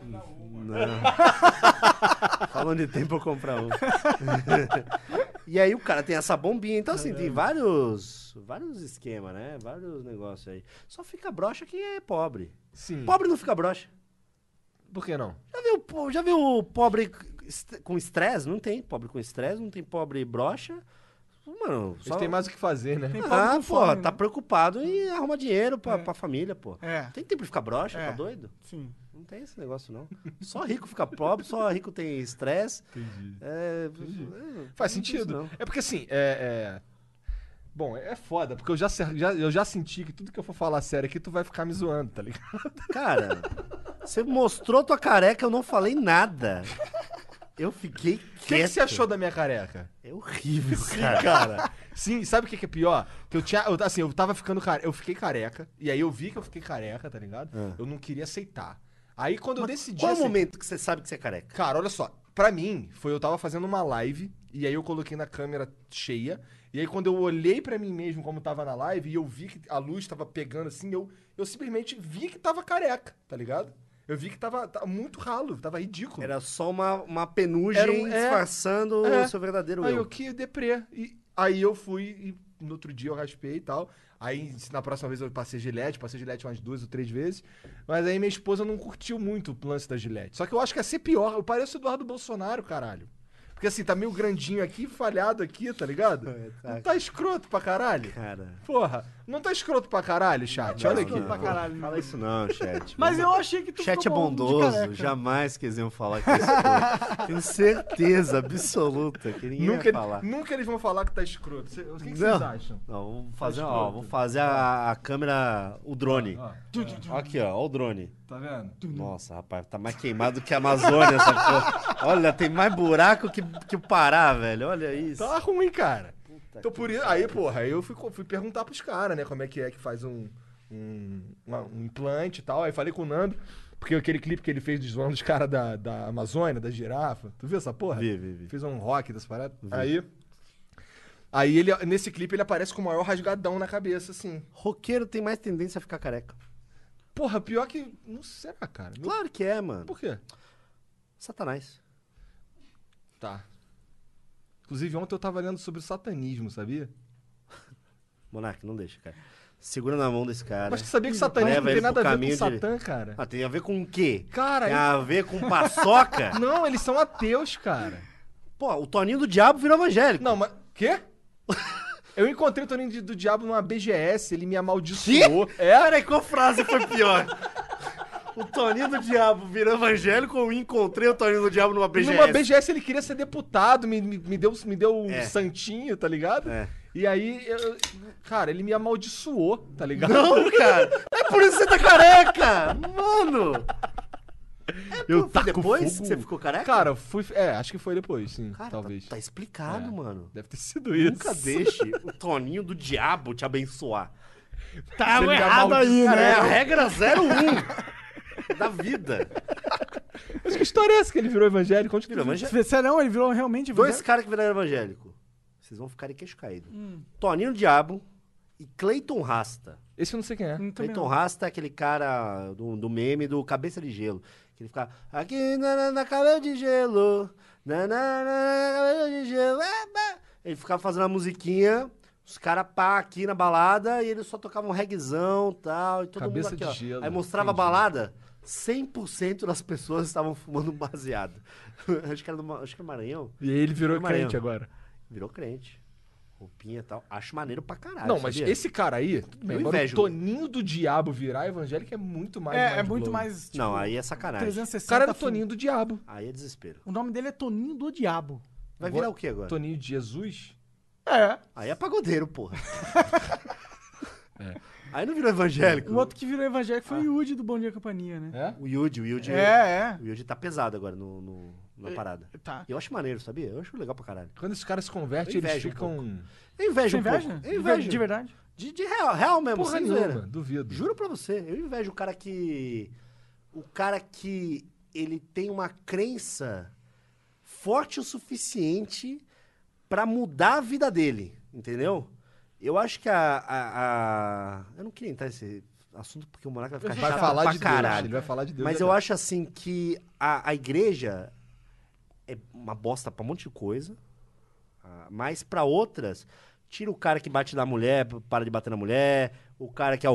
Não. Falando de tempo, eu comprar um. e aí o cara tem essa bombinha. Então, assim, tem vários, vários esquemas, né? Vários negócios aí. Só fica broxa quem é pobre.
Sim.
Pobre não fica broxa.
Por que não?
Já viu, po- já viu pobre est- com estresse? Não tem pobre com estresse, não tem pobre broxa. Mano,
Eles
só...
têm mais o que fazer, né?
Tem pau
Ah,
com
pô,
fome, né?
tá preocupado em arrumar dinheiro pra,
É.
pra família, pô.
É,
Tem tempo de ficar broxa,
É.
tá doido?
sim.
Não tem esse negócio, não. Só rico fica pobre, só rico tem estresse.
Entendi.
É, é,
Faz
não tem isso,
sentido.
não.
É porque assim, é. é- Bom, é foda, porque eu já, ser- já- eu já senti que tudo que eu for falar sério aqui, tu vai ficar me zoando, tá ligado?
Cara, você mostrou tua careca, eu não falei nada. Eu fiquei quieto.
O que, que você achou da minha careca?
É horrível,
Cara.
cara.
Sim, sabe o que, que é pior? Que eu tinha. eu- assim, eu tava ficando careca. Eu fiquei careca. E aí eu vi que eu fiquei careca, tá ligado? Eu não queria aceitar. Aí quando eu decidi.
Ah. Qual é o
aceitar-
momento que você sabe que você é careca?
Cara, olha só. Pra mim, foi eu tava fazendo uma live e aí eu coloquei na câmera cheia. E aí quando eu olhei pra mim mesmo como tava na live e eu vi que a luz tava pegando assim, eu, eu simplesmente vi que tava careca, tá ligado? Eu vi que tava, tava muito ralo, tava ridículo.
Era só uma, uma penugem
Era um- é.
disfarçando
É.
o seu verdadeiro
aí
eu.
eu que deprê. E aí eu fui e no outro dia eu raspei e tal. Aí na próxima vez eu passei gilete, passei gilete umas duas ou três vezes. Mas aí minha esposa não curtiu muito o lance da gilete. Só que eu acho que ia ser pior. Eu pareço o Eduardo Bolsonaro, caralho. Porque assim, tá meio grandinho aqui, falhado aqui, tá ligado?
tá.
Não tá escroto pra caralho?
Cara.
Porra, não tá escroto pra caralho, chat? Olha aqui.
Escroto pra caralho, né?
Fala
não.
isso não, chat.
Mas eu achei
Então tá
que tu
Chat é
ficou com de
bondoso,
careca.
jamais que eles iam falar que isso. Tenho certeza absoluta que ninguém
Nunca,
ia falar.
nunca eles vão falar que tá escroto. Cê- O que, que
Não.
vocês acham?
Não, vou fazer,
Tá
ó,
escroto.
vou fazer a, a câmera, o drone.
Ó, ah.
Aqui, ó, ó o drone.
tá vendo?
Nossa, rapaz, tá mais queimado que a Amazônia essa porra. Olha, tem mais buraco que, que o Pará, velho. Olha isso. Tá
Tá ruim, cara. então por isso. Aí, porra, aí eu fui, co- fui perguntar pros caras, né? Como é que é que faz um, um, uma- um implante e tal. Aí falei com o Nando, porque aquele clipe que ele fez dos zoando os caras da, da Amazônia, da girafa. Tu viu essa porra?
Vi, vi, vi.
Fez um rock dessa parada. Aí. Aí ele, nesse clipe, ele aparece com o maior rasgadão na cabeça, assim.
Roqueiro tem mais tendência a ficar careca.
Porra, pior que. Não será, cara. Meu-
Claro que é, mano.
Por quê?
Satanás.
Tá. Inclusive, ontem eu tava lendo sobre o satanismo, sabia?
Monark, não deixa, cara. Segura na mão desse cara.
Mas tu sabia que satanismo
Leva
não tem
ele
nada
pro
a ver com
caminho de-
Satã, cara?
Ah, tem a ver com o quê?
Cara,
tem
ele-
a ver com paçoca?
Não, eles são ateus, cara.
Pô, o Toninho do Diabo virou evangélico.
Não, mas. Quê? Eu encontrei o Toninho de- do Diabo numa BGS, ele me amaldiçoou. É?
Cara, qual frase foi pior? o Toninho do Diabo virou evangélico ou encontrei o Toninho do Diabo numa BGS?
Numa BGS ele queria ser deputado, me, me, me deu, me deu um
É.
santinho, tá ligado?
É.
E aí, eu- cara, ele me amaldiçoou, tá ligado?
Não, cara. É por isso que você tá careca. Mano. É,
Eu
pô, foi
taco
depois
fogo.
que você ficou careca?
Cara, fui. É, acho que foi depois, sim.
Cara, tá-
talvez.
Tá, explicado,
É.
mano.
Deve ter sido isso.
Nunca deixe o Toninho do Diabo te abençoar.
Ele me amaldiçoou.
Cara, é a regra 01 da vida.
Mas que história é essa que ele virou evangélico? Onde que
Virou
ele
evangélico.
Você é não, ele virou realmente...
Dois caras Então, que viraram evangélico. Vocês vão ficar de queixo caído.
Hum.
Toninho do Diabo e Clayton Rasta.
Esse eu não sei quem é.
Não, também
Clayton
não.
Rasta é aquele cara do, do meme do Cabeça de Gelo. Que ele fica aqui na, na, na cabeça de gelo, na, na, na, na cabeça de gelo. é, ba." Ele ficava fazendo a musiquinha, os caras pá aqui na balada e ele só tocava um reggaezão e tal. E todo
Cabeça
mundo aqui,
de
ó.
gelo,
Aí mostrava
entendi.
a balada, 100% das pessoas estavam fumando um baseado. acho, que era no, Ma- acho que era no Maranhão.
E ele virou
Amarelo.
crente agora.
Virou crente. Roupinha e tal. Acho maneiro pra caralho.
não, mas
Ah, sabia?
esse cara aí, tudo bem,
Eu
agora o
invejo.
Toninho do Diabo virar evangélico é muito mais.
É,
mind
é muito
blowing.
mais... tipo,
Não, aí é sacanagem.
360...
O cara era o
full.
Toninho do Diabo.
Aí é desespero.
O nome dele é Toninho do Diabo.
Vai
Agora-
virar o que agora?
Toninho de Jesus?
É.
Aí é pagodeiro, porra. Aí não virou evangélico.
O Um outro que virou evangélico
Ah.
foi o Yudi do Bom Dia Companhia, né?
É?
O Yudi, o Yudi.
É,
O Yudi tá pesado agora no, no- na parada.
Tá.
Eu acho maneiro, sabia? Eu acho legal pra caralho.
Quando esses caras se convertem,
Eu
eles
invejo um
ficam.
Eu invejo
Você
um
inveja?
pouco. Eu invejo.
De verdade.
De, de real, real mesmo,
Porra
sem
nenhuma,
zoeira.
duvido.
Juro pra você, eu invejo o cara que. O cara que ele tem uma crença forte o suficiente pra mudar a vida dele, entendeu? Eu acho que a. a- a- Eu não queria entrar nesse assunto porque o Monarca vai ficar
Vai
chato
falar
pra
de Deus,
caralho.
ele vai falar de Deus.
Mas
né,
eu
cara?
acho assim que a, a igreja é uma bosta pra um monte de coisa, ah, mas pra outras, tira o cara que bate na mulher, para de bater na mulher, o cara que é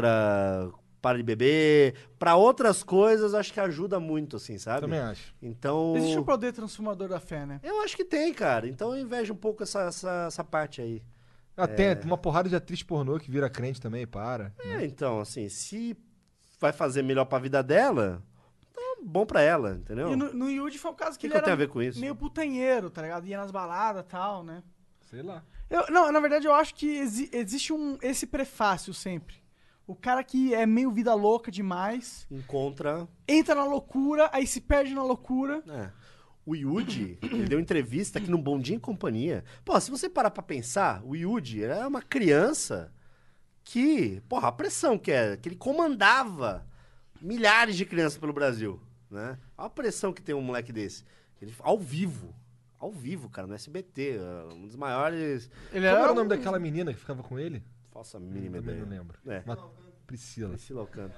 alcoólatra, para de beber. Pra outras coisas, acho que ajuda muito, assim, sabe?
Também acho.
Então.
Existe um poder transformador da fé, né?
Eu acho que tem, cara. Então eu invejo um pouco essa, essa, essa parte aí.
Ah, tem uma porrada de atriz pornô que vira crente também, para.
É, então, assim, se vai fazer melhor pra vida dela, então bom pra ela, entendeu?
E no, no Yudi foi o caso que,
O que,
ele
que eu
era
tenho a ver com isso?
meio putanheiro, tá ligado? Ia nas baladas e tal, né?
Sei lá.
Eu- não, na verdade eu acho que exi- existe um, esse prefácio sempre. O cara que é meio vida louca demais,
Encontra.
entra na loucura, aí se perde na loucura.
É. O Yudi, ele deu entrevista aqui no Bom Dia e Companhia. Pô, se você parar pra pensar, o Yudi era uma criança que, porra, a pressão que era, que ele comandava milhares de crianças pelo Brasil, né? Olha a pressão que tem um moleque desse. Ele, ao vivo, ao vivo, cara, no SBT, é um dos maiores...
Ele
Qual
era
era o
um-
nome daquela menina que ficava com ele?
Faça É, a mínima
Também não
ideia.
lembro.
É,
Uma Priscila.
Priscila Alcântara.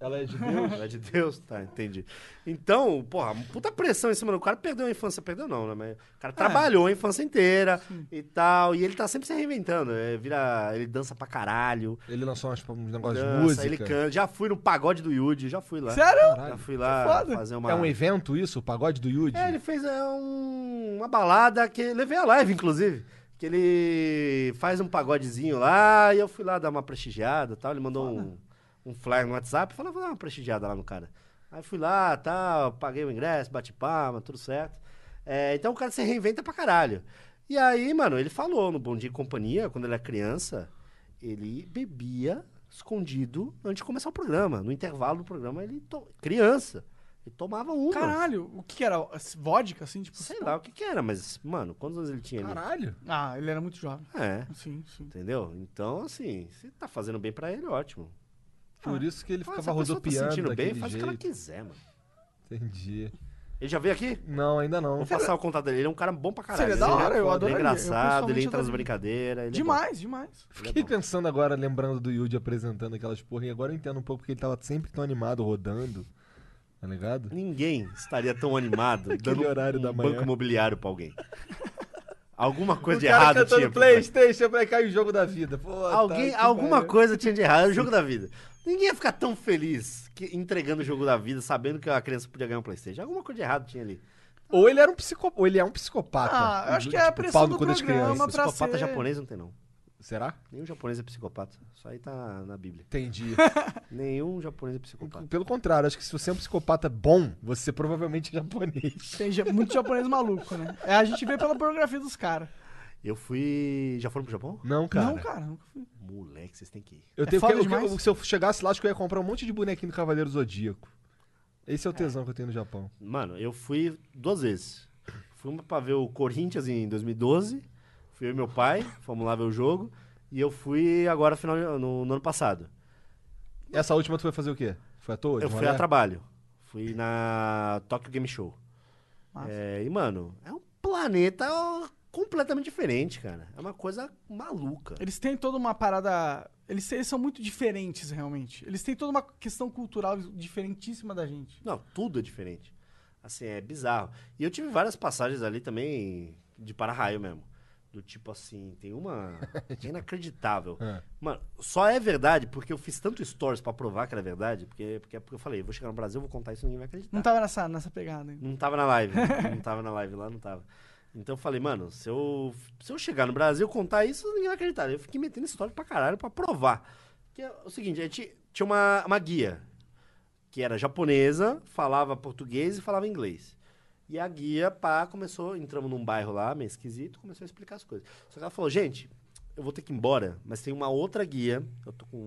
Ela é de Deus?
Não é de Deus, tá, entendi. Então, porra, puta pressão em cima do cara. Perdeu a infância, perdeu não, né? Mas o cara
É.
trabalhou a infância inteira e tal. E ele tá sempre se reinventando. é, vira, ele dança pra caralho.
Ele lançou umas, uns negócios de
dança,
música.
ele canta. Já fui no pagode do Yudi, já fui lá.
Sério?
Já
Caralho.
fui lá
foda.
fazer uma.
É um evento isso? O pagode do Yudi?
É, ele fez é, um- uma balada que levei a live, inclusive. Que ele faz um pagodezinho lá e eu fui lá dar uma prestigiada e tal. Ele mandou um, um flyer no WhatsApp e falou: vou dar uma prestigiada lá no cara. Aí fui lá tal, paguei o ingresso, bati palma, tudo certo. É, então o cara se reinventa pra caralho. E aí, mano, ele falou no Bom Dia e Companhia, quando ele era criança, ele bebia escondido antes de começar o programa. No intervalo do programa, ele. To... Criança. Ele tomava uma.
Caralho, o que que era? Vodka, assim? Tipo,
Sei lá o que que era, mas, mano, quantos anos ele tinha ali?
Caralho.
Ah, ele era muito jovem.
É,
Sim, sim.
entendeu? Então, assim, se tá fazendo bem pra ele, ótimo.
Por isso que ele
Ah,
ficava
se a pessoa
rodopiando
tá sentindo bem,
daquele
faz o que ela
jeito.
quiser, mano.
Entendi.
Ele já veio aqui?
Não, ainda não.
Vou passar o contato dele. Ele é um cara bom pra caralho.
Seria da
Ele é
hora, eu adoraria.
foda, Ele é
Eu
engraçado, ele
pessoalmente
entra nas
adoraria.
brincadeiras. ele é bom.
Demais, demais.
Fiquei pensando agora, lembrando do Yuji apresentando aquelas porra, e agora eu entendo um pouco porque ele tava sempre tão animado, rodando. Tá ligado?
Ninguém estaria tão animado dando
horário
um
da manhã.
banco imobiliário pra alguém. Alguma coisa
o
de
cara
errado tipo,
cantando
tinha. pra-
Playstation pra cá e o jogo da vida. Pô,
Alguém,
tá que
alguma
pariu.
coisa tinha de errado. É o jogo da vida. Ninguém ia ficar tão feliz que- entregando o jogo da vida, sabendo que a criança podia ganhar um Playstation. Alguma coisa de errado tinha ali.
Ou ele era um psicopata. Ou ele é um psicopata.
Ah, eu acho que é a pressão
tipo, pau no
do
cu das
programa
crianças.
pra
psicopata
ser-
japonês não tem, não.
Será?
Nenhum japonês é psicopata. Isso aí tá na Bíblia.
Entendi.
Nenhum japonês é psicopata.
Pelo contrário, acho que se você é um psicopata bom, você provavelmente é japonês.
Tem ja- muito japonês maluco, né? É, a gente vê pela pornografia dos caras.
Eu fui. Já foram pro Japão?
Não, cara.
Não, cara, nunca fui.
Moleque, vocês têm que ir.
Eu
É
tenho
foda
que- eu-
demais.
eu- se eu chegasse lá, acho que eu ia comprar um monte de bonequinho do Cavaleiro Zodíaco. Esse é o tesão que eu tenho no Japão.
Mano, eu fui duas vezes. Fui uma pra ver o Corinthians em 2012. Fui eu e meu pai, fomos lá ver o jogo. E eu fui agora final, de- no, no ano passado.
Essa última tu foi fazer o quê? Foi à toa? de
Eu fui
rolé?
a trabalho. Fui na Tokyo Game Show.
Massa.
É, e, mano, é um planeta completamente diferente, cara. É uma coisa maluca.
Eles têm toda uma parada. Eles, eles são muito diferentes, realmente. Eles têm toda uma questão cultural diferentíssima da gente.
Não, tudo é diferente. Assim, é bizarro. E eu tive várias passagens ali também de para-raio mesmo. Do tipo assim, tem uma. que é inacreditável.
É.
Mano, só é verdade porque eu fiz tanto stories pra provar que era verdade. Porque, porque, é porque eu falei, eu vou chegar no Brasil, vou contar isso e ninguém vai acreditar.
Não tava nessa, nessa pegada ainda.
Não tava na live. não tava na live lá, não tava. Então eu falei, mano, se eu, se eu chegar no Brasil contar isso, ninguém vai acreditar. Eu fiquei metendo história pra caralho pra provar. Que é o seguinte, a gente tinha uma, uma guia que era japonesa, falava português e falava inglês. E a guia, pá, começou, entramos num bairro lá, meio esquisito, começou a explicar as coisas. Só que ela falou, gente, eu vou ter que ir embora, mas tem uma outra guia, eu tô com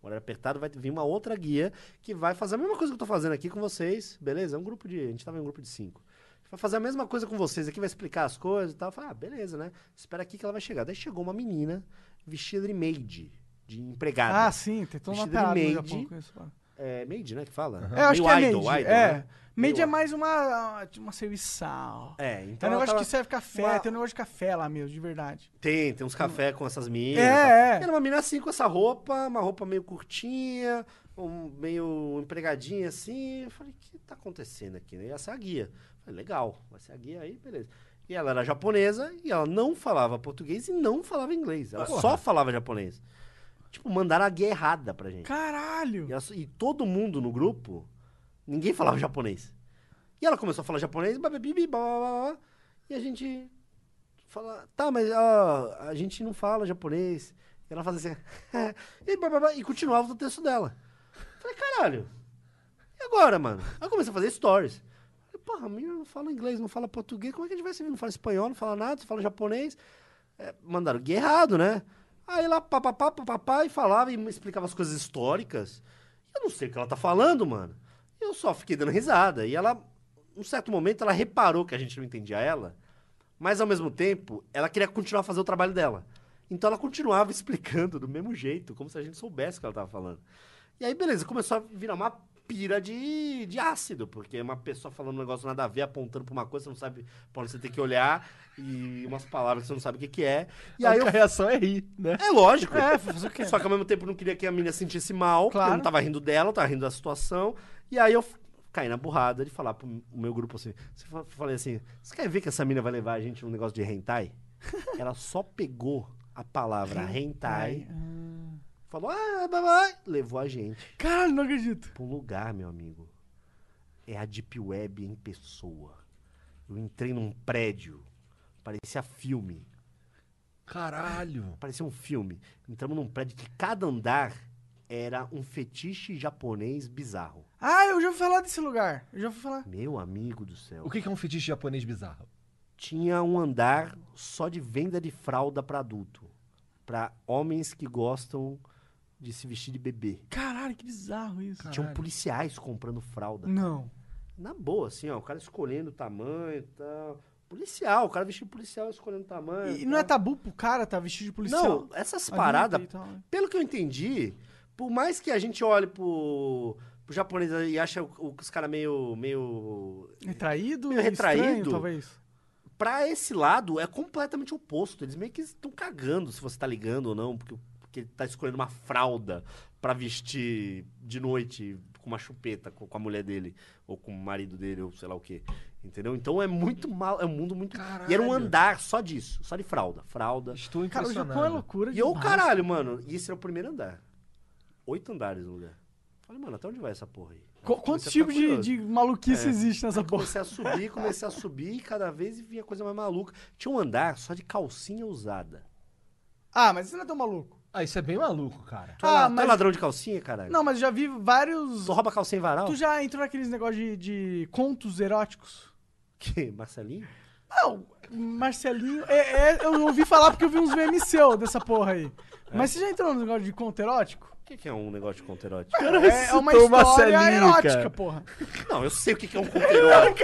o horário apertado, vai vir uma outra guia que vai fazer a mesma coisa que eu tô fazendo aqui com vocês, beleza? É um grupo de, a gente tava em um grupo de cinco. Vai fazer a mesma coisa com vocês aqui, vai explicar as coisas e tal. Eu falei, ah, beleza, né? Espera aqui que ela vai chegar. Daí chegou uma menina vestida de maid, de empregada.
Ah, sim, tem toda uma
Vestido de
parada
maid.
do Japão com isso. pô.
É Made, né, que fala?
É, eu acho
Meio
que é
idol,
Made.
idol,
é.
né?
Made
Meio-
é mais uma, uma serviçal.
É,
Tem
então
um
ela
negócio
tava-
que serve café,
uma-
tem um negócio de café lá mesmo, de verdade.
tem, tem uns café com essas minas.
É,
e tal.
é.
Era uma mina assim, com essa roupa, uma roupa meio curtinha, um- meio empregadinha assim. Eu falei, o que tá acontecendo aqui? né? E Essa é a guia. Eu falei, legal, vai ser a guia aí, beleza. E ela era japonesa e ela não falava português e não falava inglês. Ela
Porra.
só falava japonês. Tipo, mandaram a guia errada pra gente.
é. Caralho!
E, ela- e todo mundo no grupo, ninguém falava japonês. E ela começou a falar japonês, blá, blá, blá, blá, blá, blá, e a gente fala, tá, mas ó, a gente não fala japonês. E ela fazia assim, e, blá, blá, blá, e continuava o texto dela. Falei, caralho, e agora, mano? Aí eu comecei a fazer stories. Falei, Porra, a menina não fala inglês, não fala português, como é que a gente vai se vir? Não fala espanhol, não fala nada, só fala japonês. É, mandaram guia errado, né? Aí lá, papapá, papapá, e falava e explicava as coisas históricas. Eu não sei o que ela tá falando, mano. Eu só fiquei dando risada. E ela, num certo momento, ela reparou que a gente não entendia ela, mas ao mesmo tempo, ela queria continuar a fazer o trabalho dela. Então ela continuava explicando do mesmo jeito, como se a gente soubesse o que ela tava falando. E aí, beleza, começou a virar uma pira de, de ácido, porque uma pessoa falando um negócio nada a ver, apontando pra uma coisa, você não sabe pra onde você tem que olhar, e umas palavras que você não sabe o que, que é. E aí eu
a reação é rir, né?
é lógico.
É, fazer o quê?
Só que ao mesmo tempo eu não queria que a menina sentisse mal, porque
Claro.
eu não tava rindo dela, eu tava rindo da situação. E aí eu f- caí na burrada de falar pro m- o meu grupo assim. Você fa- falei assim: você quer ver que essa menina vai levar a gente num negócio de hentai? Ela só pegou a palavra hentai,
Ah.
falou, ah, blá, blá", levou a gente
Caralho, não acredito.
pra um lugar, meu amigo. É a Deep Web em pessoa. Eu entrei num prédio, parecia filme.
Caralho.
Parecia um filme. Entramos num prédio que cada andar era um fetiche japonês bizarro.
Ah, eu já ouvi falar desse lugar. Eu já ouvi falar.
Meu amigo do céu.
O que que é um fetiche japonês bizarro?
Tinha um andar só de venda de fralda pra adulto. Pra homens que gostam de se vestir de bebê.
Caralho, que bizarro isso.
Caralho.
Tinham policiais comprando fralda.
Não.
Na boa, assim, ó. O cara escolhendo o tamanho e tal. Policial, o cara vestido de policial escolhendo o tamanho.
E não é
tal.
tabu pro cara tá vestido de policial?
Não, essas
Anitta
paradas
e tal, né?
Pelo que eu entendi, por mais que a gente olhe pro, pro japonês e acha o- o- os caras meio, meio.
Retraído?
Meio retraído.
É Estranho, talvez.
Pra esse lado é completamente oposto. Eles meio que estão cagando se você tá ligando ou não, porque, porque ele tá escolhendo uma fralda pra vestir de noite com uma chupeta com, com a mulher dele, ou com o marido dele, ou sei lá o quê. Entendeu? Então é muito mal, é um mundo muito. E era um
Caralho.
andar só disso, só de fralda. Fralda.
Estou
Cara, o
impressionado.
Japão é loucura
E eu,
demais.
caralho, mano, e esse era o primeiro andar. Oito andares no lugar. Falei, mano, até onde vai essa porra aí?
Qu-
Comecei
quantos
a ficar
tipos de,
é curioso. É.
de maluquice existe nessa porra?
Comecei a subir, comecei a subir, e cada vez vinha coisa mais maluca. Tinha um andar só de calcinha usada.
Ah, mas isso não é tão maluco.
Ah, isso é bem maluco, cara.
Tu, é,
Ah,
la- tu é
mas-
ladrão de calcinha, caralho?
Não, mas eu já vi vários...
Tu rouba calcinha em varal?
Tu já entrou naqueles negócios de, de contos eróticos?
Que, Marcelinho?
Não, Marcelinho... é- é- eu ouvi falar porque eu vi uns memes seu dessa porra aí. Mas você já entrou no negócio de conto erótico?
O que, que é um negócio de conto erótico?
É, é uma
citou o
história
Marcelinho,
erótica,
cara.
porra.
Não, eu sei o que, que é um conto erótico.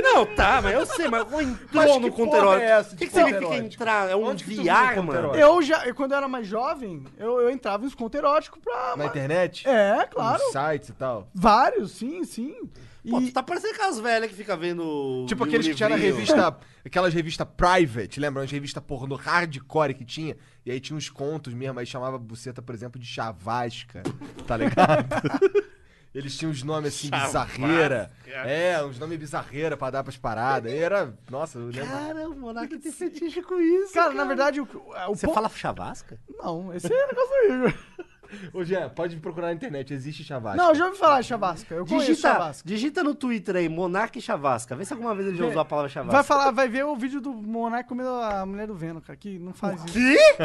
Não, tá, mas eu sei, mas entrou
Mas que
no conto
porra é essa de
erótico. O que, que
conto
significa
erótico?
entrar? É um
Onde que tu viu
viar,
conto
mano?
erótico?
Eu já... eu, quando eu era mais jovem, eu, eu entrava nos contos eróticos pra...
Na internet?
tá É, claro.
Nos sites e tal.
Vários, sim, sim. E...
Pô, tu tá parecendo aquelas velhas que fica vendo.
Tipo
o
aqueles que tinha na
livrinho.
revista. Aquelas revistas private, lembra? Umas revistas porno hardcore que tinha. E aí tinha uns contos mesmo, aí chamava a buceta, por exemplo, de chavasca. Tá ligado? Eles tinham uns nomes assim,
Chavasca.
bizarreira. É, uns nomes bizarreira pra dar pras paradas. E era. Nossa, eu lembro.
Cara, o Monark tem fetiche com isso.
Cara, na verdade, o, o
Você
pon-
fala chavasca?
Não, esse é negócio do Igor.
Ô, Jean, pode procurar na internet, existe chavasca.
Não, eu já ouvi falar de Chavasca. Eu conheço
Digita,
é Chavasca.
digita no Twitter aí, Monark e Chavasca. Vê se alguma vez ele já usou a palavra Chavasca.
Vai falar, vai ver o vídeo do Monark comendo a mulher do Venom, cara, que não faz isso.
Quê?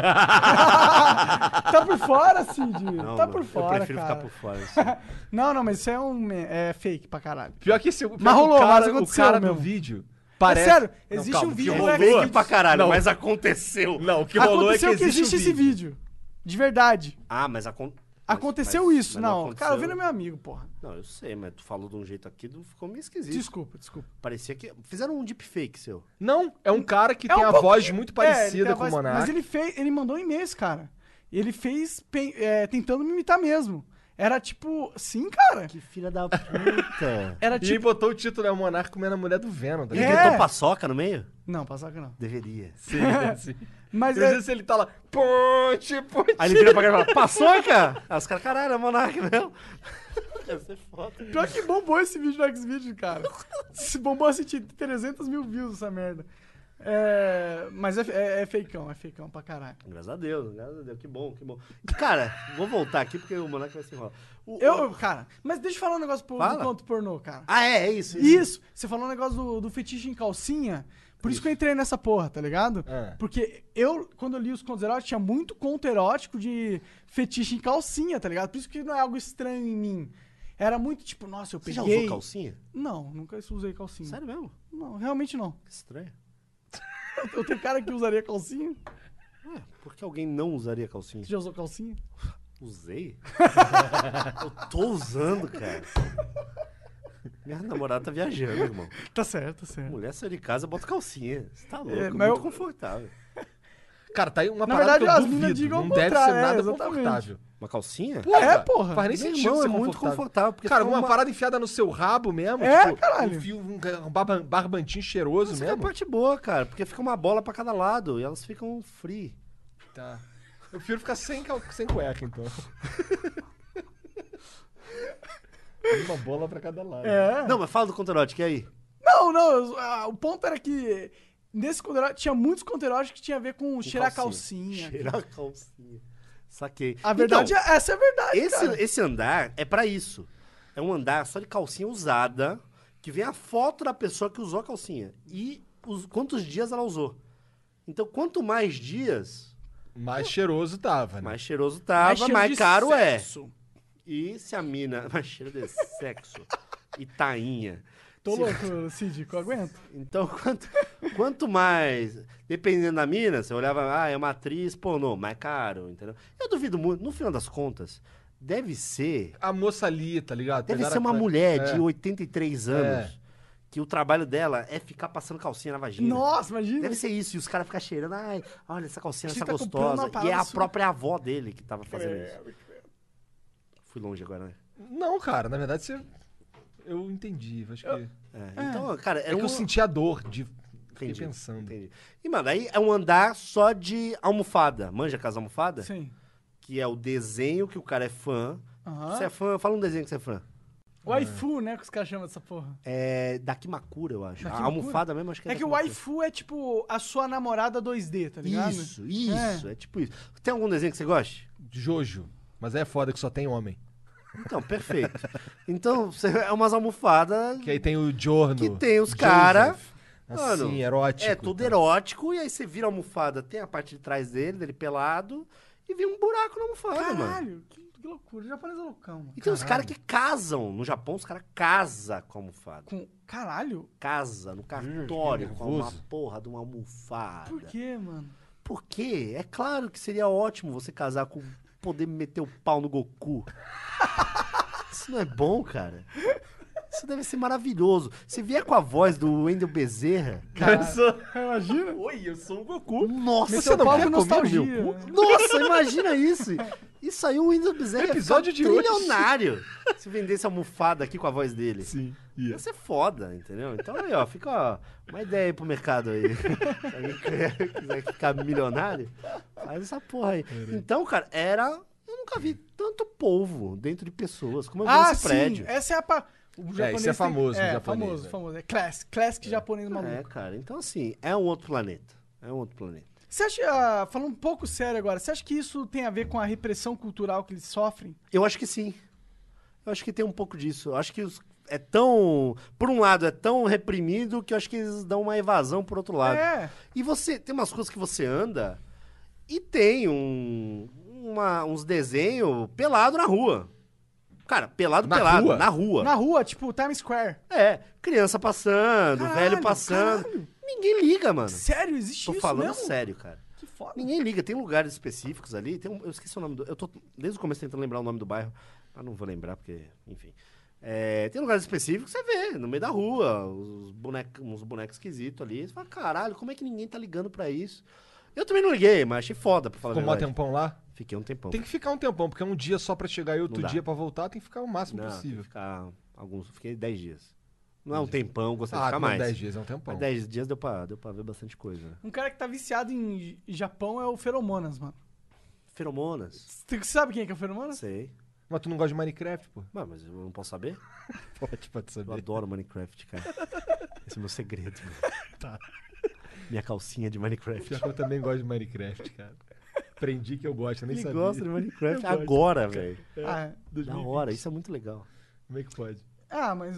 Tá por fora, Cid.
Não,
tá
mano,
por fora,
Eu prefiro
cara.
ficar por fora. assim.
Não, não, mas isso é um me- é fake pra caralho.
Pior que esse. Pior
Mas
que
rolou,
o cara,
mas aconteceu
o cara no
mesmo.
vídeo. Parece...
sério,
Não,
existe
calma,
um
o
vídeo
que
no
rolou-
X-Video.
Rolou pra caralho,
Não.
mas aconteceu.
Não, o que rolou é que
Aconteceu
existe, um
esse vídeo. De verdade.
Ah, mas acon- mas-
Aconteceu
mas-
isso.
mas
não,
aconteceu.
cara, o Venom é meu amigo, porra.
Não, eu sei, mas tu falou de um jeito aqui, do- ficou meio esquisito.
Desculpa, desculpa.
Parecia que. Fizeram um deepfake seu.
Não, é um cara que
É
tem
um
a
pouco-
voz muito
É, ele
parecida
tem a
com
voz-
o Monark.
Mas ele fez, ele mandou e-mails, cara. Ele fez pe- é, tentando me imitar mesmo. Era tipo, sim, cara.
Que filha da puta.
Era
E aí
tipo.
botou o título, é o Monarca comendo a mulher do Venom, tá
Ele
ligado?
É.
gritou paçoca no meio?
Não, paçoca não.
Deveria.
Sim, assim. Às
Mas é,
vezes ele tá lá, ponte, ponte.
Aí ele vira pra cara e fala, paçoca? Aí os caras, caralho, é Monark mesmo. Ia ser foda.
pior que bombou esse vídeo no Xvideos, cara. Se bombou assim, tinha 300 mil views essa merda. É, mas é, é, é fakeão, é fakeão pra caralho.
Graças a Deus, graças a Deus, que bom, que bom. E, cara, vou voltar aqui porque o Monark vai se enrolar. O-
Eu,
o-
cara, mas deixa eu falar um negócio pro, do
Fala.
conto pornô, cara.
Ah, é, é isso.
Isso, você falou um negócio do, do fetiche em calcinha. Por isso. que eu entrei nessa porra, tá ligado?
É.
Porque eu, quando eu li os contos eróticos, tinha muito conto erótico de fetiche em calcinha, tá ligado? Por isso que não é algo estranho em mim. Era muito tipo, nossa, eu
Você
peguei.
já usou calcinha?
Não, nunca usei calcinha.
Sério mesmo?
Não, realmente não.
Que estranho.
Eu tenho cara que usaria calcinha.
Por que alguém não usaria calcinha?
Você já usou calcinha?
Usei? eu tô usando, cara. Minha namorada tá viajando, irmão.
Tá certo, tá certo.
Mulher sai de casa, bota calcinha. Você tá louco,
É,
é,
mas
muito
eu-
confortável.
Cara, tá aí uma
Na
parada
verdade,
que eu
as
duvido.
minas digam
não
o
deve ser
contrário, é,
nada
exatamente.
confortável.
Uma calcinha?
É, porra.
Faz nem
Meu
sentido
irmão,
ser
é muito confortável, porque
Cara,
tu
uma
uma-
parada enfiada no seu rabo mesmo.
É,
tipo,
caralho.
Um fio, um barba- barbantinho cheiroso
Essa que é a
mesmo.
parte boa, cara, porque fica uma bola pra cada lado e elas ficam free.
Tá. Eu prefiro ficar sem, cal- sem cueca, então. uma bola pra cada lado.
É.
Não, mas fala do Conterote, que é aí?
Não, não, eu- ah, o ponto era que nesse conto erótico, tinha muitos conto eróticos que tinha a ver com, cheirar calcinha.
Cheirar calcinha. Saquei.
A verdade,
Então,
é, essa é a verdade,
esse,
cara.
esse andar é pra isso. É um andar só de calcinha usada, que vem a foto da pessoa que usou a calcinha e os, quantos dias ela usou. Então, quanto mais dias,
Mais cheiroso tava, né?
mais cheiroso tava, mais, caro
é.
é. E se a mina. Mais cheiro de sexo. E tainha.
Tô
Se-
louco, Cid, que eu aguento.
Então, quanto, quanto mais. Dependendo da mina, você olhava, ah, é uma atriz pornô, mais caro, entendeu? Eu duvido muito. No final das contas, deve ser.
A moça ali, tá ligado?
Deve
Pegaram
ser
a
uma
cueca.
mulher
É.
de 83 anos. Que o trabalho dela é ficar passando calcinha na vagina.
Nossa, imagina.
Deve ser isso, e os caras ficam cheirando, ai, olha essa calcinha,
Você
essa
tá comprando uma
gostosa. E
parada
é a
sua.
própria avó dele que tava fazendo isso. Fui longe agora, né?
Não, cara, na verdade você. Eu entendi, acho que. Eu,
É, Então, cara, é
é que
um-
eu senti a dor de. Fiquei
Entendi,
pensando.
entendi. E, mano, aí é um andar só de almofada. Manja casa almofada?
Sim.
Que é o desenho que o cara é fã.
Aham.
Você é fã? Fala um desenho que você é fã.
Waifu, né? Que os caras chamam dessa porra.
É da Kimakura, eu acho.
Da
A
Kimakura?
almofada mesmo, acho que é
É
da
que o
Kimakura.
waifu é tipo a sua namorada 2D, tá ligado?
Isso, isso. É. tipo isso. Tem algum desenho que você goste?
Jojo. Mas aí é foda que só tem homem.
Então, perfeito. então, você- é umas almofadas
é
Que aí tem o Giorno.
que tem os caras.
Assim,
Mano,
erótico.
É, tudo
então.
tá?
erótico. E aí você vira a almofada, tem a parte de trás dele, dele pelado. E vira um buraco na almofada, mano.
Caralho, que, que loucura. O japonês é loucão, mano.
E tem os caras que casam. No Japão, os caras casam com a almofada.
Com... Caralho?
Casa no cartório
fiquei
com uma
nervoso.
porra de uma almofada.
Hum, Por quê, mano?
Por quê? É claro que seria ótimo você casar com poder meter o pau no Goku. Isso não é bom, cara. Isso deve ser maravilhoso. Se vier com a voz do Wendel Bezerra.
Imagina.
Oi, eu sou o Goku. Nossa,
Você não
Paulo
quer
com
comer o
nostalgia.
meu cu?
nossa, imagina isso. Isso aí o Wendel Bezerra. ia
Episódio
ficar
de hoje.
trilionário. Se vendesse a almofada aqui com a voz dele. Sim. é. Ia ser foda, entendeu? Então aí, ó, fica ó, uma ideia aí pro mercado aí. Se alguém quer- quiser ficar milionário, faz essa porra aí. Então, cara, era. Eu nunca vi tanto polvo dentro de pessoas. Como eu vi
Ah,
nesse
sim.
prédio.
Essa é a... Pa... O japonês
isso é
tem-
famoso no
É,
japonês,
famoso,
né?
famoso. É classic, classic japonês maluco.
É, cara. Então, assim, é um outro planeta. É um outro planeta.
Você acha, ah, falando um pouco sério agora, você acha que isso tem a ver com a repressão cultural que eles sofrem?
Eu acho que sim. Eu acho que tem um pouco disso. Eu acho que os- é tão. Por um lado, é tão reprimido que eu acho que eles dão uma evasão por outro lado.
É.
E você. Tem umas coisas que você anda e tem um. uma- uns desenhos pelado na rua. Cara, pelado,
Na
pelado,
rua?
na rua.
Na rua, tipo, Times Square.
É, criança passando,
Caralho,
velho passando.
caralho.
Ninguém liga, mano.
Sério, existe
Tô
isso
falando
mesmo?
sério, cara.
Que foda.
Ninguém liga, tem lugares específicos ali. Tem um- eu esqueci o nome do. Eu tô desde o começo tentando lembrar o nome do bairro, mas não vou lembrar, porque, enfim. É, tem lugares específicos que você vê, no meio da rua, os bonecos, uns bonecos esquisitos ali. Você fala, caralho, como é que ninguém tá ligando pra isso? Eu também não liguei, mas achei foda pra falar a
Ficou mó
verdade.
tempão lá?
Fiquei um tempão.
Tem que ficar um tempão, porque é um dia só pra chegar e outro
dá.
dia pra voltar, tem que ficar o máximo
não, tem que
possível.
ficar alguns. Fiquei 10 dias. Não é um tempão, gostaria
Ah,
de ficar
não,
mais.
10 dias é um tempão.
Mas 10 dias deu pra, deu pra ver bastante coisa. né?
Um cara que tá viciado em Japão é o Feromonas, mano.
Feromonas?
Você sabe quem é que é o
Não
Feromonas?
sei.
Mas tu não gosta de Minecraft, pô?
Mas, mas eu não posso saber?
Pode, pode
Eu
saber.
adoro Minecraft, cara. Esse é o meu segredo. Tá. Minha calcinha de Minecraft.
Pior que eu também gosto de Minecraft, cara. Aprendi que eu gosto, eu nem
Ele
sabia.
gosta de Minecraft
Eu gosto.
agora, velho.
Ah,
Da hora, isso é muito legal.
Como é que pode?
ah, mas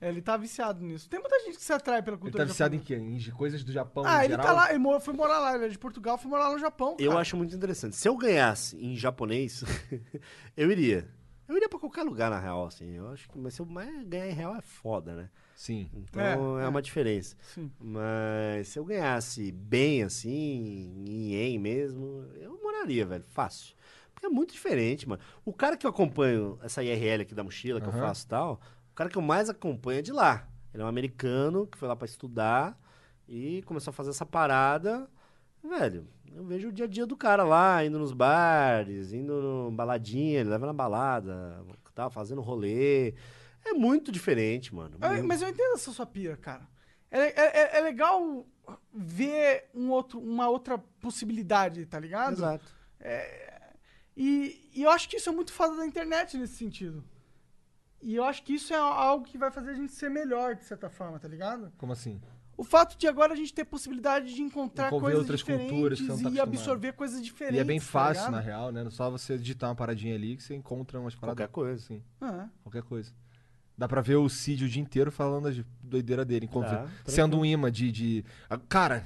é, ele tá viciado nisso. Tem muita gente que se atrai pela
Ele
cultura
tá viciado em
japonesa.
quê? Em de coisas do Japão
Ah,
em
ele
geral?
tá lá, ele mo- foi morar lá, ele é de Portugal, foi morar lá no Japão.
Eu
cara.
acho muito interessante. Se eu ganhasse em japonês, eu iria. Eu iria pra qualquer lugar, na real, assim. Eu acho que. Mas se eu mas ganhar em real é foda, né?
Sim.
Então é,
É,
uma diferença.
Sim.
Mas se eu ganhasse bem, assim, em ien mesmo, eu moraria, velho. Fácil. Porque é muito diferente, mano. O cara que eu acompanho, essa IRL aqui da mochila que eu
Aham.
faço e tal, o cara que eu mais acompanho é de lá. Ele é um americano que foi lá pra estudar e começou a fazer essa parada. Velho, eu vejo o dia a dia do cara lá, indo nos bares, indo no baladinha, ele leva na balada, tal, fazendo rolê. É muito diferente, mano.
Ah,
muito.
mas eu entendo essa sua pira, cara. É, é- é- é legal ver um outro, uma outra possibilidade, tá ligado?
Exato.
E, e eu acho que isso é muito foda da internet nesse sentido. E eu acho que isso é algo que vai fazer a gente ser melhor, de certa forma, tá ligado?
Como assim?
O fato de agora a gente ter possibilidade de encontrar
Envolver
coisas
outras
diferentes
culturas que você não tá
e
acostumado.
absorver coisas diferentes.
E é bem
tá
fácil,
ligado?
na real, né? Só você digitar uma paradinha ali que você encontra umas paradas.
Qualquer coisa. assim.
Sim,
Ah,
qualquer coisa. Dá pra ver o Cid o dia inteiro falando as doideiras dele. encontra-
tranquilo.
sendo um imã de... de... Ah, Cara,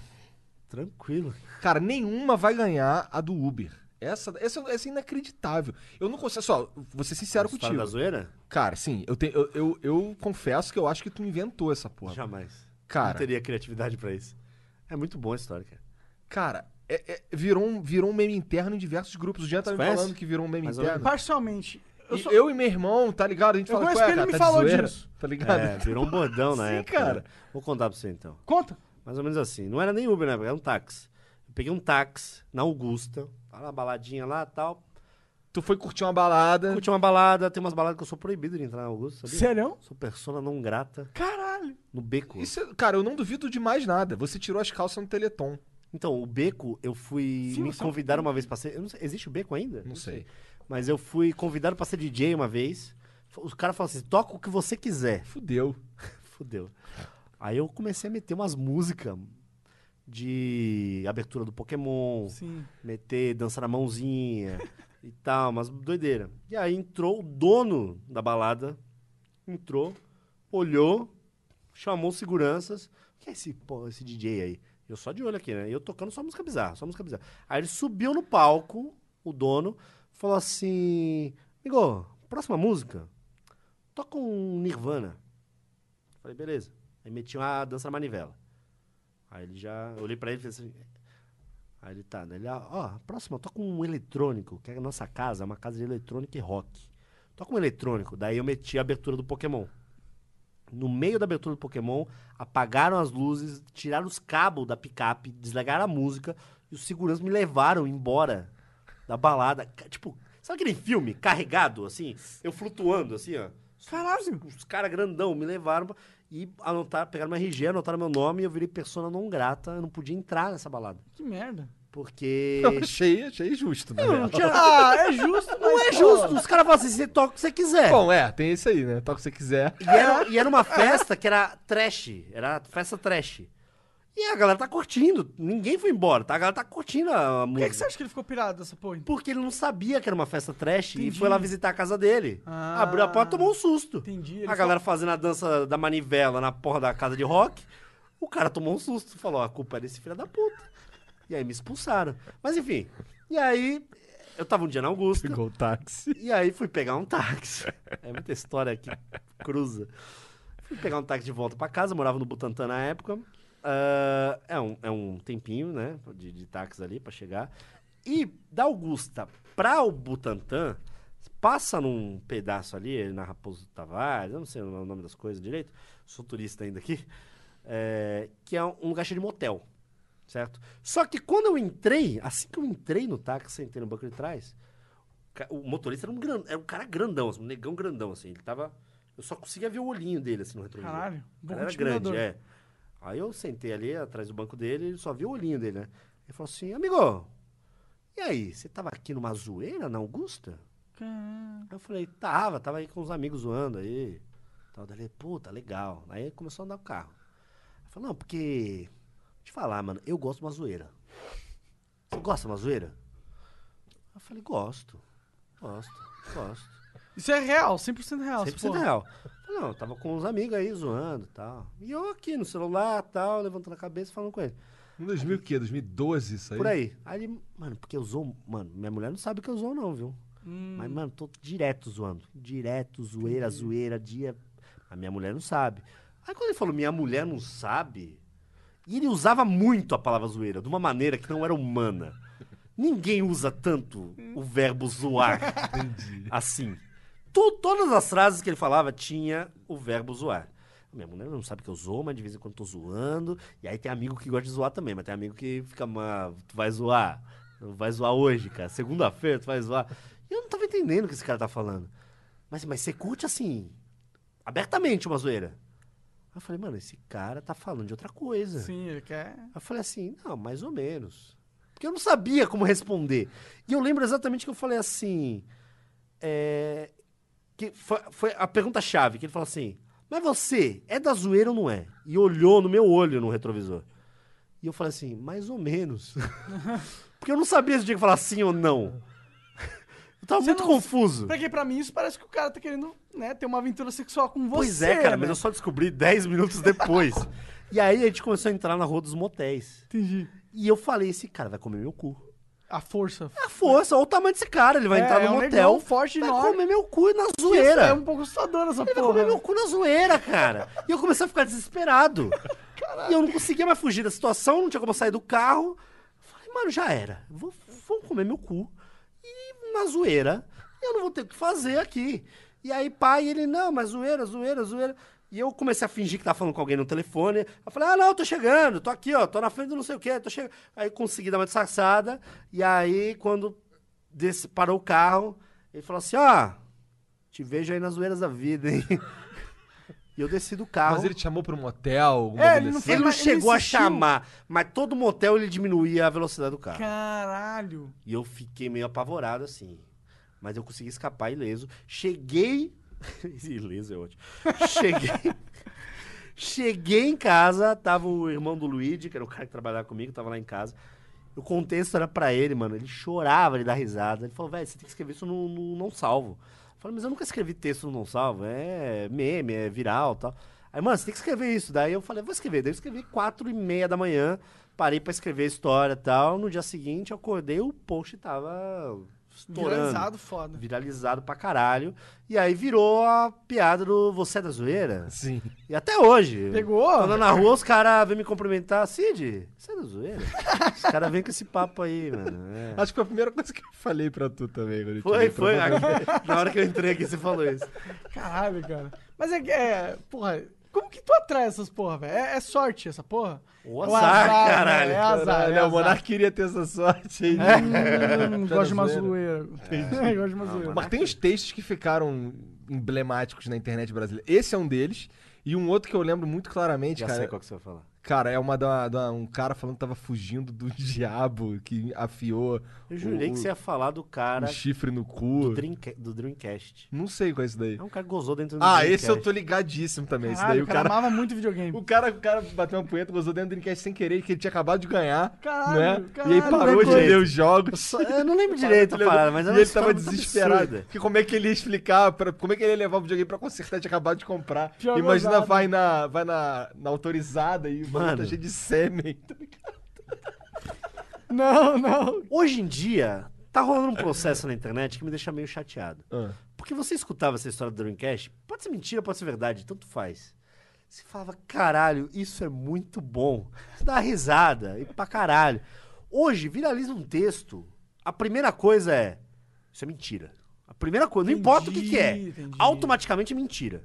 Tranquilo.
Cara, nenhuma vai ganhar a do Uber. Essa, essa, essa é inacreditável. Eu não consigo. Só, vou ser sincero
História da
contigo.
zoeira?
Cara, sim, eu, te, eu, eu, eu confesso que eu acho que tu inventou essa porra.
Jamais.
Cara.
Não teria criatividade pra isso. É muito bom a história, cara.
Cara, é- é- virou, um, virou um meme interno em diversos grupos. O Jean tá
Você
me
conhece?
falando que virou um meme
Mais ou
interno.
Parcialmente. Eu
Eu,
sou...
eu e meu irmão, tá ligado? A gente
Eu
fala,
conheço
"Ué,
que ele
cara,
me
tá de
falou
zoeira",
disso.
Tá ligado?
É, virou um bordão na
Sim,
época.
cara.
né? Vou contar pra você então.
Conta.
Mais ou menos assim. Não era nem Uber Tá na época, era um táxi. Eu peguei um táxi na Augusta, lá na baladinha lá e tal.
Tu foi curtir uma balada.
Curti uma balada, tem umas baladas que eu sou proibido de entrar na Augusto, sabia?
Sério?
Sou persona não grata
Caralho.
no beco.
Isso, é- cara, eu não duvido de mais nada. Você tirou as calças no Teleton.
Então, o beco, eu fui.
Sim,
me
é um
você-
convidaram uma vez pra ser. eu não sei- existe o beco ainda?
Não sei.
Mas eu fui convidado pra ser DJ uma vez. F- Os caras falaram assim: toca o que você quiser.
Fudeu.
Fudeu. Aí eu comecei a meter umas músicas de abertura do Pokémon,
Sim.
meter dança na mãozinha e tal, umas doideira. E aí entrou o dono da balada, entrou, olhou, chamou os seguranças. Quem é esse, pô, esse DJ aí? Eu só de olho aqui, né? Eu tocando só música bizarra, só música bizarra. Aí ele subiu no palco, o dono, falou assim: Amigo, próxima música, toca um Nirvana. Falei, beleza. Aí meti uma dança na manivela. Aí ele já. Eu olhei pra ele e falei assim. Aí ele tá, né? Ele, ó, ó, próximo, toca um eletrônico, que é a nossa casa, é uma casa de eletrônica e rock. Toca um eletrônico. Daí eu meti a abertura do Pokémon. No meio da abertura do Pokémon, apagaram as luzes, tiraram os cabos da picape, desligaram a música e os seguranças me levaram embora da balada. Ca- Tipo, sabe aquele filme carregado, assim? Eu flutuando, assim, ó.
Caralho.
Os, os caras grandão me levaram pra- e anotaram, pegaram meu RG, anotaram meu nome e eu virei persona não grata. Eu não podia entrar nessa balada.
Que merda.
Porque.
Eu Então, achei, achei justo, né?
Não, tinha-
Ah, é justo, mas...
não é justo. Os caras falam assim: você toca o que você quiser. É.
Bom, é, tem isso aí, né? Toca o que você quiser.
E era, e era uma festa que era trash. Era festa trash. E a galera tá curtindo. Ninguém foi embora, tá? A galera tá curtindo
Por
a música.
que, que você acha que ele ficou pirado dessa porra? então?
Porque ele não sabia que era uma festa trash e
Entendi.
foi lá visitar a casa dele.
Ah.
Abriu a porta tomou um susto.
Entendi. ele
A galera fazendo a dança da manivela na porra da casa de rock. O cara tomou um susto. Falou, a culpa é desse filho da puta. E aí me expulsaram. Mas enfim. E aí, eu tava um dia na Augusta.
Pegou o táxi.
E aí fui pegar um táxi. É muita história que cruza. Fui pegar um táxi de volta pra casa, morava no Butantã na época. Ah, é, um, é um tempinho, né? De, de táxi ali pra chegar. E da Augusta pra o Butantã, passa num pedaço ali, na Raposo Tavares, eu não sei o nome das coisas direito, sou turista ainda aqui, é, que é um lugar cheio de motel, certo? Só que quando eu entrei, assim que eu entrei no táxi, sentei no banco de trás, Ca- O motorista era um, gran- era um cara grandão, assim, um negão grandão, assim. Ele tava. Eu só conseguia ver o olhinho dele, assim, no retrovisor.
Caralho,
O
bom
cara era
intimidador.
grande, é. Aí eu sentei ali atrás do banco dele e só vi o olhinho dele, né? Ele falou assim: Amigo, e aí? Você tava aqui numa zoeira na Augusta?
Caralho.
Aí eu falei: Tava, tava aí com uns amigos zoando aí. Tal. Daí ele, puta, legal. Aí começou a andar o carro. Ele falou: Não, porque. Vou te falar, mano, eu gosto de uma zoeira. Você gosta de uma zoeira? Eu falei: Gosto, gosto, gosto.
Isso é real, 100% real. 100%
100% real. Falei, Não, eu tava com uns amigos aí zoando e tal. E eu aqui no celular tal, levantando a cabeça falando com ele.
Em 2000 o quê? 2012 isso aí?
Por aí. Aí ele, mano, porque eu zoo. Mano, minha mulher não sabe que eu zoo, não, viu? Mas, mano, tô direto zoando. Direto, zoeira, zoeira, dia. A minha mulher não sabe. Aí quando ele falou, minha mulher não sabe. E ele usava muito a palavra zoeira, de uma maneira que não era humana. Ninguém usa tanto o verbo zoar assim. Tu- todas as frases que ele falava tinha o verbo zoar. Minha mulher não sabe que eu zoo, mas de vez em quando tô zoando. E aí tem amigo que gosta de zoar também, mas tem amigo que fica, "Ma, tu vai zoar. Tu Vai zoar hoje, cara. Segunda-feira tu vai zoar. E eu não tava entendendo o que esse cara tá falando. Mas, mas você curte assim, abertamente uma zoeira. Aí eu falei, mano, esse cara tá falando de outra coisa.
Sim, ele quer...
Aí Eu falei assim, não, mais ou menos. Porque eu não sabia como responder. E eu lembro exatamente que eu falei assim. é, que foi, foi a pergunta-chave, que ele falou assim: Mas você é da zoeira ou não é? E olhou no meu olho no retrovisor. E eu falei assim, mais ou menos. Porque eu não sabia se eu tinha que falar sim ou não. Eu tava
Você
muito
não-
confuso.
Porque pra mim isso parece que o cara tá querendo, né, ter uma aventura sexual com você.
Pois é, cara,
né?
mas eu só descobri 10 minutos depois. e aí a gente começou a entrar na rua dos motéis.
Entendi.
E eu falei, esse cara vai comer meu cu.
A força.
a força, olha o tamanho desse cara. Ele vai
É,
entrar
é
no
um
motel,
negão forte,
vai
enorme.
comer meu cu na zoeira.
É um pouco assustador essa
Ele vai
porra.
comer meu cu na zoeira, cara. E eu comecei a ficar desesperado. E eu não conseguia mais fugir da situação, não tinha como sair do carro. Eu Falei, mano, já era. Vou, vão comer meu cu. E na zoeira. E eu não vou ter o que fazer aqui. E aí, pai, ele, não, mas zoeira, zoeira, zoeira. E eu comecei a fingir que tava falando com alguém no telefone. Eu falei, ah, não, tô chegando, tô aqui, ó, tô na frente do não sei o quê, tô chegando. Aí consegui dar uma disfarçada. E aí, quando desse, parou o carro, ele falou assim, ó, te vejo aí nas zoeiras da vida, hein? e eu desci do carro.
Mas ele te chamou pra um motel, alguma
É,
coisa
ele não
assim?
foi
Ele não
Mas ele
chegou a
insistiu.
chamar, mas todo motel ele diminuía a velocidade do carro.
Caralho.
E eu fiquei meio apavorado assim. Mas eu consegui escapar ileso. Cheguei. ileso é ótimo. Cheguei. Cheguei em casa, tava o irmão do Luigi, que era o cara que trabalhava comigo, tava lá em casa. Eu contei a história pra ele, mano. Ele chorava, ele dá risada. Ele falou, velho, você tem que escrever isso no, no Não Salvo. Eu falei, mas eu nunca escrevi texto no Não Salvo. É meme, é viral e tal. Aí, mano, você tem que escrever isso. Daí eu falei, vou escrever. Daí eu escrevi quatro e meia da manhã. Parei pra escrever a história e tal. No dia seguinte, eu acordei, o post tava estourando.
Viralizado, foda.
Viralizado pra caralho. E aí virou a piada do Você é da Zoeira.
Sim.
E até hoje.
Pegou?
Tô andando na rua, os caras vêm me cumprimentar. Cid, você é da zoeira? os caras vêm com esse papo aí, mano. é.
Acho que foi a primeira coisa que eu falei pra tu também. Quando Ah, eu te
Foi,
olhei pra
foi.
você.
aqui- na hora que eu entrei aqui, você falou isso.
Caralho, cara. Mas é que, é, porra, como que tu atrai essas porra, velho? É, é sorte essa porra?
O
É
azar,
né?
velho,
caralho.
É azar,
Caralho,
é
o Monark queria ter essa sorte aí.
azar. Hum, gosto de uma zoeira. É, gosto de uma zoeira.
Mas tem os textos que ficaram emblemáticos na internet brasileira. Esse é um deles. E um outro que eu lembro muito claramente,
Já
cara.
sei qual que você vai falar.
Cara, é uma da, da- um cara falando que tava fugindo do diabo, que afiou
Eu jurei
o,
que você ia falar do cara
o chifre no
do,
cu.
Dreamca- do Dreamcast.
Não sei qual é isso daí.
É um cara que é. gozou dentro do
Ah,
Dreamcast.
esse eu tô ligadíssimo também. Esse
Caralho,
daí
o
o
cara
cara,
amava muito videogame.
o cara. O cara bateu uma punheta, gozou dentro do Dreamcast sem querer, que ele tinha acabado de ganhar.
Caralho,
né?
caralho,
e aí parou de
doido.
ler os jogos.
Só- Eu não lembro direito a parada, mas
e
era
ele
uma
tava
história muito
desesperado.
absurda.
Que como é que ele ia explicar, pra- como é que ele ia levar o videogame pra consertar de acabar de comprar?
Pior
Imagina,
gozada.
vai na, vai na, na autorizada e mano, tá
Mano.
cheio de sêmen. tá ligado?
Não, não.
Hoje em dia, tá rolando um processo na internet que me deixa meio chateado.
Ah.
Porque você escutava essa história do Dreamcast, pode ser mentira, pode ser verdade, tanto faz. Você falava, caralho, isso é muito bom. Você dá uma risada e pra caralho. Hoje, viraliza um texto, a primeira coisa é, isso é mentira. A primeira coisa, não importa o que, que é,
Entendi, entendi.
automaticamente é mentira.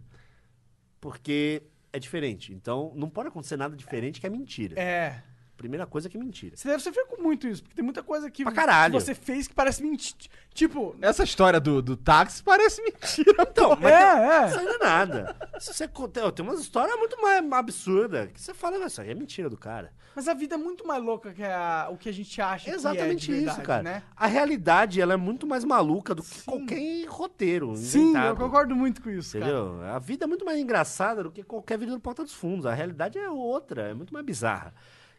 Porque é diferente, então não pode acontecer nada diferente que é mentira.
É.
Primeira coisa que é mentira.
Você deve sofrer com muito isso, porque tem muita coisa que
Pra caralho.
você fez que parece mentira. Tipo,
Essa história do, do táxi parece mentira.
Então, mas
É, é.
Isso aí não é nada. Se você conta- tem umas histórias muito mais absurdas que você fala, "Mas isso aí é mentira do cara.
mas a vida é muito mais louca que a- o que a gente acha
É
que
exatamente
é de verdade,
isso, cara.
Né?
A realidade, ela é muito mais maluca do que qualquer roteiro
Sim,
inventado.
eu concordo muito com isso, cara.
Entendeu? A vida é muito mais engraçada do que qualquer vídeo do Porta dos Fundos. A realidade é outra, é muito mais bizarra.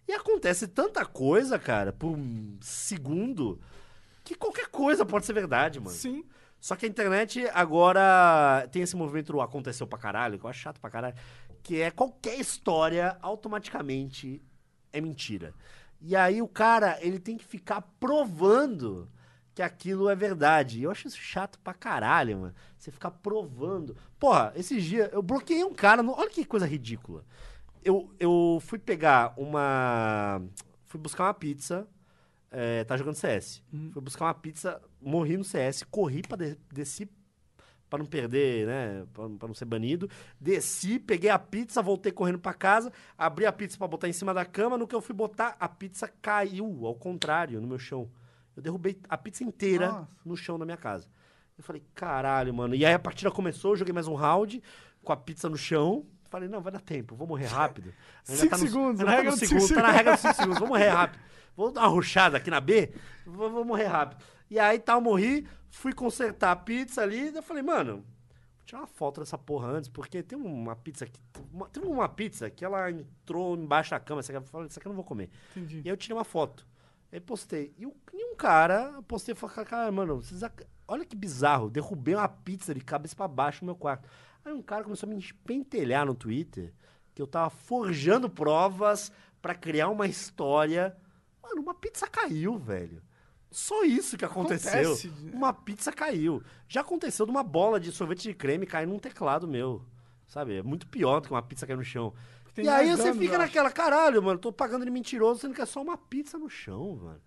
E acontece tanta coisa, cara, por um segundo, que qualquer coisa pode ser verdade, mano.
Sim.
Só que a internet agora tem esse movimento do aconteceu pra caralho, que eu acho chato pra caralho, que é qualquer história automaticamente é mentira. E aí o cara, ele tem que ficar provando que aquilo é verdade. E eu acho isso chato pra caralho, mano. Você ficar provando. Porra, esses dias eu bloqueei um cara, no... olha que coisa ridícula. Eu, eu fui pegar uma. Fui buscar uma pizza. É, tá jogando CS. Fui buscar uma pizza, morri no CS, corri pra de, desci pra não perder, né? Pra, pra não ser banido. Desci, peguei a pizza, voltei correndo pra casa, abri a pizza pra botar em cima da cama. No que eu fui botar, a pizza caiu, ao contrário, no meu chão. Eu derrubei a pizza inteira
Nossa.
no chão da minha casa. Eu falei, caralho, mano. E aí a partida começou, eu joguei mais um round com a pizza no chão. Falei, não, vai dar tempo, vou morrer rápido. Ainda
Cinco
tá no-
segundos,
ainda
a
tá
regra
no
dos cinco
segundo, tá na regra dos 5 segundos, vou morrer rápido. Vou dar uma ruchada aqui na B, vou, vou morrer rápido. E aí tal, morri, fui consertar a pizza ali, daí eu falei, mano, vou tirar uma foto dessa porra antes, porque tem uma pizza que. uma- tem uma pizza que ela entrou embaixo da cama, essa aqui, eu falei, isso aqui eu não vou comer.
Entendi.
E aí eu tirei uma foto. Aí postei. E, o- e um cara, eu postei e falei, cara, mano, vocês ac- olha que bizarro. Derrubei uma pizza de cabeça pra baixo no meu quarto. Aí um cara começou a me pentelhar no Twitter que eu tava forjando provas pra criar uma história. Mano, uma pizza caiu, velho. Só isso que aconteceu.
Acontece, né?
Uma pizza caiu. Já aconteceu de uma bola de sorvete de creme cair num teclado meu. Sabe? É muito pior do que uma pizza cair no chão.
Tem
e aí
mais
você
danos,
fica
eu
naquela, caralho, mano, tô pagando de mentiroso, sendo que é só uma pizza no chão, mano.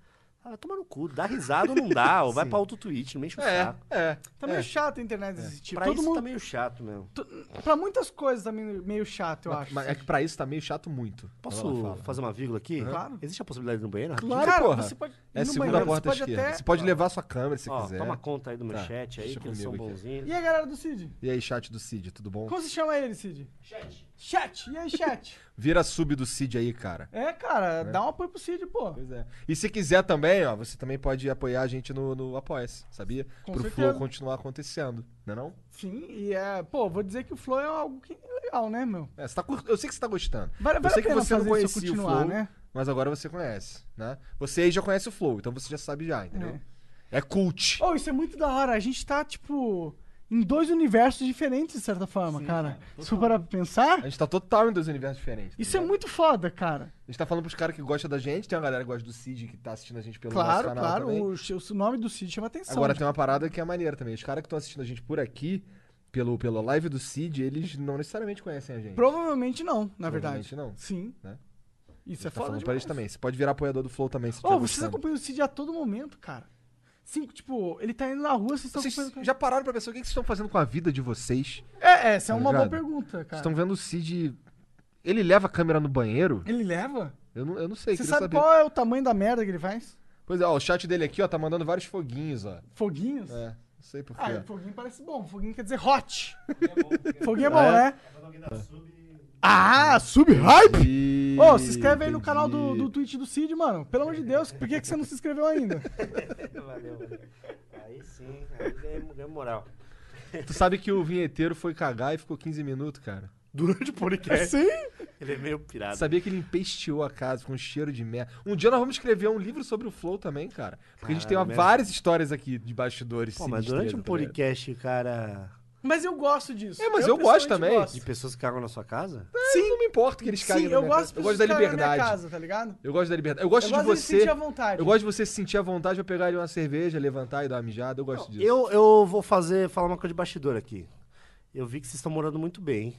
Ah, vai tomar no cu, dá risada ou não dá, ou vai pra outro tweet, não me enche o
É,
saco.
é.
Tá meio
é.
chato a internet desse tipo.
pra
Todo
isso
mundo,
tá meio chato mesmo.
to- Pra muitas coisas tá meio meio chato, eu
Mas-
acho.
mas é que pra isso tá meio chato muito. Ela
Posso
fala.
fazer uma vírgula aqui?
Claro.
Existe a possibilidade de ir no banheiro? rapidinho?
Claro,
Cara,
porra.
você pode ir
É a
no
segunda
banheiro,
porta à
você pode
esquerda.
até-
Você pode levar sua câmera se
Ó,
quiser.
toma conta aí do meu
Tá,
chat aí,
deixa
que eles são
comigo aqui.
bonzinhos.
E a galera do Cid?
E aí, chat do Cid, tudo bom?
Como se chama ele, Cid?
Chat.
Chat. E aí, chat?
Vira sub do Cid aí, cara.
É, cara, dá um apoio pro Cid, pô.
Pois é. E se quiser também, ó, você também pode apoiar a gente no, no Apoia-se, sabia?
Com
Pro
certeza.
Flow continuar acontecendo, né não?
Sim, e é. Pô, vou dizer que o Flow é algo que é legal, né, meu?
É, você tá cur- Eu sei que você tá gostando.
Vale,
eu
vale
sei
a
que
pena
você não
fazer isso
conhecia o
continuar,
Flow,
né?
mas agora você conhece, né? Você aí já conhece o Flow, então você já sabe já, entendeu? É, cult.
Oh, isso é muito da hora. A gente tá, tipo, em dois universos diferentes, de certa forma, cara. Se for parar pra
A
pensar,
gente tá total em dois universos diferentes. tá
isso é
ligado?
muito foda, cara.
A gente tá falando pros caras que gostam da gente, tem uma galera que gosta do Cid que tá assistindo a gente pelo nosso
Claro,
canal
claro.
também.
O, o nome do Cid chama atenção.
Agora
né?
tem uma parada que é maneira também. Os caras que estão assistindo a gente por aqui, pelo, pela live do Cid, eles não necessariamente conhecem a gente.
Provavelmente não, na verdade.
Provavelmente não.
Sim.
Né?
Isso
Você
é
tá
foda
falando pra
demais.
eles também. Você pode virar apoiador do Flow também, se tá-
Ô,
tiver
vocês
gostando.
acompanham o Cid a todo momento, cara. Cinco, tipo, ele tá indo na rua, vocês estão
Vocês
acompanhando... com-
já pararam pra pensar o que que vocês estão fazendo com a vida de vocês?
É, essa é
Tá
uma boa
ligado?
pergunta,
Vocês
cara.
estão vendo o Cid... Ele leva a câmera no banheiro?
Ele leva?
Eu não, eu não sei,
Você
queria
sabe
saber.
qual é o tamanho da merda que ele faz?
Pois é, ó, o chat dele aqui, ó, tá mandando vários foguinhos, ó.
Foguinhos?
É, não sei porquê.
Ah, e foguinho parece bom. Foguinho quer dizer hot. Foguinho é bom,
Ah, é?
né? Ah, sub-hype!
Ih,
Ô, se inscreve aí no
entendi.
canal do, do Twitch do Cid, mano. Pelo amor de Deus, por que, que você não se inscreveu ainda?
Valeu, valeu. Aí sim, aí ganhei, ganhei moral.
Tu sabe que o vinheteiro foi cagar e ficou 15 minutos, cara.
Durante o podcast,
Sim!
ele é meio pirado.
Sabia que ele empesteou a casa com um cheiro de merda. Um dia nós vamos escrever um livro sobre o Flow também, cara. Porque a gente tem
Caralho, mesmo?
várias histórias aqui de bastidores.
Pô, mas
sinistras,
durante um
tá ligado?
podcast, cara,
Mas eu gosto disso.
É, mas eu gosto
pessoalmente
também.
de pessoas que cagam na sua casa?
Sim, Ah, não me importo que eles caguem.
Sim,
na
eu
minha casa.
gosto de
eu
pessoas
gosto da
que cagam na minha
liberdade.
casa, tá ligado?
Eu gosto da liberdade. Eu gosto
Eu
de
gosto de me
você.
sentir à vontade.
Eu gosto de você se sentir à vontade pra pegar ali uma cerveja, levantar e dar uma mijada. Eu gosto disso.
Eu, eu vou fazer, falar uma coisa de bastidor aqui. Eu vi que vocês estão morando muito bem,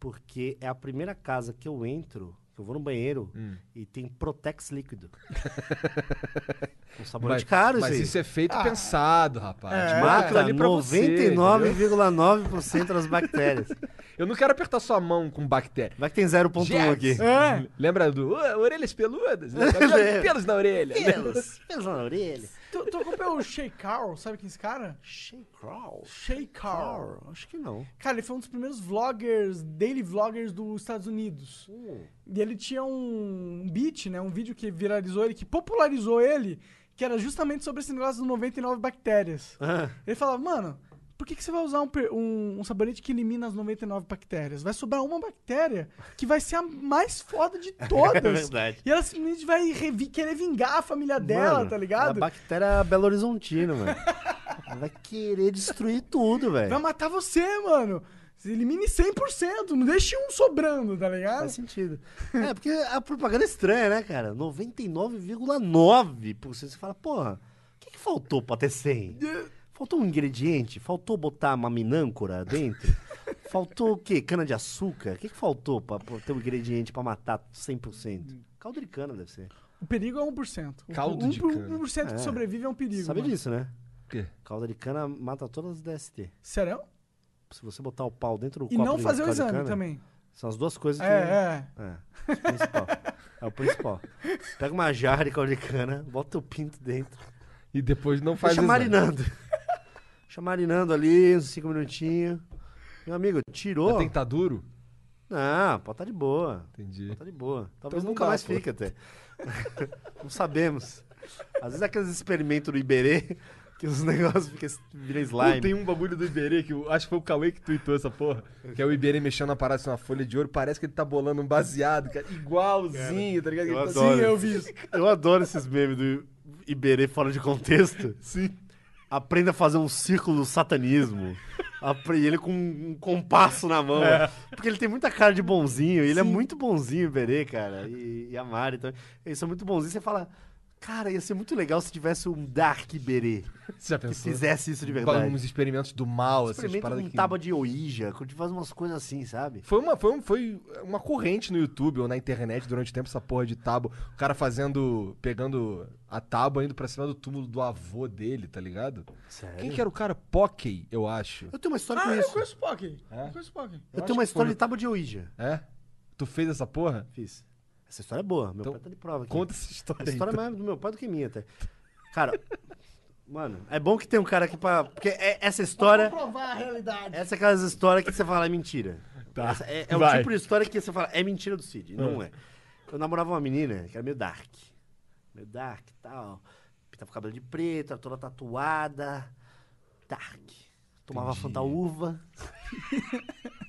porque é a primeira casa que eu entro, que eu vou no banheiro,
Hum.
e tem Protex líquido. um sabonete
Mas,
caro,
mas
gente.
isso é feito
Ah.
pensado, rapaz. É,
Mata 99,9% das bactérias.
eu não quero apertar sua mão com bactéria.
Vai que tem 0,1
Jets.
aqui.
É.
Lembra do "Ô, orelhas peludas? Né? Tá vendo? Pelos na orelha.
Pelos, pelos na orelha.
Tu, tu acompanhou o Shay Carl, sabe quem é esse cara?
Shake Carl.
Shay Carl.
Carl, Acho que não.
Cara, ele foi um dos primeiros vloggers, daily vloggers dos Estados Unidos.
Hum.
E ele tinha um beat, né? Um vídeo que viralizou ele, que popularizou ele, que era justamente sobre esse negócio dos 99 bactérias.
Ah,
Ele falava, mano, por que, que você vai usar um, per- um- um sabonete que elimina as 99 bactérias? Vai sobrar uma bactéria que vai ser a mais foda de todas.
É verdade.
E ela simplesmente vai revi- querer vingar a família dela,
mano, é
tá ligado?
A bactéria Belo Horizontina, mano. Vai querer destruir tudo,
Vai
velho.
matar você, mano. Você Elimine 100%, não deixe um sobrando, tá ligado?
Faz sentido. É, porque a propaganda é estranha, né, cara? 99,9%. Você fala, porra, o que, que faltou pra ter 100? Faltou um ingrediente? Faltou botar uma minâncora dentro? faltou o quê? Cana-de-açúcar? O que, que faltou pra pra ter um ingrediente pra matar 100%? Caldo de cana deve ser.
O perigo é 1%. O
Caldo
um,
de
por-
cana.
1%
É.
que sobrevive é um perigo.
Sabe
mano.
disso, né?
O quê?
Calda de cana mata todas as DST.
Sério?
Se você botar o pau dentro do
E
copo
não
de
fazer o
calda de
exame
cana,
também.
São as duas coisas que...
É, é.
É, o principal. É o principal. Pega uma jarra de caldo de cana, bota o pinto dentro.
E depois não faz
Deixa
exame.
marinando. Deixa marinando ali, uns cinco minutinhos. Meu amigo, tirou.
Mas Tem que tá duro?
Não, pode tá de boa.
Entendi.
Tá de boa. Talvez
Então não
nunca
dá,
mais
pô.
fique até. não sabemos. Às vezes é aqueles experimentos do Iberê, que os negócios ficam viram slime.
Pô, tem um bagulho do Iberê que eu- acho que foi o Cauê que tweetou essa porra. Que é o Iberê mexendo na parada assim, uma folha de ouro. Parece que ele tá bolando um baseado, cara. Igualzinho, tá ligado?
eu
Ele tá
adoro.
Sim, eu vi isso.
Eu adoro esses memes do Iberê fora de contexto. Sim. Aprenda a fazer um círculo do satanismo. Apre- Ele com um compasso na mão.
É.
Porque ele tem muita cara de bonzinho. Ele é muito bonzinho, o Iberê, cara. E, e a Mari também. Eles são muito bonzinhos. Você fala, Cara, ia ser muito legal se tivesse um Dark Berê
Você já
que
pensou?
fizesse isso de
Fala
é verdade.
uns experimentos do mal, assim,
Experimenta
paradas
com
que-
tábua de Ouija, quando faz umas coisas assim, sabe?
Foi uma, foi, um- foi uma corrente no YouTube ou na internet durante o tempo, essa porra de tábua. O cara fazendo. pegando a tábua, indo pra cima do túmulo do avô dele, tá ligado?
Sério?
Quem que era o cara? Pockey, eu acho.
é? Eu tenho uma história com
Ah, eu
isso.
conheço o Pocky. Eu conheço o Pocky.
Eu
acho
tenho uma
que foi-
história de tábua de Ouija.
É? Tu fez essa porra?
Fiz. Essa história é boa. Meu
Então,
pai tá de prova aqui.
Conta essa história
Essa
aí.
história é
então.
mais do meu pai do que minha até. Cara, mano, é bom que tem um cara aqui pra. Porque é- essa história.
Provar a realidade.
Essa é aquelas histórias que você fala é mentira.
Tá,
Essa é é o
vai. Ah.
tipo de história que você fala é mentira do Cid. e Não é. Eu namorava uma menina que era meio dark. Meio dark e tal. Pintava o cabelo de preto, era toda tatuada. Dark. Tomava
Entendi.
Fanta Uva.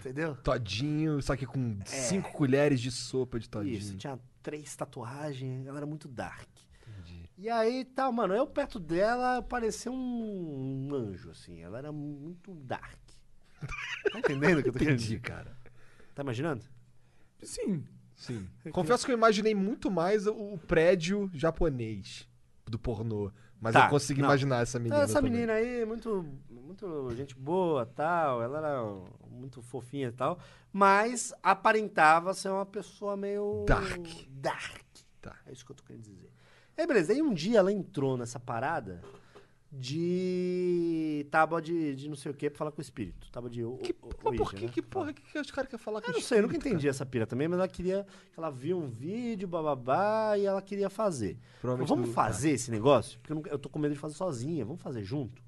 Entendeu?
Todinho, só que com cinco colheres de sopa de todinho.
É. Isso, tinha três tatuagens, ela era muito dark. E aí, tá, mano, eu perto dela parecia um anjo, assim. Ela era muito dark. Tá entendendo o que eu tô querendo
Entendi,
dizer?
cara.
Tá imaginando?
Sim.
Sim. Confesso que eu imaginei muito mais o o prédio japonês do pornô. Mas
Tá,
eu consegui
não.
imaginar essa menina.
Essa
também.
menina aí, muito, muito gente boa tal, ela era muito fofinha e tal, mas aparentava ser uma pessoa meio.
Dark.
Dark.
Tá.
É isso que eu tô querendo dizer. Aí, beleza. Aí um dia ela entrou nessa parada de tábua de, de não sei o que pra falar com o espírito. Tábua de. o-
Que,
o-
porra, por
Ouija,
que,
né?
que porra que, que os caras querem falar com
Eu
os
não sei, eu nunca
espíritos,
entendi essa pira também, mas ela queria. Ela viu um vídeo, bababá, e ela queria fazer.
Provavelmente tá.
Vamos
do-
fazer esse negócio? Porque eu, não- eu tô com medo de fazer sozinha, vamos fazer junto?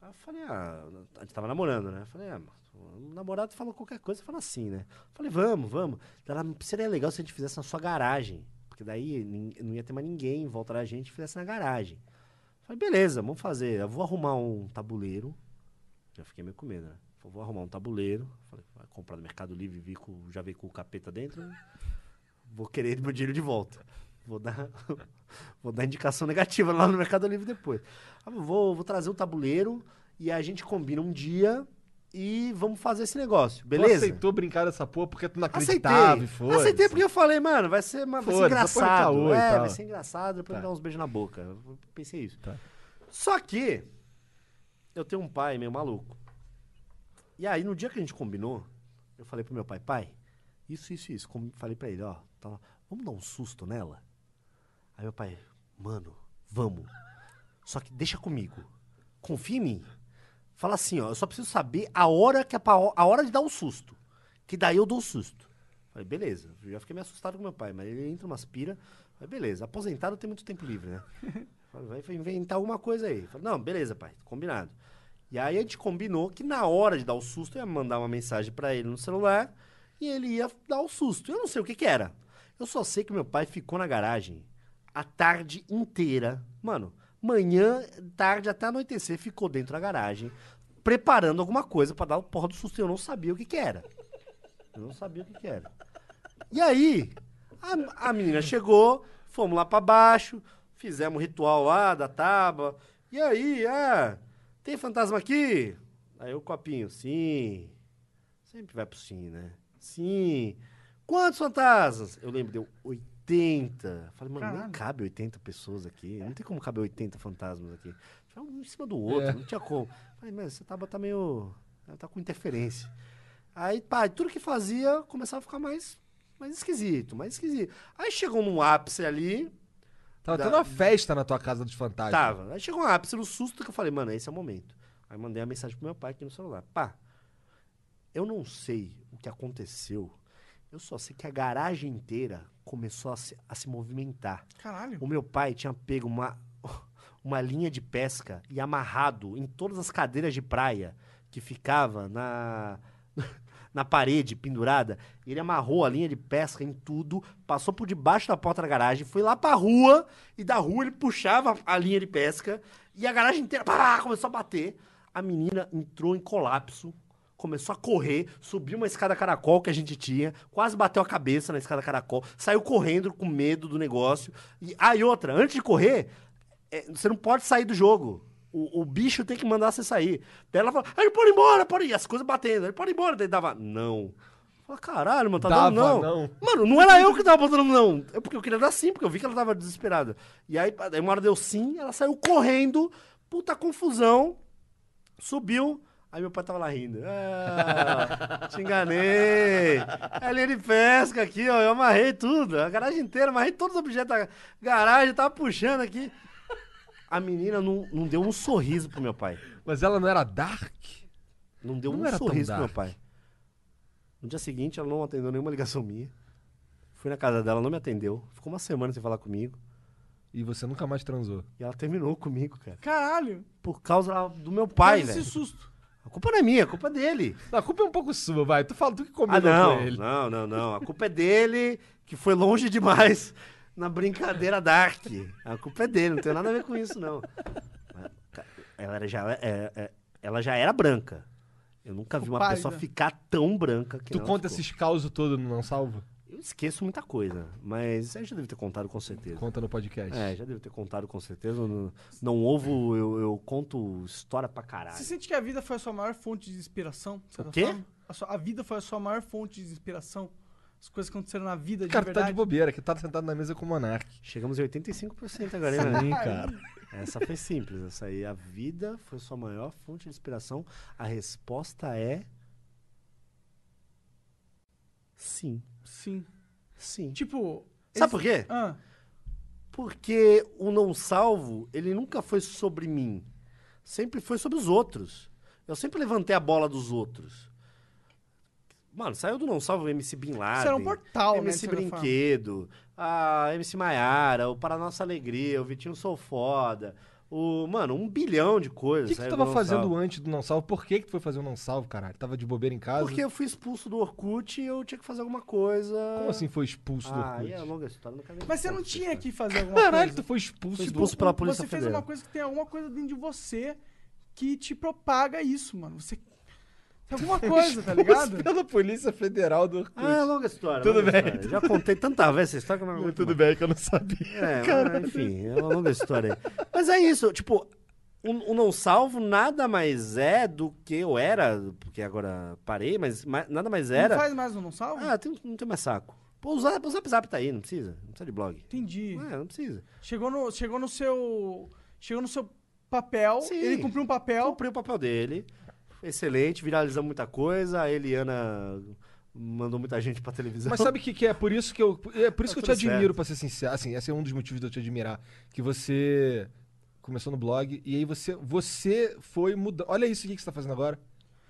Aí eu falei, ah, a gente tava namorando, né? Eu falei, ah, mas o namorado falou qualquer coisa, você fala assim, né? Eu falei, vamos, vamos. Ela, seria legal se a gente fizesse na sua garagem. Porque daí nin- não ia ter mais ninguém em volta da gente e fizesse na garagem. Eu falei, beleza, vamos fazer. Eu vou arrumar um tabuleiro. Eu fiquei meio com medo, né? Falei, vou arrumar um tabuleiro. Falei, vai comprar no Mercado Livre, vi com- já veio com o capeta dentro. né? Vou querer meu dinheiro de volta. Vou dar, vou dar indicação negativa lá no Mercado Livre depois. Ah, Vou, vou trazer o tabuleiro e a gente combina um dia e vamos fazer esse negócio,
Tu
beleza?
aceitou brincar dessa porra porque tu não
Aceitei.
acreditava e foi.
Aceitei porque eu falei, mano, vai ser, uma- vai
Foda-se, vai
ser
pôr no
engraçado.
caô e
É,
tal.
vai ser engraçado, depois
Tá.
me dar uns beijos na boca. Eu pensei isso.
Tá.
Só que eu tenho um pai meio maluco. E aí, no dia que a gente combinou, eu falei pro meu pai, pai, isso, isso, isso. Como- Falei pra ele, ó, tá- vamos dar um susto nela? Aí meu pai, mano, vamos. Só que deixa comigo. Confia em mim. Fala assim, ó, eu só preciso saber a hora que é pra- a hora de dar o susto. Que daí eu dou o susto. Falei, beleza. Eu já fiquei meio assustado com meu pai, mas ele entra umas pira. Falei, beleza, aposentado tem muito tempo livre, né? Falei, vai vai inventar alguma coisa aí. Falei, não, beleza, pai, combinado. E aí a gente combinou que na hora de dar o susto, eu ia mandar uma mensagem pra ele no celular e ele ia dar o susto. Eu não sei o que que era. Eu só sei que meu pai ficou na garagem a tarde inteira. Mano, manhã, tarde até anoitecer, ficou dentro da garagem preparando alguma coisa pra dar o porra do susto. Eu não sabia o que que era. Eu não sabia o que que era. E aí, a, a menina chegou, fomos lá pra baixo, fizemos o ritual lá da tábua. E aí, ah, tem fantasma aqui? Aí o copinho, sim. Sempre vai pro sim, né? Sim. Quantos fantasmas? Eu lembro, deu 80. Falei, mano, nem
Caralho.
cabe 80 pessoas aqui. Não tem como caber 80 fantasmas aqui. Foi um em cima do outro,
É.
não tinha como. Falei, mano, essa tábua tá meio. Ela tá com interferência. Aí, pá, tudo que fazia começava a ficar mais, mais esquisito, mais esquisito. Aí chegou num ápice ali,
Tava
Da-
tendo uma festa na tua casa dos fantasmas.
tava. Aí chegou um ápice no susto que eu falei, mano, esse é o momento. Aí mandei a mensagem pro meu pai aqui no celular. Pá, eu não sei o que aconteceu. Eu só sei que a garagem inteira começou a se, a se movimentar.
Caralho.
O meu pai tinha pego uma, uma linha de pesca e amarrado em todas as cadeiras de praia que ficava na, na parede pendurada. Ele amarrou a linha de pesca em tudo, passou por debaixo da porta da garagem, foi lá pra rua e da rua ele puxava a linha de pesca e a garagem inteira pá, começou a bater. A menina entrou em colapso. Começou a correr, subiu uma escada caracol que a gente tinha, quase bateu a cabeça na escada caracol, saiu correndo com medo do negócio. E, ah, e outra, antes de correr, é, você não pode sair do jogo. O, o bicho tem que mandar você sair. Daí ela fala, ele pode ir embora, pode ir. As coisas batendo, ele pode ir embora. Daí dava, não. Fala, caralho, mano, tá
Dava
dando não.
não.
Mano, não era eu que tava botando não. É porque eu queria dar sim, porque eu vi que ela tava desesperada. E aí, aí uma hora deu sim, ela saiu correndo, puta confusão, subiu. Aí meu pai tava lá rindo. Ah, te enganei. É linha de pesca aqui, ó. Eu amarrei tudo. A garagem inteira, amarrei todos os objetos da garagem, tava puxando aqui. A menina não, não deu um sorriso pro meu pai.
Mas ela não era dark?
Não deu
Não
um
era tão
sorriso pro meu
dark.
pai. No dia seguinte, ela não atendeu nenhuma ligação minha. Fui na casa dela, não me atendeu. Ficou uma semana sem falar comigo.
E você nunca mais transou.
E ela terminou comigo, cara.
Caralho.
Por causa do meu pai,
Mas
velho.
esse susto.
A culpa não é minha, a culpa é dele.
A culpa é um pouco sua, vai. Tu fala, tu que combinou
Ah, não.
com ele.
Não, não, não. A culpa é dele, que foi longe demais na brincadeira Dark. A culpa é dele, não tem nada a ver com isso, não. Mas, ca- Ela era já, é- é- ela já era branca. Eu nunca vi uma
Pálida.
pessoa ficar tão branca que
né? Tu
ela
conta
ficou.
esses causos todo no Não Salvo?
Eu esqueço muita coisa, mas eu já devo ter contado com certeza.
Conta no podcast.
É, já devo ter contado com certeza. Não, não ovo, eu, eu conto história pra caralho.
Você sente que a vida foi a sua maior fonte de inspiração? de certa
O quê?
forma? A, sua- a vida foi a sua maior fonte de inspiração? As coisas que aconteceram na vida de
Cara, tu tá
verdade?
de bobeira, que tá sentado na mesa com o Monark.
Chegamos em 85% agora, hein, né?
cara.
Essa foi simples, essa aí. A vida foi sua maior fonte de inspiração. A resposta é. Sim.
Sim.
Sim.
Tipo...
Sabe por quê?
Ah,
Porque o não salvo, ele nunca foi sobre mim. Sempre foi sobre os outros. Eu sempre levantei a bola dos outros. Mano, saiu do não salvo o MC Bin Laden.
isso era um portal, né? de
MC
certa forma.
É Brinquedo, a MC Maiara, o Para Nossa Alegria, o Vitinho Sou Foda, o. Mano, um bilhão de
O
coisas.
que, que
saiu
tu
do
tava
Não
fazendo
Salvo.
antes do Não um Salvo? Por que que tu foi fazer o Não Salvo, caralho? Tava de bobeira em casa?
Porque eu fui expulso do Orkut e eu tinha que fazer alguma coisa.
Como assim foi expulso do
Ah, aí é
Orkut?
longa história, não quero nem
Mas você
contar
não
essa
tinha
história.
que fazer alguma
Caralho,
coisa.
tu foi expulso,
Foi
do-
expulso pela Polícia
você fez
Federal.
uma coisa que tem alguma coisa dentro de você que te propaga isso, mano. Você. Tem alguma coisa, tá ligado?
expulso assim pela Polícia Federal do Orkut.
Ah, é longa história.
Tudo
longa
bem,
história. Já contei tanta vez essa história que eu não aguento
Tudo
mais.
bem que eu não sabia.
É, mas, enfim, é uma longa história aí. Mas é isso, tipo, o, o Não Salvo nada mais é do que eu era, porque agora parei, mas ma- nada mais era.
Não faz mais um não salvo?
Ah, tem- não tem mais saco. Pô, o Zap, o Zap Zap tá aí, não precisa. Não precisa de blog.
Entendi.
É, não precisa.
Chegou, no, chegou no seu. Chegou no seu papel.
Sim.
Ele cumpriu um
É
papel.
Cumpriu o papel dele. Excelente, viralizamos muita coisa. A Eliana mandou muita gente pra televisão.
Mas sabe o que, que é? Por isso que eu. É por isso
Tá
que eu
tudo
te admiro,
certo.
pra ser sincero. Assim, esse é um dos motivos de eu te admirar. Que você começou no blog e aí você, você foi mudando. Olha isso aqui que você tá fazendo agora.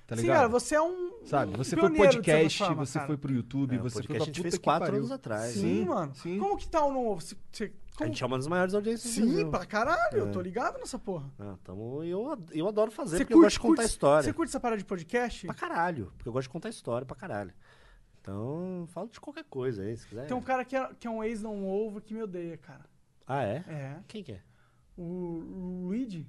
Tá
Sim,
ligado?
cara, você é um.
Sabe? Você
um
foi
pioneiro, de certa
podcast,
forma,
você
cara.
foi pro YouTube,
É, o
você foi
podcast
pra
a gente
puta
fez
que
quatro
pariu.
anos atrás.
Sim,
hein?
mano.
sim.
Como que tá o novo? Você, você-
A
como-
gente é uma das maiores audiências do
Sim,
Brasil.
pra caralho.
É.
Eu tô ligado nessa porra.
Ah, tamo, eu, ad- eu adoro fazer,
Você
porque eu gosto de contar
curte-
história.
Você curte essa parada de podcast?
Pra caralho. Porque eu gosto de contar história pra caralho. Então, falo de qualquer coisa aí, se quiser.
Tem um cara que é, que é um ex não ovo que me odeia, cara.
Ah, é?
É.
Quem que é?
O Luigi?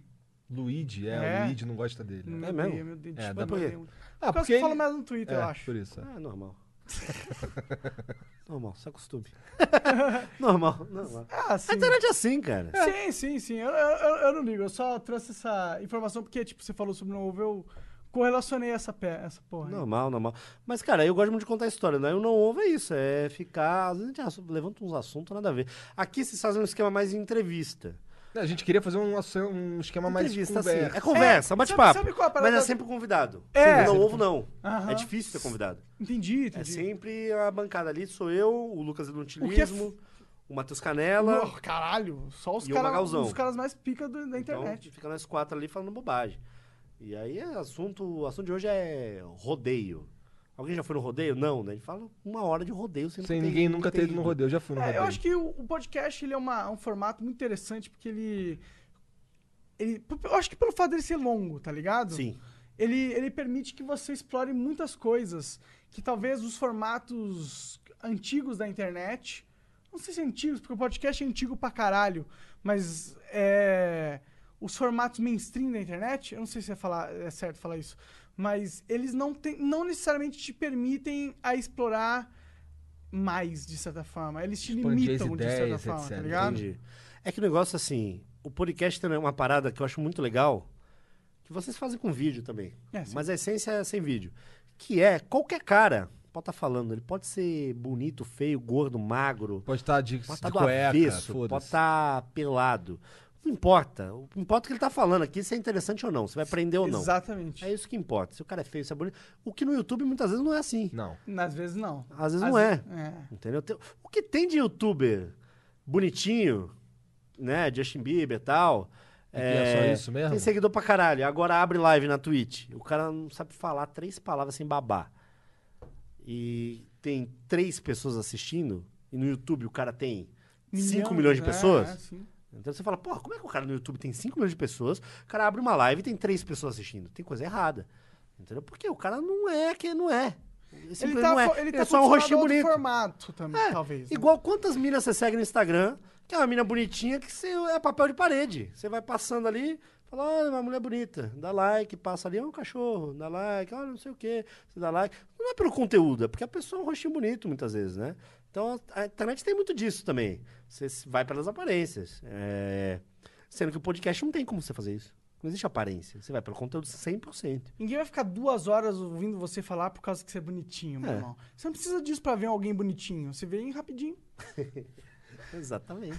Luigi, é,
É.
O Luigi não gosta dele. né?
Meu
É mesmo?
Deus, meu Deus,
É,
desculpa,
dá pra
eu
ver.
tenho-
Ah,
Por causa que eu falo mais no Twitter,
é,
eu acho.
Por isso. é.
Ah, normal. normal, se acostume. normal, normal.
Ah, sim.
A internet é assim, cara.
Sim, sim, sim. Eu, eu- eu- eu não ligo. Eu só trouxe essa informação porque, tipo, você falou sobre não ovo, eu correlacionei essa, pe... essa porra. né? aí.
Normal, normal. Mas, cara, eu gosto muito de contar história, né? Eu não ouvo é isso, é ficar. Às vezes a gente assu- levanta uns assuntos, nada a ver. Aqui vocês fazem um esquema mais de entrevista.
A gente queria fazer um, asso- um esquema mais
entrevista, assim.
conversa.
É conversa,
É,
bate-papo.
sabe- sabe qual a
mas
parada-
é sempre convidado.
É.
Não ouvo, não.
Aham.
É difícil ser convidado.
Entendi,
É
Ah, entendi.
sempre a bancada ali, sou eu, o Lucas do
O que é f-
Nutilismo, o Matheus Canela.
Porra, caralho, só os,
E o
cara,
Magalzão.
os caras mais pica do- da
Então,
internet.
fica nós quatro ali falando bobagem. E aí, é assunto, o assunto de hoje é rodeio. Alguém já foi no rodeio? Não, né? A gente fala uma hora de rodeio sem,
Sem
ter-
ninguém nunca ter ido no rodeio. Eu já fui no
É,
rodeio.
eu acho que o, o podcast ele é uma- um formato muito interessante porque ele, ele. Eu acho que pelo fato dele ser longo, tá ligado?
Sim.
ele, ele permite que você explore muitas coisas que talvez os formatos antigos da internet. Não sei se antigos, porque o podcast é antigo pra caralho, mas é, os formatos mainstream da internet, eu não sei se é, falar, é certo falar isso, mas eles não, tem, não necessariamente te permitem a explorar mais, de certa forma. Eles te
Expandir as
limitam, de certa
ideias,
forma, tá
etc,
ligado?
Entendi. É que o negócio, assim, o podcast tem uma parada que eu acho muito legal, que vocês fazem com vídeo também.
É, sim.
mas a essência é sem vídeo. Que é qualquer cara pode estar falando. Ele pode ser bonito, feio, gordo, magro.
Pode estar de,
Pode
de
estar do
cueca,
avesso, pode
foda-se.
estar pelado. Não importa. O que importa é o que ele tá falando aqui, se é interessante ou não, se vai prender ou não.
Exatamente.
É isso que importa. Se o cara é feio, se é bonito. O que no YouTube muitas vezes não é assim.
Não.
Às vezes não.
Às vezes não é.
É.
Entendeu? Tem- O que tem de youtuber bonitinho, né? Justin Bieber e tal.
É que é só isso mesmo?
Tem seguidor pra caralho. Agora abre live na Twitch. O cara não sabe falar três palavras sem babar. E tem três pessoas assistindo. E no YouTube o cara tem 5 milhões de
é,
pessoas.
é, sim.
Então você fala, porra, como é que o cara no YouTube tem 5 milhões de pessoas, o cara abre uma live e tem três pessoas assistindo? Tem coisa errada. Entendeu? Porque o cara não é quem não é. Ele,
Ele
simplesmente
tá,
não é.
fo- ele tá
é só um rostinho
condicionado a outro
bonito.
formato também,
É,
talvez. né?
Igual quantas minas você segue no Instagram, que é uma mina bonitinha que você, é papel de parede. Você vai passando ali, fala, olha, uma mulher bonita, dá like, passa ali, é um cachorro, dá like, olha, não sei o quê, você dá like. Não é pelo conteúdo, é porque a pessoa é um rostinho bonito muitas vezes, né? Então a internet tem muito disso também. Você se- vai pelas aparências. É, Sendo que o podcast não tem como você fazer isso. Não existe aparência. Você vai pelo conteúdo 100%.
Ninguém vai ficar duas horas ouvindo você falar por causa que você é bonitinho, meu
É.
irmão. Você não precisa disso pra ver alguém bonitinho. Você vê em rapidinho.
Exatamente.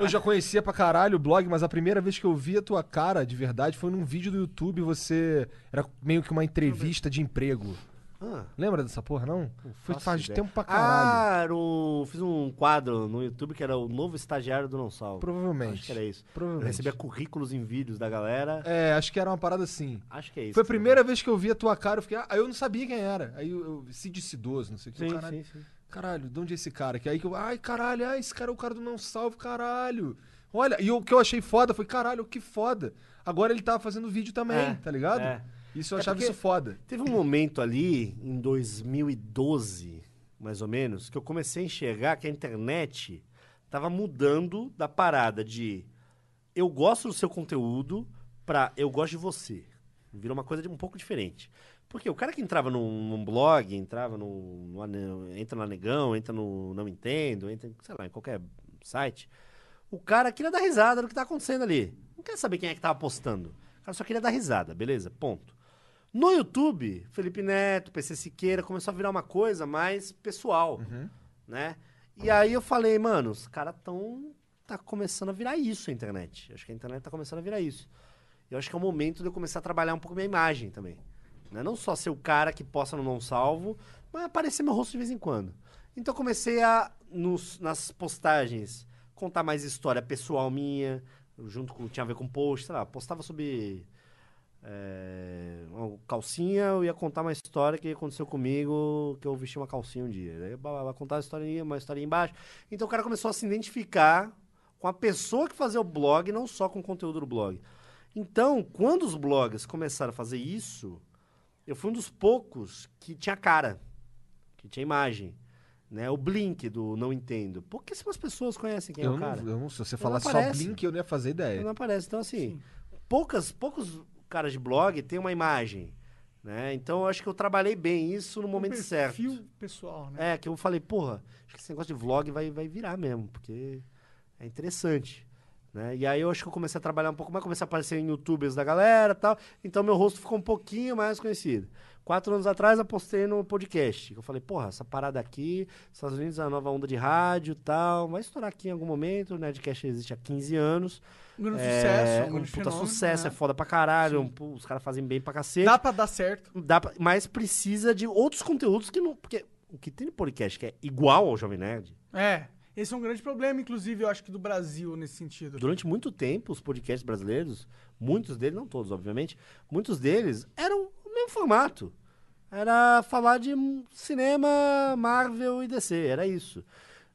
Eu já conhecia pra caralho o blog, mas a primeira vez que eu vi a tua cara de verdade foi num vídeo do YouTube. Você. Era meio que uma entrevista de emprego.
Ah.
Lembra dessa porra, não? Foi
faço
faz
ideia.
tempo pra caralho.
Ah, era o... fiz um quadro no YouTube que era o novo estagiário do Não Salvo.
Provavelmente.
Ah, Acho que era isso. Eu
Provavelmente.
recebia currículos em vídeos da galera.
É, acho que era uma parada assim.
Acho que é isso.
Foi a primeira vez que eu vi a tua cara, eu fiquei. Ah, eu não sabia quem era. Aí eu, eu Cid Cidoso, não sei o que.
Sim,
caralho,
sim, sim.
caralho, de onde é esse cara? Que aí que eu. Ai, caralho, ai, esse cara é o cara do Não Salve, caralho. Olha, e o que eu achei foda foi, caralho, que foda. Agora ele tava fazendo vídeo também,
É,
tá ligado?
é.
Isso eu
É
achava
porque-
isso foda.
Teve um momento ali, em 2012, mais ou menos, que eu comecei a enxergar que a internet tava mudando da parada de eu gosto do seu conteúdo pra eu gosto de você. Virou uma coisa de um pouco diferente. Porque o cara que entrava num, num blog, entrava no, no Ane- entra no Negão, entra no Não Entendo, entra, em, sei lá, em qualquer site, o cara queria dar risada do que tá acontecendo ali. Não quer saber quem é que tava postando. O cara só queria dar risada, beleza? Ponto. No YouTube, Felipe Neto, PC Siqueira, começou a virar uma coisa mais pessoal, né? E aí eu falei, mano, os caras tão... Tá começando a virar isso a internet. Acho que a internet tá começando a virar isso. Eu acho que é o momento de eu começar a trabalhar um pouco minha imagem também. né? Não só ser o cara que posta no Não Salvo, mas aparecer meu rosto de vez em quando. Então eu comecei a, nos- nas postagens, contar mais história pessoal minha, junto com. Tinha a ver com post, sei lá, postava sobre. é, uma calcinha, eu ia contar uma história que aconteceu comigo, que eu vesti uma calcinha um dia. Daí, blá, blá, blá, contar uma historinha, uma historinha embaixo. Então o cara começou a se identificar com a pessoa que fazia o blog, não só com o conteúdo do blog. Então, quando os blogs começaram a fazer isso, eu fui um dos poucos que tinha cara, que tinha imagem. Né? O Blink do Não Entendo. Pouquíssimas pessoas conhecem quem é
eu,
o cara.
não, eu não- se você
Ele
falasse
não
só
aparece.
Blink, eu não ia fazer
É.
ideia.
Não aparece. Então, assim, poucas, poucos caras de blog têm uma imagem. Né? Então, eu acho que eu trabalhei bem isso no momento certo.
um perfil pessoal, né?
É, que eu falei, porra, acho que esse negócio de vlog vai, vai virar mesmo, porque é interessante. Né? E aí eu acho que eu comecei a trabalhar um pouco mais, comecei a aparecer em youtubers da galera e tal. Então meu rosto ficou um pouquinho mais conhecido. Quatro anos atrás eu postei no podcast. que Eu falei, porra, essa parada aqui, Estados Unidos é a nova onda de rádio e tal. Vai estourar aqui em algum momento. O Nerdcast existe há 15 anos.
Um grande
É,
sucesso, um
um
grande
puta
fenômeno,
sucesso,
né?
é foda pra caralho. um pu- os caras fazem bem pra cacete
Dá pra dar certo.
dá pra- mas precisa de outros conteúdos que não. Porque o que tem no podcast que é igual ao Jovem Nerd,
É. Esse é um grande problema, inclusive, eu acho que do Brasil nesse sentido.
durante muito tempo, os podcasts brasileiros, muitos deles, não todos, obviamente, muitos deles eram o mesmo formato. Era falar de hum, cinema, Marvel e DC, era isso.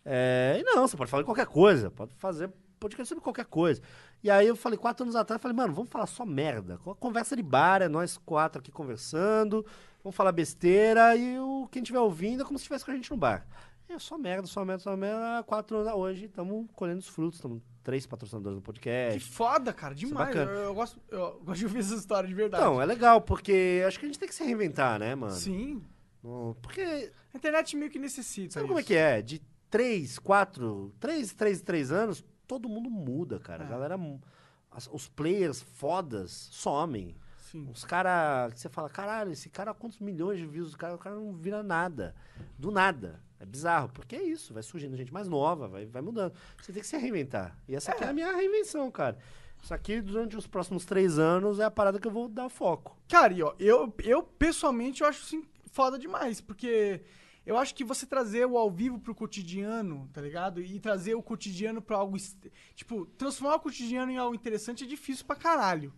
É, e não, você pode falar de qualquer coisa, pode fazer podcast sobre qualquer coisa. E aí eu falei, quatro anos atrás, eu falei, mano, vamos falar só merda. Co- Conversa de bar, é nós quatro aqui conversando, vamos falar besteira e o, quem estiver ouvindo é como se estivesse com a gente no bar. É só merda, só merda, só merda. Ah, Quatro anos hoje, estamos colhendo os frutos, estamos três patrocinadores no
Que
podcast.
foda, cara, demais. Eu,
é bacana.
eu gosto, eu gosto de ouvir essa história de verdade.
Então, é legal, porque acho que a gente tem que se reinventar, né, mano?
Sim.
Não, Porque
A internet meio que necessita.
Sabe como é
isso.
que é? De 3, 4, 3, 3, 3 anos, todo mundo muda, cara. A
É.
galera. mu- as- os players fodas somem.
Sim.
Uns caras que você fala, caralho, esse cara, quantos milhões de views? O cara, o cara não vira nada. Do nada. É bizarro, porque é isso, vai surgindo gente mais nova, vai, vai mudando. Você tem que se reinventar. E essa aqui é a minha reinvenção, cara. Isso aqui, durante os próximos três anos, é a parada que eu vou dar foco.
Cara, e ó, eu, eu pessoalmente eu acho assim, foda demais, porque eu acho que você trazer o ao vivo pro cotidiano, tá ligado? E trazer o cotidiano pra algo. est- Tipo, transformar o cotidiano em algo interessante é difícil pra caralho.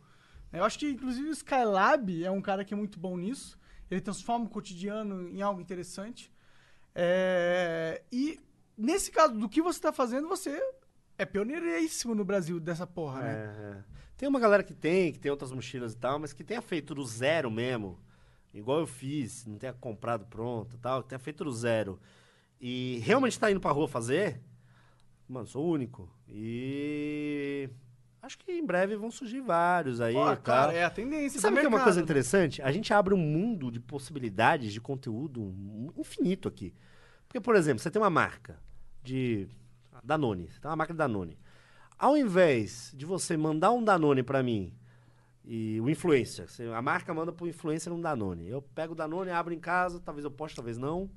né? Eu acho que, inclusive, o Skylab é um cara que é muito bom nisso. Ele transforma o cotidiano em algo interessante. É, E nesse caso, do que você tá fazendo, você é pioneiríssimo no Brasil dessa porra, né?
É, é. Tem uma galera que tem, que tem outras mochilas e tal, mas que tenha feito do zero mesmo, igual eu fiz, não tenha comprado pronto e tal, que tenha feito do zero e realmente tá indo pra rua fazer, mano, sou o único. E acho que em breve vão surgir vários aí
Pô,
e tal.
cara, é a tendência.
Sabe o
do
que é uma
mercado,
coisa
né?
interessante? A gente abre um mundo de possibilidades de conteúdo infinito aqui. Porque, por exemplo, você tem uma marca de Danone, você tem uma marca de Danone. Ao invés de você mandar um Danone pra mim e o influencer, você- a marca manda pro influencer um Danone. Eu pego o Danone, abro em casa, talvez eu poste, talvez não.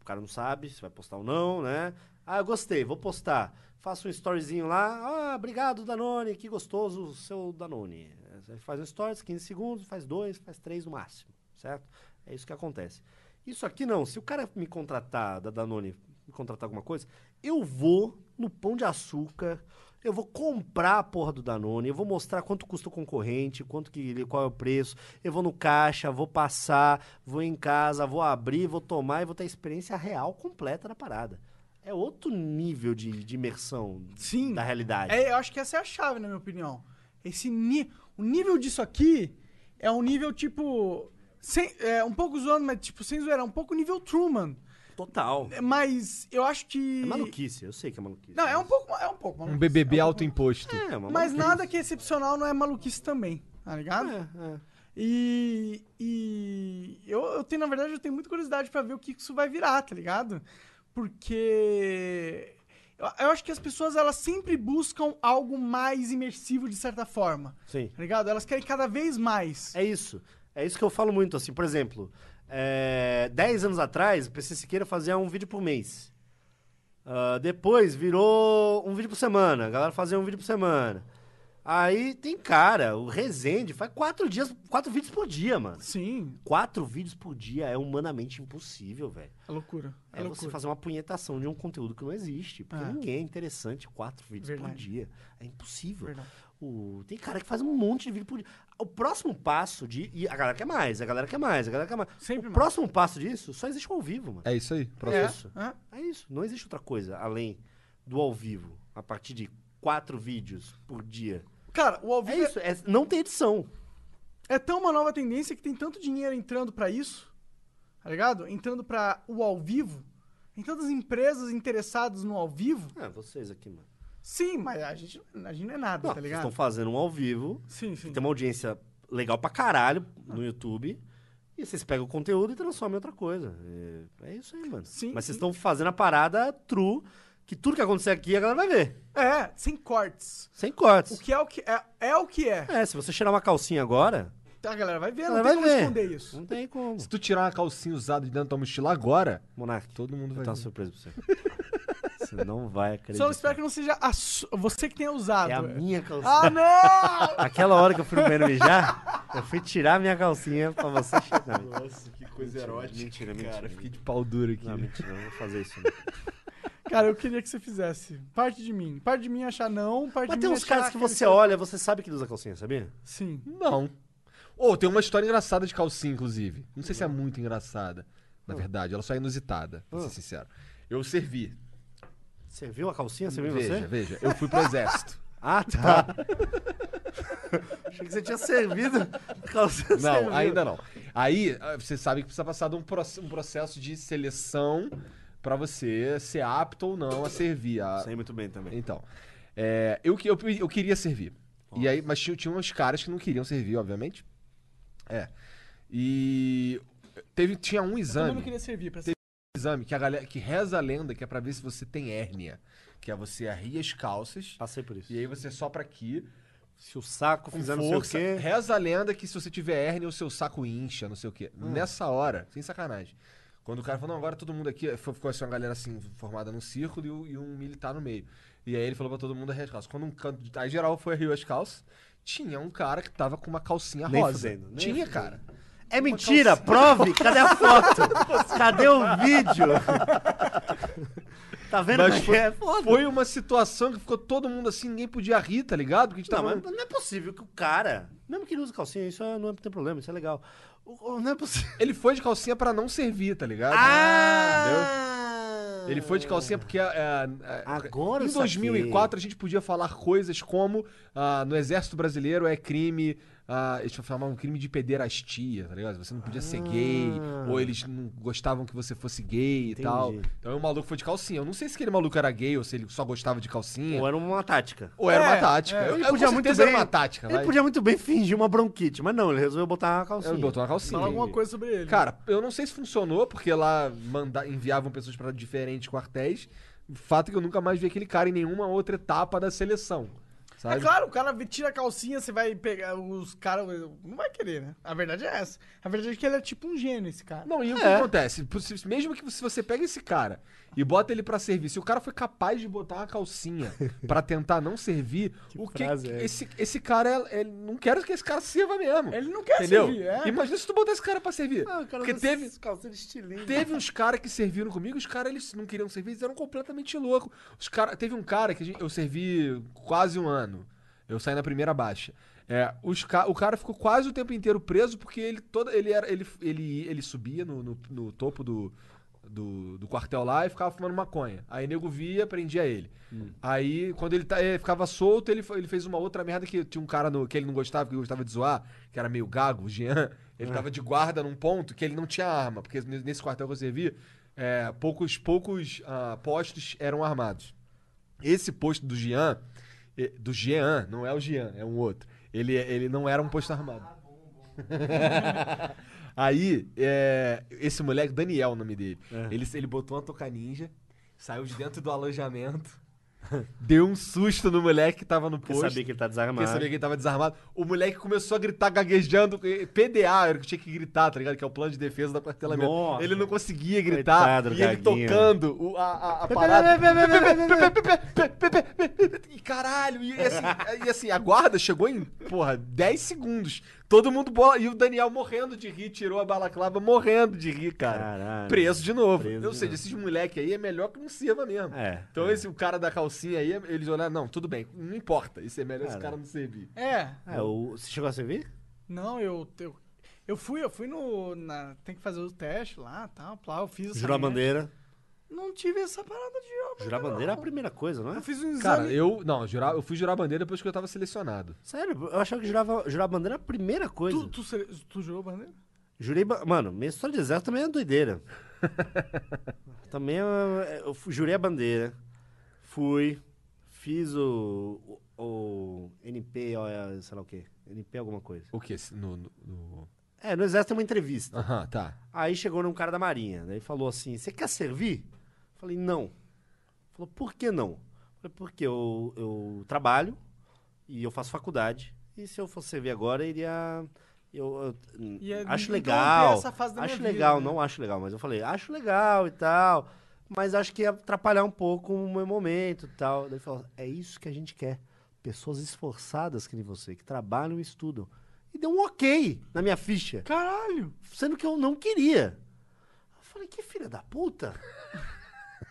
O cara não sabe se vai postar ou não, né? Ah, eu gostei, vou postar. Faço um storyzinho lá. Ah, obrigado, Danone, que gostoso o seu Danone. É, Você faz um stories, 15 segundos, faz dois, faz três no máximo, certo? É isso que acontece. Isso aqui não, se o cara me contratar, da Danone, me contratar alguma coisa, eu vou no Pão de Açúcar, eu vou comprar a porra do Danone, eu vou mostrar quanto custa o concorrente, quanto que, ele- qual é o preço, eu vou no caixa, vou passar, vou em casa, vou abrir, vou tomar e vou ter a experiência real completa da parada. É outro nível de, de imersão
Sim.
da realidade.
É, eu acho que essa é a chave, na minha opinião. Esse ni... O nível disso aqui é um nível tipo. Sem, é, um pouco zoando, mas tipo, sem zoeira, é um pouco nível Truman.
total.
É, Mas eu acho que.
É maluquice, eu sei que é maluquice.
Não, é um pouco. É um pouco.
Um
maluquice.
BBB autoimposto.
É, uma
Mas
maluquice.
nada que é excepcional não é maluquice também, tá ligado?
É, é.
E, e eu, eu tenho, na verdade, eu tenho muita curiosidade pra ver o que que isso vai virar, tá ligado? Porque eu, eu acho que as pessoas elas sempre buscam algo mais imersivo de certa forma,
Sim.
tá ligado? Elas querem cada vez mais.
É isso. É isso que eu falo muito, assim. Por exemplo, é, 10 anos atrás, o PC Siqueira fazia um vídeo por mês. Ah, depois virou um vídeo por semana. A galera fazia um vídeo por semana. Aí tem cara, o Rezende faz quatro dias, quatro vídeos por dia, mano.
Sim,
Quatro vídeos por dia é humanamente impossível, velho.
é loucura. É,
É você
loucura.
fazer uma punhetação de um conteúdo que não existe. Porque
É.
ninguém é interessante quatro vídeos por
Verdade.
dia. É impossível.
Verdade.
O- Tem cara que faz um monte de vídeo por dia. O próximo passo de. E a galera quer mais, a galera quer mais, a galera quer mais.
Sempre
o
mais.
próximo passo disso só existe o ao vivo, mano.
É isso aí.
É.
Próximo.
isso.
Hã?
É isso. Não existe outra coisa além do ao vivo. A partir de quatro vídeos por dia.
Cara, o ao
É
vivo é-
isso. é- não tem edição.
é tão uma nova tendência que tem tanto dinheiro entrando pra isso, tá ligado? Entrando pra o ao vivo, tem tantas empresas interessadas no ao vivo.
Ah, vocês aqui, mano.
Sim, mas a gente, a gente não é nada,
Não,
tá
vocês
ligado?
estão fazendo um ao vivo
Sim, sim.
que tem uma audiência legal pra caralho no YouTube. E vocês pegam o conteúdo e transformam em outra coisa. É, é isso aí, mano.
Sim,
Mas vocês
sim.
estão fazendo a parada true, que tudo que acontecer aqui a galera vai ver.
É, sem cortes.
Sem cortes.
O que é o que é, é o que é.
É, se você tirar uma calcinha agora,
A galera vai ver,
ela
não
vai
tem como
ver.
esconder isso.
Não tem como.
Se tu tirar uma calcinha usada de dentro da tua mochila agora,
Monark,
todo mundo
eu
vai.
tenho uma
ver.
surpresa pra você. você não vai acreditar.
Só espero que não seja a su- você que tenha usado.
É a minha calcinha.
Ah, não!
Aquela hora que eu fui no banheiro mijar, eu fui tirar minha calcinha pra você chegar.
Nossa, que coisa
erótica, cara.
Fiquei de pau duro aqui. né?
Não, mentira, eu não vou fazer isso. não.
Cara, eu queria que você fizesse. Parte de mim. Parte de mim é achar não, parte
Mas
de
tem
mim é
uns
achar
caras que
aquele
você olha, você sabe que ele usa calcinha, sabia?
Sim.
Não. Ou tem uma história engraçada de calcinha, inclusive. Não sei se é muito engraçada, na verdade. Ela só é inusitada, pra ser sincero. Eu servi.
Você viu a calcinha? Você viu
veja,
você?
veja. Eu fui pro exército.
Ah, tá. Achei que você tinha servido a calcinha.
não,
serviu.
ainda não. Aí, ah, você sabe que precisa passar de um, proce- um processo de seleção pra você ser apto ou não a servir. A-
Sei muito bem também.
Então, é, eu, que- eu, eu queria servir. E aí, mas tinha, tinha uns caras que não queriam servir, obviamente. É. E teve, tinha um
Todo mundo
exame.
queria servir pra ser.
exame que a galera que reza a lenda que é pra ver se você tem hérnia, que é você arria as calças
Passei por isso.
e aí você sopra aqui,
Se o saco
Com
fizer não sei o
força.
quê.
Reza a lenda que se você tiver hérnia, o seu saco incha, não sei o quê.
Hum.
Nessa hora, sem sacanagem. Quando o cara falou, não, agora todo mundo aqui. foi- Ficou assim, uma galera assim, formada num círculo e, o- e um militar no meio. E aí ele falou pra todo mundo arrear as calças. Quando um canto. Aí geral foi arrear as calças. Tinha um cara que tava com uma calcinha
Nem
rosa.
fudendo, nem
Tinha,
fudendo.
cara.
É mentira, prove! Cadê a foto? Cadê o vídeo? tá vendo
Mas
como é que
foi-
é? Foda.
Foi uma situação que ficou todo mundo assim, ninguém podia rir, tá ligado? Porque a gente
Não,
tava.
mas não é possível que o cara, mesmo que ele use calcinha, isso é- não é, tem problema, isso é legal. O- o- Não é possível.
Ele foi de calcinha pra não servir, tá ligado? Ah,
Ah!
Ele foi de calcinha porque é, é, é,
Agora eu
em 2004 a gente podia falar coisas como ah, no exército brasileiro é crime, ah, eles falavam um crime de pederastia, tá ligado? Você não podia ser gay, ou eles não gostavam que você fosse gay e tal.
Ah. Entendi.
Então o maluco foi de calcinha. Eu não sei se aquele maluco era gay ou se ele só gostava de calcinha.
Ou era uma tática.
Ou era uma
É,
tática.
é.
Eu,
Ele
eu,
podia
com
muito
certeza
bem.
era uma tática,
Ele
vai.
podia muito bem fingir uma bronquite, mas não, ele resolveu botar uma calcinha.
Ele botou uma calcinha.
Fala alguma coisa sobre ele.
Cara, eu não sei se funcionou, porque lá manda, enviavam pessoas para diferentes quartéis. O Fato é que eu nunca mais vi aquele cara em nenhuma outra etapa da seleção. Sabe?
É claro, o cara tira a calcinha, você vai pegar os caras. Não vai querer, né? A verdade é essa. A verdade é que ele é tipo um gênio, esse cara.
Não, e o que
É.
acontece? Se- Mesmo que se você pega esse cara e bota ele pra servir, se o cara foi capaz de botar uma calcinha pra tentar não servir, o que
frase é
esse, esse cara é, é- não quero que esse cara sirva mesmo.
Ele não quer
entendeu?
servir, é.
Imagina se tu botar esse cara pra servir.
Ah, o cara
Porque
usa
teve
esses calcinha de estilingue.
Teve uns caras que serviram comigo, os caras eles não queriam servir, eles eram completamente loucos. Os cara, teve um cara que a gente- eu servi quase um ano. Eu saí na primeira baixa. É, os ca- o cara ficou quase o tempo inteiro preso porque ele toda ele era ele ele, ele subia no, no, no topo do, do, do quartel lá e ficava fumando maconha. Aí nego via, prendia ele. Aí quando ele, tá- ele ficava solto, ele, foi- ele fez uma outra merda que tinha um cara no- que ele não gostava, que gostava de zoar, que era meio gago, o Jean. Ele tava de guarda num ponto que ele não tinha arma, porque ne- nesse quartel que eu servi, é, poucos, poucos ah, postos eram armados. Esse posto do Jean, eh, do Jean, não é o Jean, é um outro. Ele, ele não era um posto armado. Aí, é, esse moleque, Daniel, o nome dele, ele, ele botou uma toca ninja, saiu de dentro do alojamento, deu um susto no moleque que tava no
Porque
posto.
sabia que ele tá
Porque
desarmado.
sabia que ele tava desarmado. O moleque começou a gritar gaguejando. eh, PDA era o que tinha que gritar, tá ligado? Que é o plano de defesa da quartelamento.
Nossa.
Ele não conseguia gritar.
Coitado do
e ele
gaguinho.
tocando o- a, a, a parada. E caralho, e assim, e assim, a guarda chegou em, porra, 10 segundos. Todo mundo bola. E o Daniel morrendo de rir, tirou a balaclava morrendo de rir, cara.
Caralho.
Preso de novo.
Preso
Ou
de
seja,
novo.
esses moleque aí é melhor que não sirva mesmo.
É,
Então esse o cara da calcinha aí, eles olharam, não, tudo bem, não importa. Isso é melhor esse cara não servir.
É.
É, o... Você chegou a servir?
Não, eu. Eu, eu fui, eu fui no. na- tem que fazer o teste lá tal. Plá, eu fiz essa
Jurar
merda.
bandeira.
Não tive essa parada de jurar
Jurar bandeira é a primeira coisa, não é?
Eu fiz um exame.
Cara, eu. Não, jurar, eu fui jurar bandeira depois que eu tava selecionado.
Sério, eu achava que jurava, jurar bandeira era a primeira é coisa.
tu, tu, se- tu jurou bandeira?
Jurei. ba- Mano, minha história de exército também é doideira. também é- eu fu- jurei a bandeira. Fui. Fiz o. o, o NP, ó, é, sei lá o quê. NP alguma coisa.
O quê? No. no- no-
É, no exército tem uma entrevista.
Aham, tá.
Aí chegou num cara da marinha. Daí falou assim: Você quer servir? Falei: Não. Falou: Por que não? Falei: Porque eu, eu trabalho e eu faço faculdade. E se eu fosse servir agora, eu iria. Eu, eu-
Ia
Hum, acho
interromper
legal.
é essa fase da minha
acho
vida,
legal,
né?
não acho legal, mas eu falei, acho legal e tal. Mas acho que ia atrapalhar um pouco o meu momento e tal. Daí ele falou, é isso que a gente quer. Pessoas esforçadas que nem você, que trabalham e estudam. E deu um ok na minha ficha
Caralho!
sendo que eu não queria. Eu falei, que filha da puta.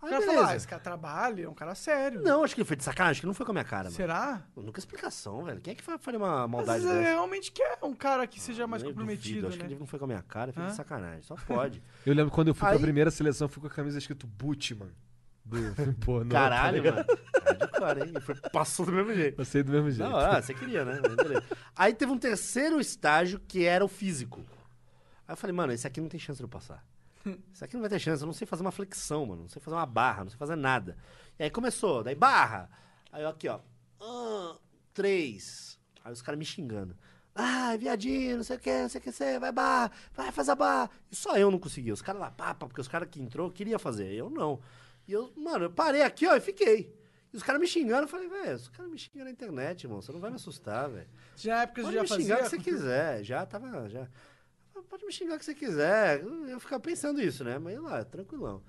O
Aí,
cara
beleza.
falou, ah, esse cara trabalha, é um cara sério.
Não, acho que ele foi de sacanagem, acho que não foi com a minha cara, mano.
Será?
Eu Nunca explicação, velho. Quem é que fa- faria uma
Às
maldade
vezes ele
dessa? Ah,
realmente quer um cara que seja mais
Eu
comprometido,
duvido, Acho que
né?
ele não foi com a minha cara, foi
Hã?
de sacanagem. Só pode.
Eu lembro quando eu fui
Aí-
pra primeira seleção, eu fui com a camisa escrito Butman. Do filme pornô, tá
Caralho,
ligado?
mano. Cara, hein? Foi- Passou do mesmo jeito.
Passei do mesmo jeito.
Não, ah, você queria, né? Mas beleza. Aí teve um terceiro estágio que era o físico. Aí eu falei, mano, esse aqui não tem chance de eu passar. Isso aqui não vai ter chance, eu não sei fazer uma flexão, mano. Não sei fazer uma barra, não sei fazer nada. E aí começou, daí barra. Aí eu aqui, ó. Ah, três. Aí os caras me xingando. Ah, viadinho, não sei o que, não sei o que, você vai barra, vai fazer a barra. E só eu não conseguia. Os caras lá, papa, porque os caras que entrou queria fazer, eu não. E eu, mano, eu parei aqui, ó, e fiquei. E os caras me xingando, eu falei, velho, os caras me xingam na internet, irmão. Você não vai me assustar, velho.
Já na época você
Pode
já
me xingar o
fazia?
que você quiser. Já tava. Já. "Ah, Pode me xingar o que você quiser. Eu ficava pensando isso, né? Mas lá, tranquilão.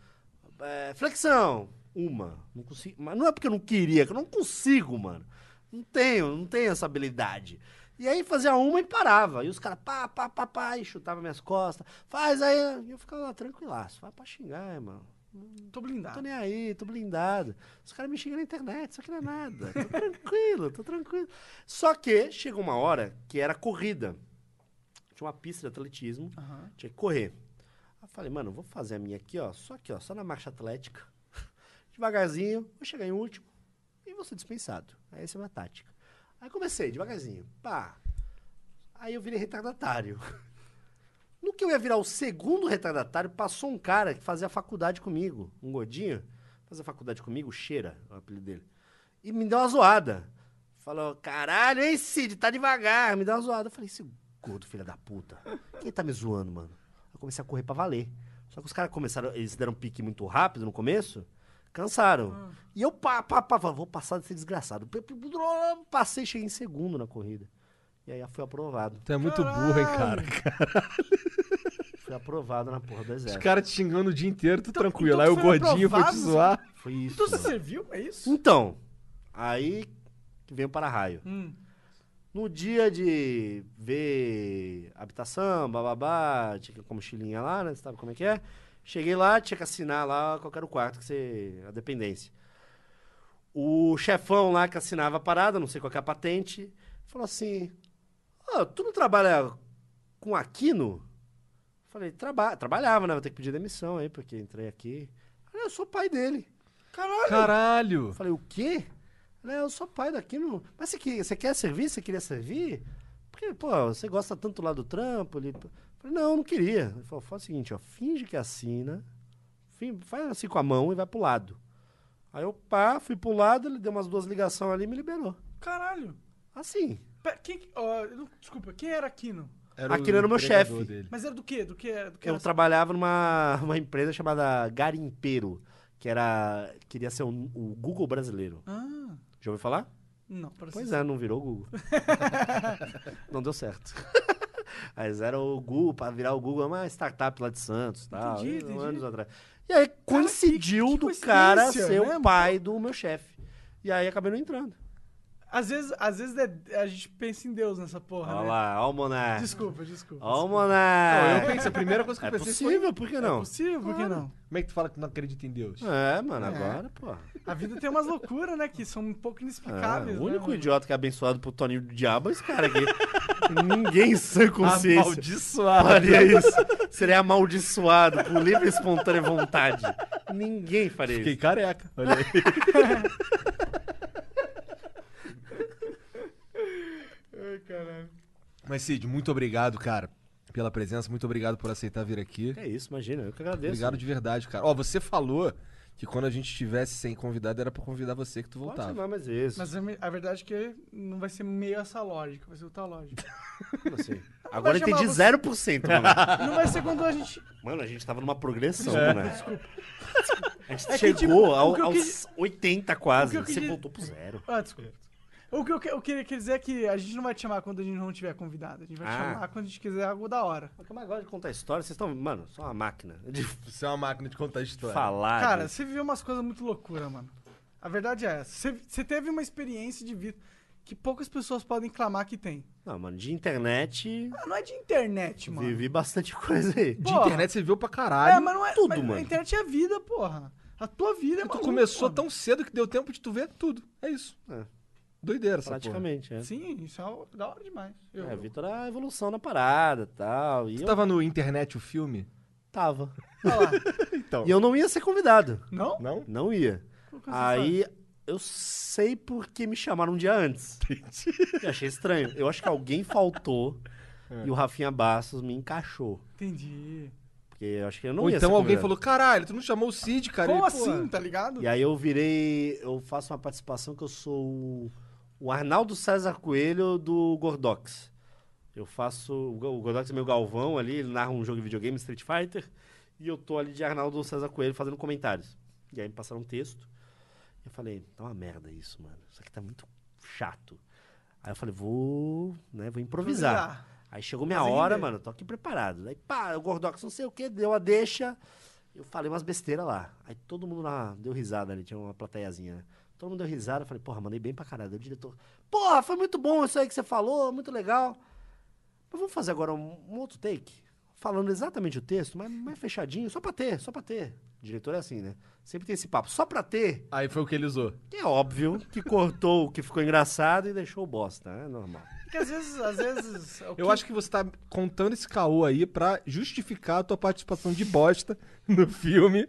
É, flexão. Uma. Não consigo. Mas não é porque eu não queria, que eu não consigo, mano. Não tenho, não tenho essa habilidade. E aí fazia uma e parava. E os caras, pá, pá, pá, pá, e chutava minhas costas. Faz aí. E eu ficava lá, tranquilaço. Vai pra xingar, irmão.
Tô
Não tô
blindado.
nem aí, tô blindado. Os caras me xingam na internet, isso aqui não é nada. Tô tranquilo, tô tranquilo. Só que chegou uma hora que era corrida. Tinha uma pista de atletismo,
Aham.
tinha que correr. Aí eu falei, mano, eu vou fazer a minha aqui, ó, só aqui, ó, só na marcha atlética. Devagarzinho, vou chegar em último e vou ser dispensado. Aí essa é a minha tática. Aí comecei, devagarzinho, pá. Aí eu virei retardatário. No que eu ia virar o segundo retardatário, passou um cara que fazia faculdade comigo, um gordinho, fazia faculdade comigo, Cheira, é o apelido dele. E me deu uma zoada. Falou, caralho, hein, Cid, tá devagar. Me deu uma zoada. Eu falei, esse gordo, filho da puta. Quem tá me zoando, mano? Eu comecei a correr pra valer. Só que os caras começaram, eles deram um pique muito rápido no começo, cansaram. E eu, pá, pá, pá, falei, vou passar desse desgraçado. Passei, cheguei em segundo na corrida. E aí eu fui aprovado.
Tu é muito burro, hein, cara.
Fui aprovado na porra do
Os
exército.
caras te xingando o dia inteiro, tu tranquilo.
então
Aí
tu
o
foi
gordinho foi te
aprovado?
zoar.
Foi isso.
Então você
mano.
serviu? É isso?
Então, aí que vem o para-raio.
Hum.
No dia de ver habitação, bababá, tinha que ir com a mochilinha lá, né? Você sabe como é que é? Cheguei lá, tinha que assinar lá qual que era o quarto que você. a dependência. O chefão lá que assinava a parada, não sei qual que é a patente, falou assim: "Ah, tu não trabalha com Aquino? Falei, Traba trabalhava, né? Vou ter que pedir demissão aí, porque entrei aqui. Falei, eu sou pai dele. Eu
Caralho.
falei, o quê? Ele, eu sou pai daqui. Não... Mas você, que- você quer servir? Você queria servir? Porque, pô, você gosta tanto lá do trampo. Ele... Eu falei, não, eu não queria. Ele falou, faz o seguinte, ó, finge que assina, fin- faz assim com a mão e vai pro lado. Aí eu, pá, fui pro lado, ele deu umas duas ligações ali e me liberou.
Caralho.
Assim.
Pera, quem, que- ó, eu não- desculpa, quem era Aquino?
Era
Aquele era o meu
empregador
chefe.
dele.
Mas era do quê? Do que era? Do que
Eu
era?
trabalhava numa uma empresa chamada Garimpeiro, que era queria ser o, o Google brasileiro.
Ah,
Já ouviu falar?
não, parece
Pois é, não virou o Google. não deu certo. Mas era o Google, para virar o Google, é uma startup lá de Santos, tal,
Entendi, entendi.
anos atrás. E aí coincidiu
que- que
do cara
coincidência,
ser
né,
o pai do meu chefe. E aí acabei não entrando.
Às vezes, às vezes é- a gente pensa em Deus nessa porra,
Olha
né?
lá, olha o Monark.
Desculpa, desculpa.
Olha o
Não,
Monark.
eu pensei, a primeira coisa que
É
eu pensei foi...
possível, por que
É
não?
possível, por que não?
Como é que tu fala que tu não acredita em Deus?
É, mano, agora, pô.
A vida tem umas loucuras, né? Que são um pouco
Ah,
inexplicáveis.
o único
né, mano?
idiota que é abençoado por Toninho do Diabo é esse cara aqui. Ninguém sem consciência.
Amaldiçoado.
faria isso. Seria amaldiçoado por livre e espontânea vontade. Ninguém faria
Fiquei
isso.
careca. Olha aí.
Ai, caralho.
Mas, Cid, muito obrigado, cara, pela presença. Muito obrigado por aceitar vir aqui.
É isso, imagina. Eu que agradeço.
Obrigado de verdade, cara. Ó, você falou que quando a gente estivesse sem convidado, era pra convidar você que tu
Pode
voltava.
chamar mais vezes.
Mas a me- a verdade é que não vai ser meio essa lógica, vai ser outra lógica.
Como assim? Agora eu
chamar
entendi
você.
0%, mano.
não vai ser quando a gente.
Mano, a gente tava numa progressão, né? A gente
É que,
chegou
tipo, o
ao,
que eu
aos
quis-
80 quase.
o que eu
Você
quis-
voltou pro zero.
Ah, desculpa. O que eu, que- eu queria quer dizer é que a gente não vai te chamar quando a gente não tiver convidado. A gente vai te
Ah.
chamar quando a gente quiser algo da hora.
Mas Como agora de contar é história, vocês estão... Mano, só uma máquina de
Você é uma máquina de contar história.
falar.
Cara,
disso.
você viveu umas coisas muito loucuras, mano. A verdade é essa. Você, você teve uma experiência de vida que poucas pessoas podem clamar que tem.
Não, mano, de internet,
Ah, não é de internet, mano.
vivi bastante coisa aí.
De
Porra.
internet você viu pra caralho.
É, mas não é.
Tudo,
mas
mano.
A internet é vida, porra. A tua vida é
Tu
maluco,
começou
mano.
tão cedo que deu tempo de tu ver tudo. É isso.
É.
Doideira essa porra.
Praticamente, é.
Sim, isso é o- da hora demais. Eu,
É, vi toda a evolução na parada tal, e
Tu
tal.
tava no internet o filme?
Tava.
Olha lá.
Então.
E eu não ia ser convidado.
Não?
Não?
Não ia.
que você
Aí eu sei porque me chamaram um dia antes. E achei estranho. Eu acho que alguém faltou e o Rafinha Bastos me encaixou.
Entendi.
Porque eu acho que eu não
Ou
ia
então
ser
alguém falou:
convidado.
caralho, tu não chamou o Cid, cara?
Como
E, pô,
assim, tá ligado?
E aí eu virei. Eu faço uma participação que eu sou o, o Arnaldo César Coelho do Gordox. Eu faço. O Go- o Gordox é meu galvão ali, ele narra um jogo de videogame, Street Fighter. E eu tô ali de Arnaldo César Coelho fazendo comentários. E aí me passaram um texto. Eu falei, tá uma merda isso, mano. Isso aqui tá muito chato. Aí eu falei, vou, né, vou improvisar.
Improvisar.
Aí chegou minha
Fazer
hora,
render.
mano, tô aqui preparado. Aí pá, o Gordox não sei o que, deu a deixa. Eu falei umas besteiras lá. Aí todo mundo lá deu risada ali, tinha uma plateiazinha, né? Todo mundo deu risada, eu falei, porra, mandei bem pra caralho. Aí O diretor, porra, foi muito bom isso aí que você falou, muito legal. Mas vamos fazer agora um, um outro take? Falando exatamente o texto, mas mais fechadinho, só pra ter, só pra ter. O diretor é assim, né? Sempre tem esse papo, só pra ter.
Aí foi o que ele usou.
Que é óbvio que cortou o que ficou engraçado e deixou bosta, né? Normal.
Porque às vezes, às vezes. o
Eu
que-
acho que você tá contando esse caô aí pra justificar a tua participação de bosta no filme.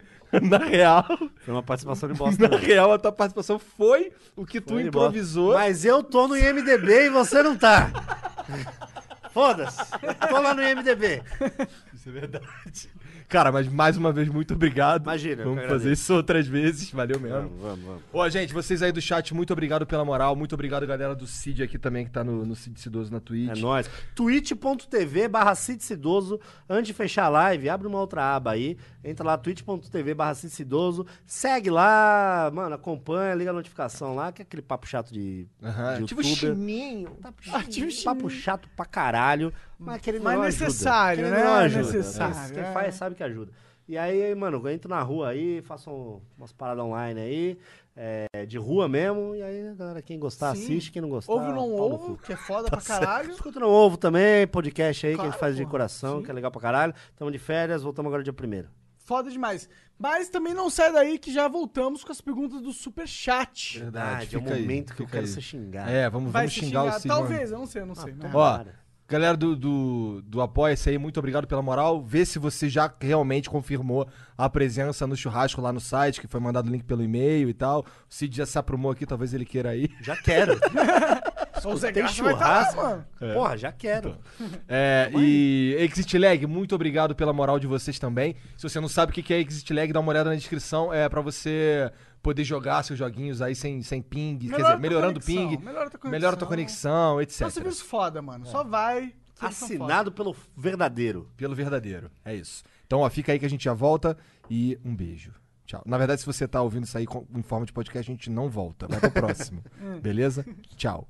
Na real,
Foi uma participação de bosta. né?
na real, a tua participação foi o que tu
Foi de
improvisou.
bosta. Mas eu tô no IMDB e você não tá. Foda-se. Eu Tô lá no IMDB.
Isso é verdade. Cara, mas mais uma vez, muito obrigado.
Imagina, eu
Vamos
que
fazer
agradeço.
isso outras vezes. Valeu mesmo.
Vamos, vamos, vamos.
Ô, gente, vocês aí do chat, muito obrigado pela moral. Muito obrigado, galera do Cid aqui também, que tá no, no Cid Cidoso na Twitch.
É nóis. twitch.tv barra Cid Cidoso. Antes de fechar a live, abre uma outra aba aí. Entra lá, twitch.tv barra Cid Cidoso. Segue lá, mano, acompanha, liga a notificação lá, que é aquele papo chato de,
Aham, Tipo,
de
ativa o
youtuber.
sininho.
Tá-
Ativa o
papo chato pra caralho. Mas querendo
Mas
ou não
necessário,
ajuda.
né?
Querendo ou não
Necessário,
Mas Quem
é.
faz sabe que ajuda. E aí, mano, eu entro na rua aí, faço um- umas paradas online aí, é, de rua mesmo. E aí, galera, quem gostar
Sim.
assiste, quem não gostar.
tá
Ovo não
pau no cu.
ovo, que é foda pra caralho.
Escuta no Ovo também, podcast aí que a gente
Claro,
faz de
porra.
coração,
Sim.
que é legal pra caralho. Estamos de férias, voltamos agora dia primeiro.
Foda demais. Mas também não sai daí que já voltamos com as perguntas do superchat.
é o momento que eu quero ser xingado.
É, vamos,
Vai
vamos
se
xingar,
xingar,
o Cid. mano.
talvez, eu não sei, eu não sei. né?
Ó, galera do, do, do Apoia-se aí, muito obrigado pela moral. Vê se você já realmente confirmou a presença no churrasco lá no site, que foi mandado o link pelo e-mail e tal. O Cid já se aprumou aqui, talvez ele queira ir.
Já quero.
o Zé
Tem
Graça vai tá lá,
churrasco.
mano.
Porra, já quero.
É, e Exit Lag, muito obrigado pela moral de vocês também. Se você não sabe o que que é Exit Lag, dá uma olhada na descrição. É pra você poder jogar seus joguinhos aí sem, sem ping, quer
Melhora
dizer,
tua
melhorando o
conexão,
ping,
melhora tua conexão.
melhora tua conexão, etc.
Só serviço foda, mano. Só vai. serviço foda.
Assinado pelo verdadeiro.
Pelo verdadeiro. É isso. Então, ó, fica aí que a gente já volta e um beijo. Tchau. Na verdade, se você tá ouvindo isso aí com- em forma de podcast, a gente não volta. Vai pro próximo. Beleza? Tchau.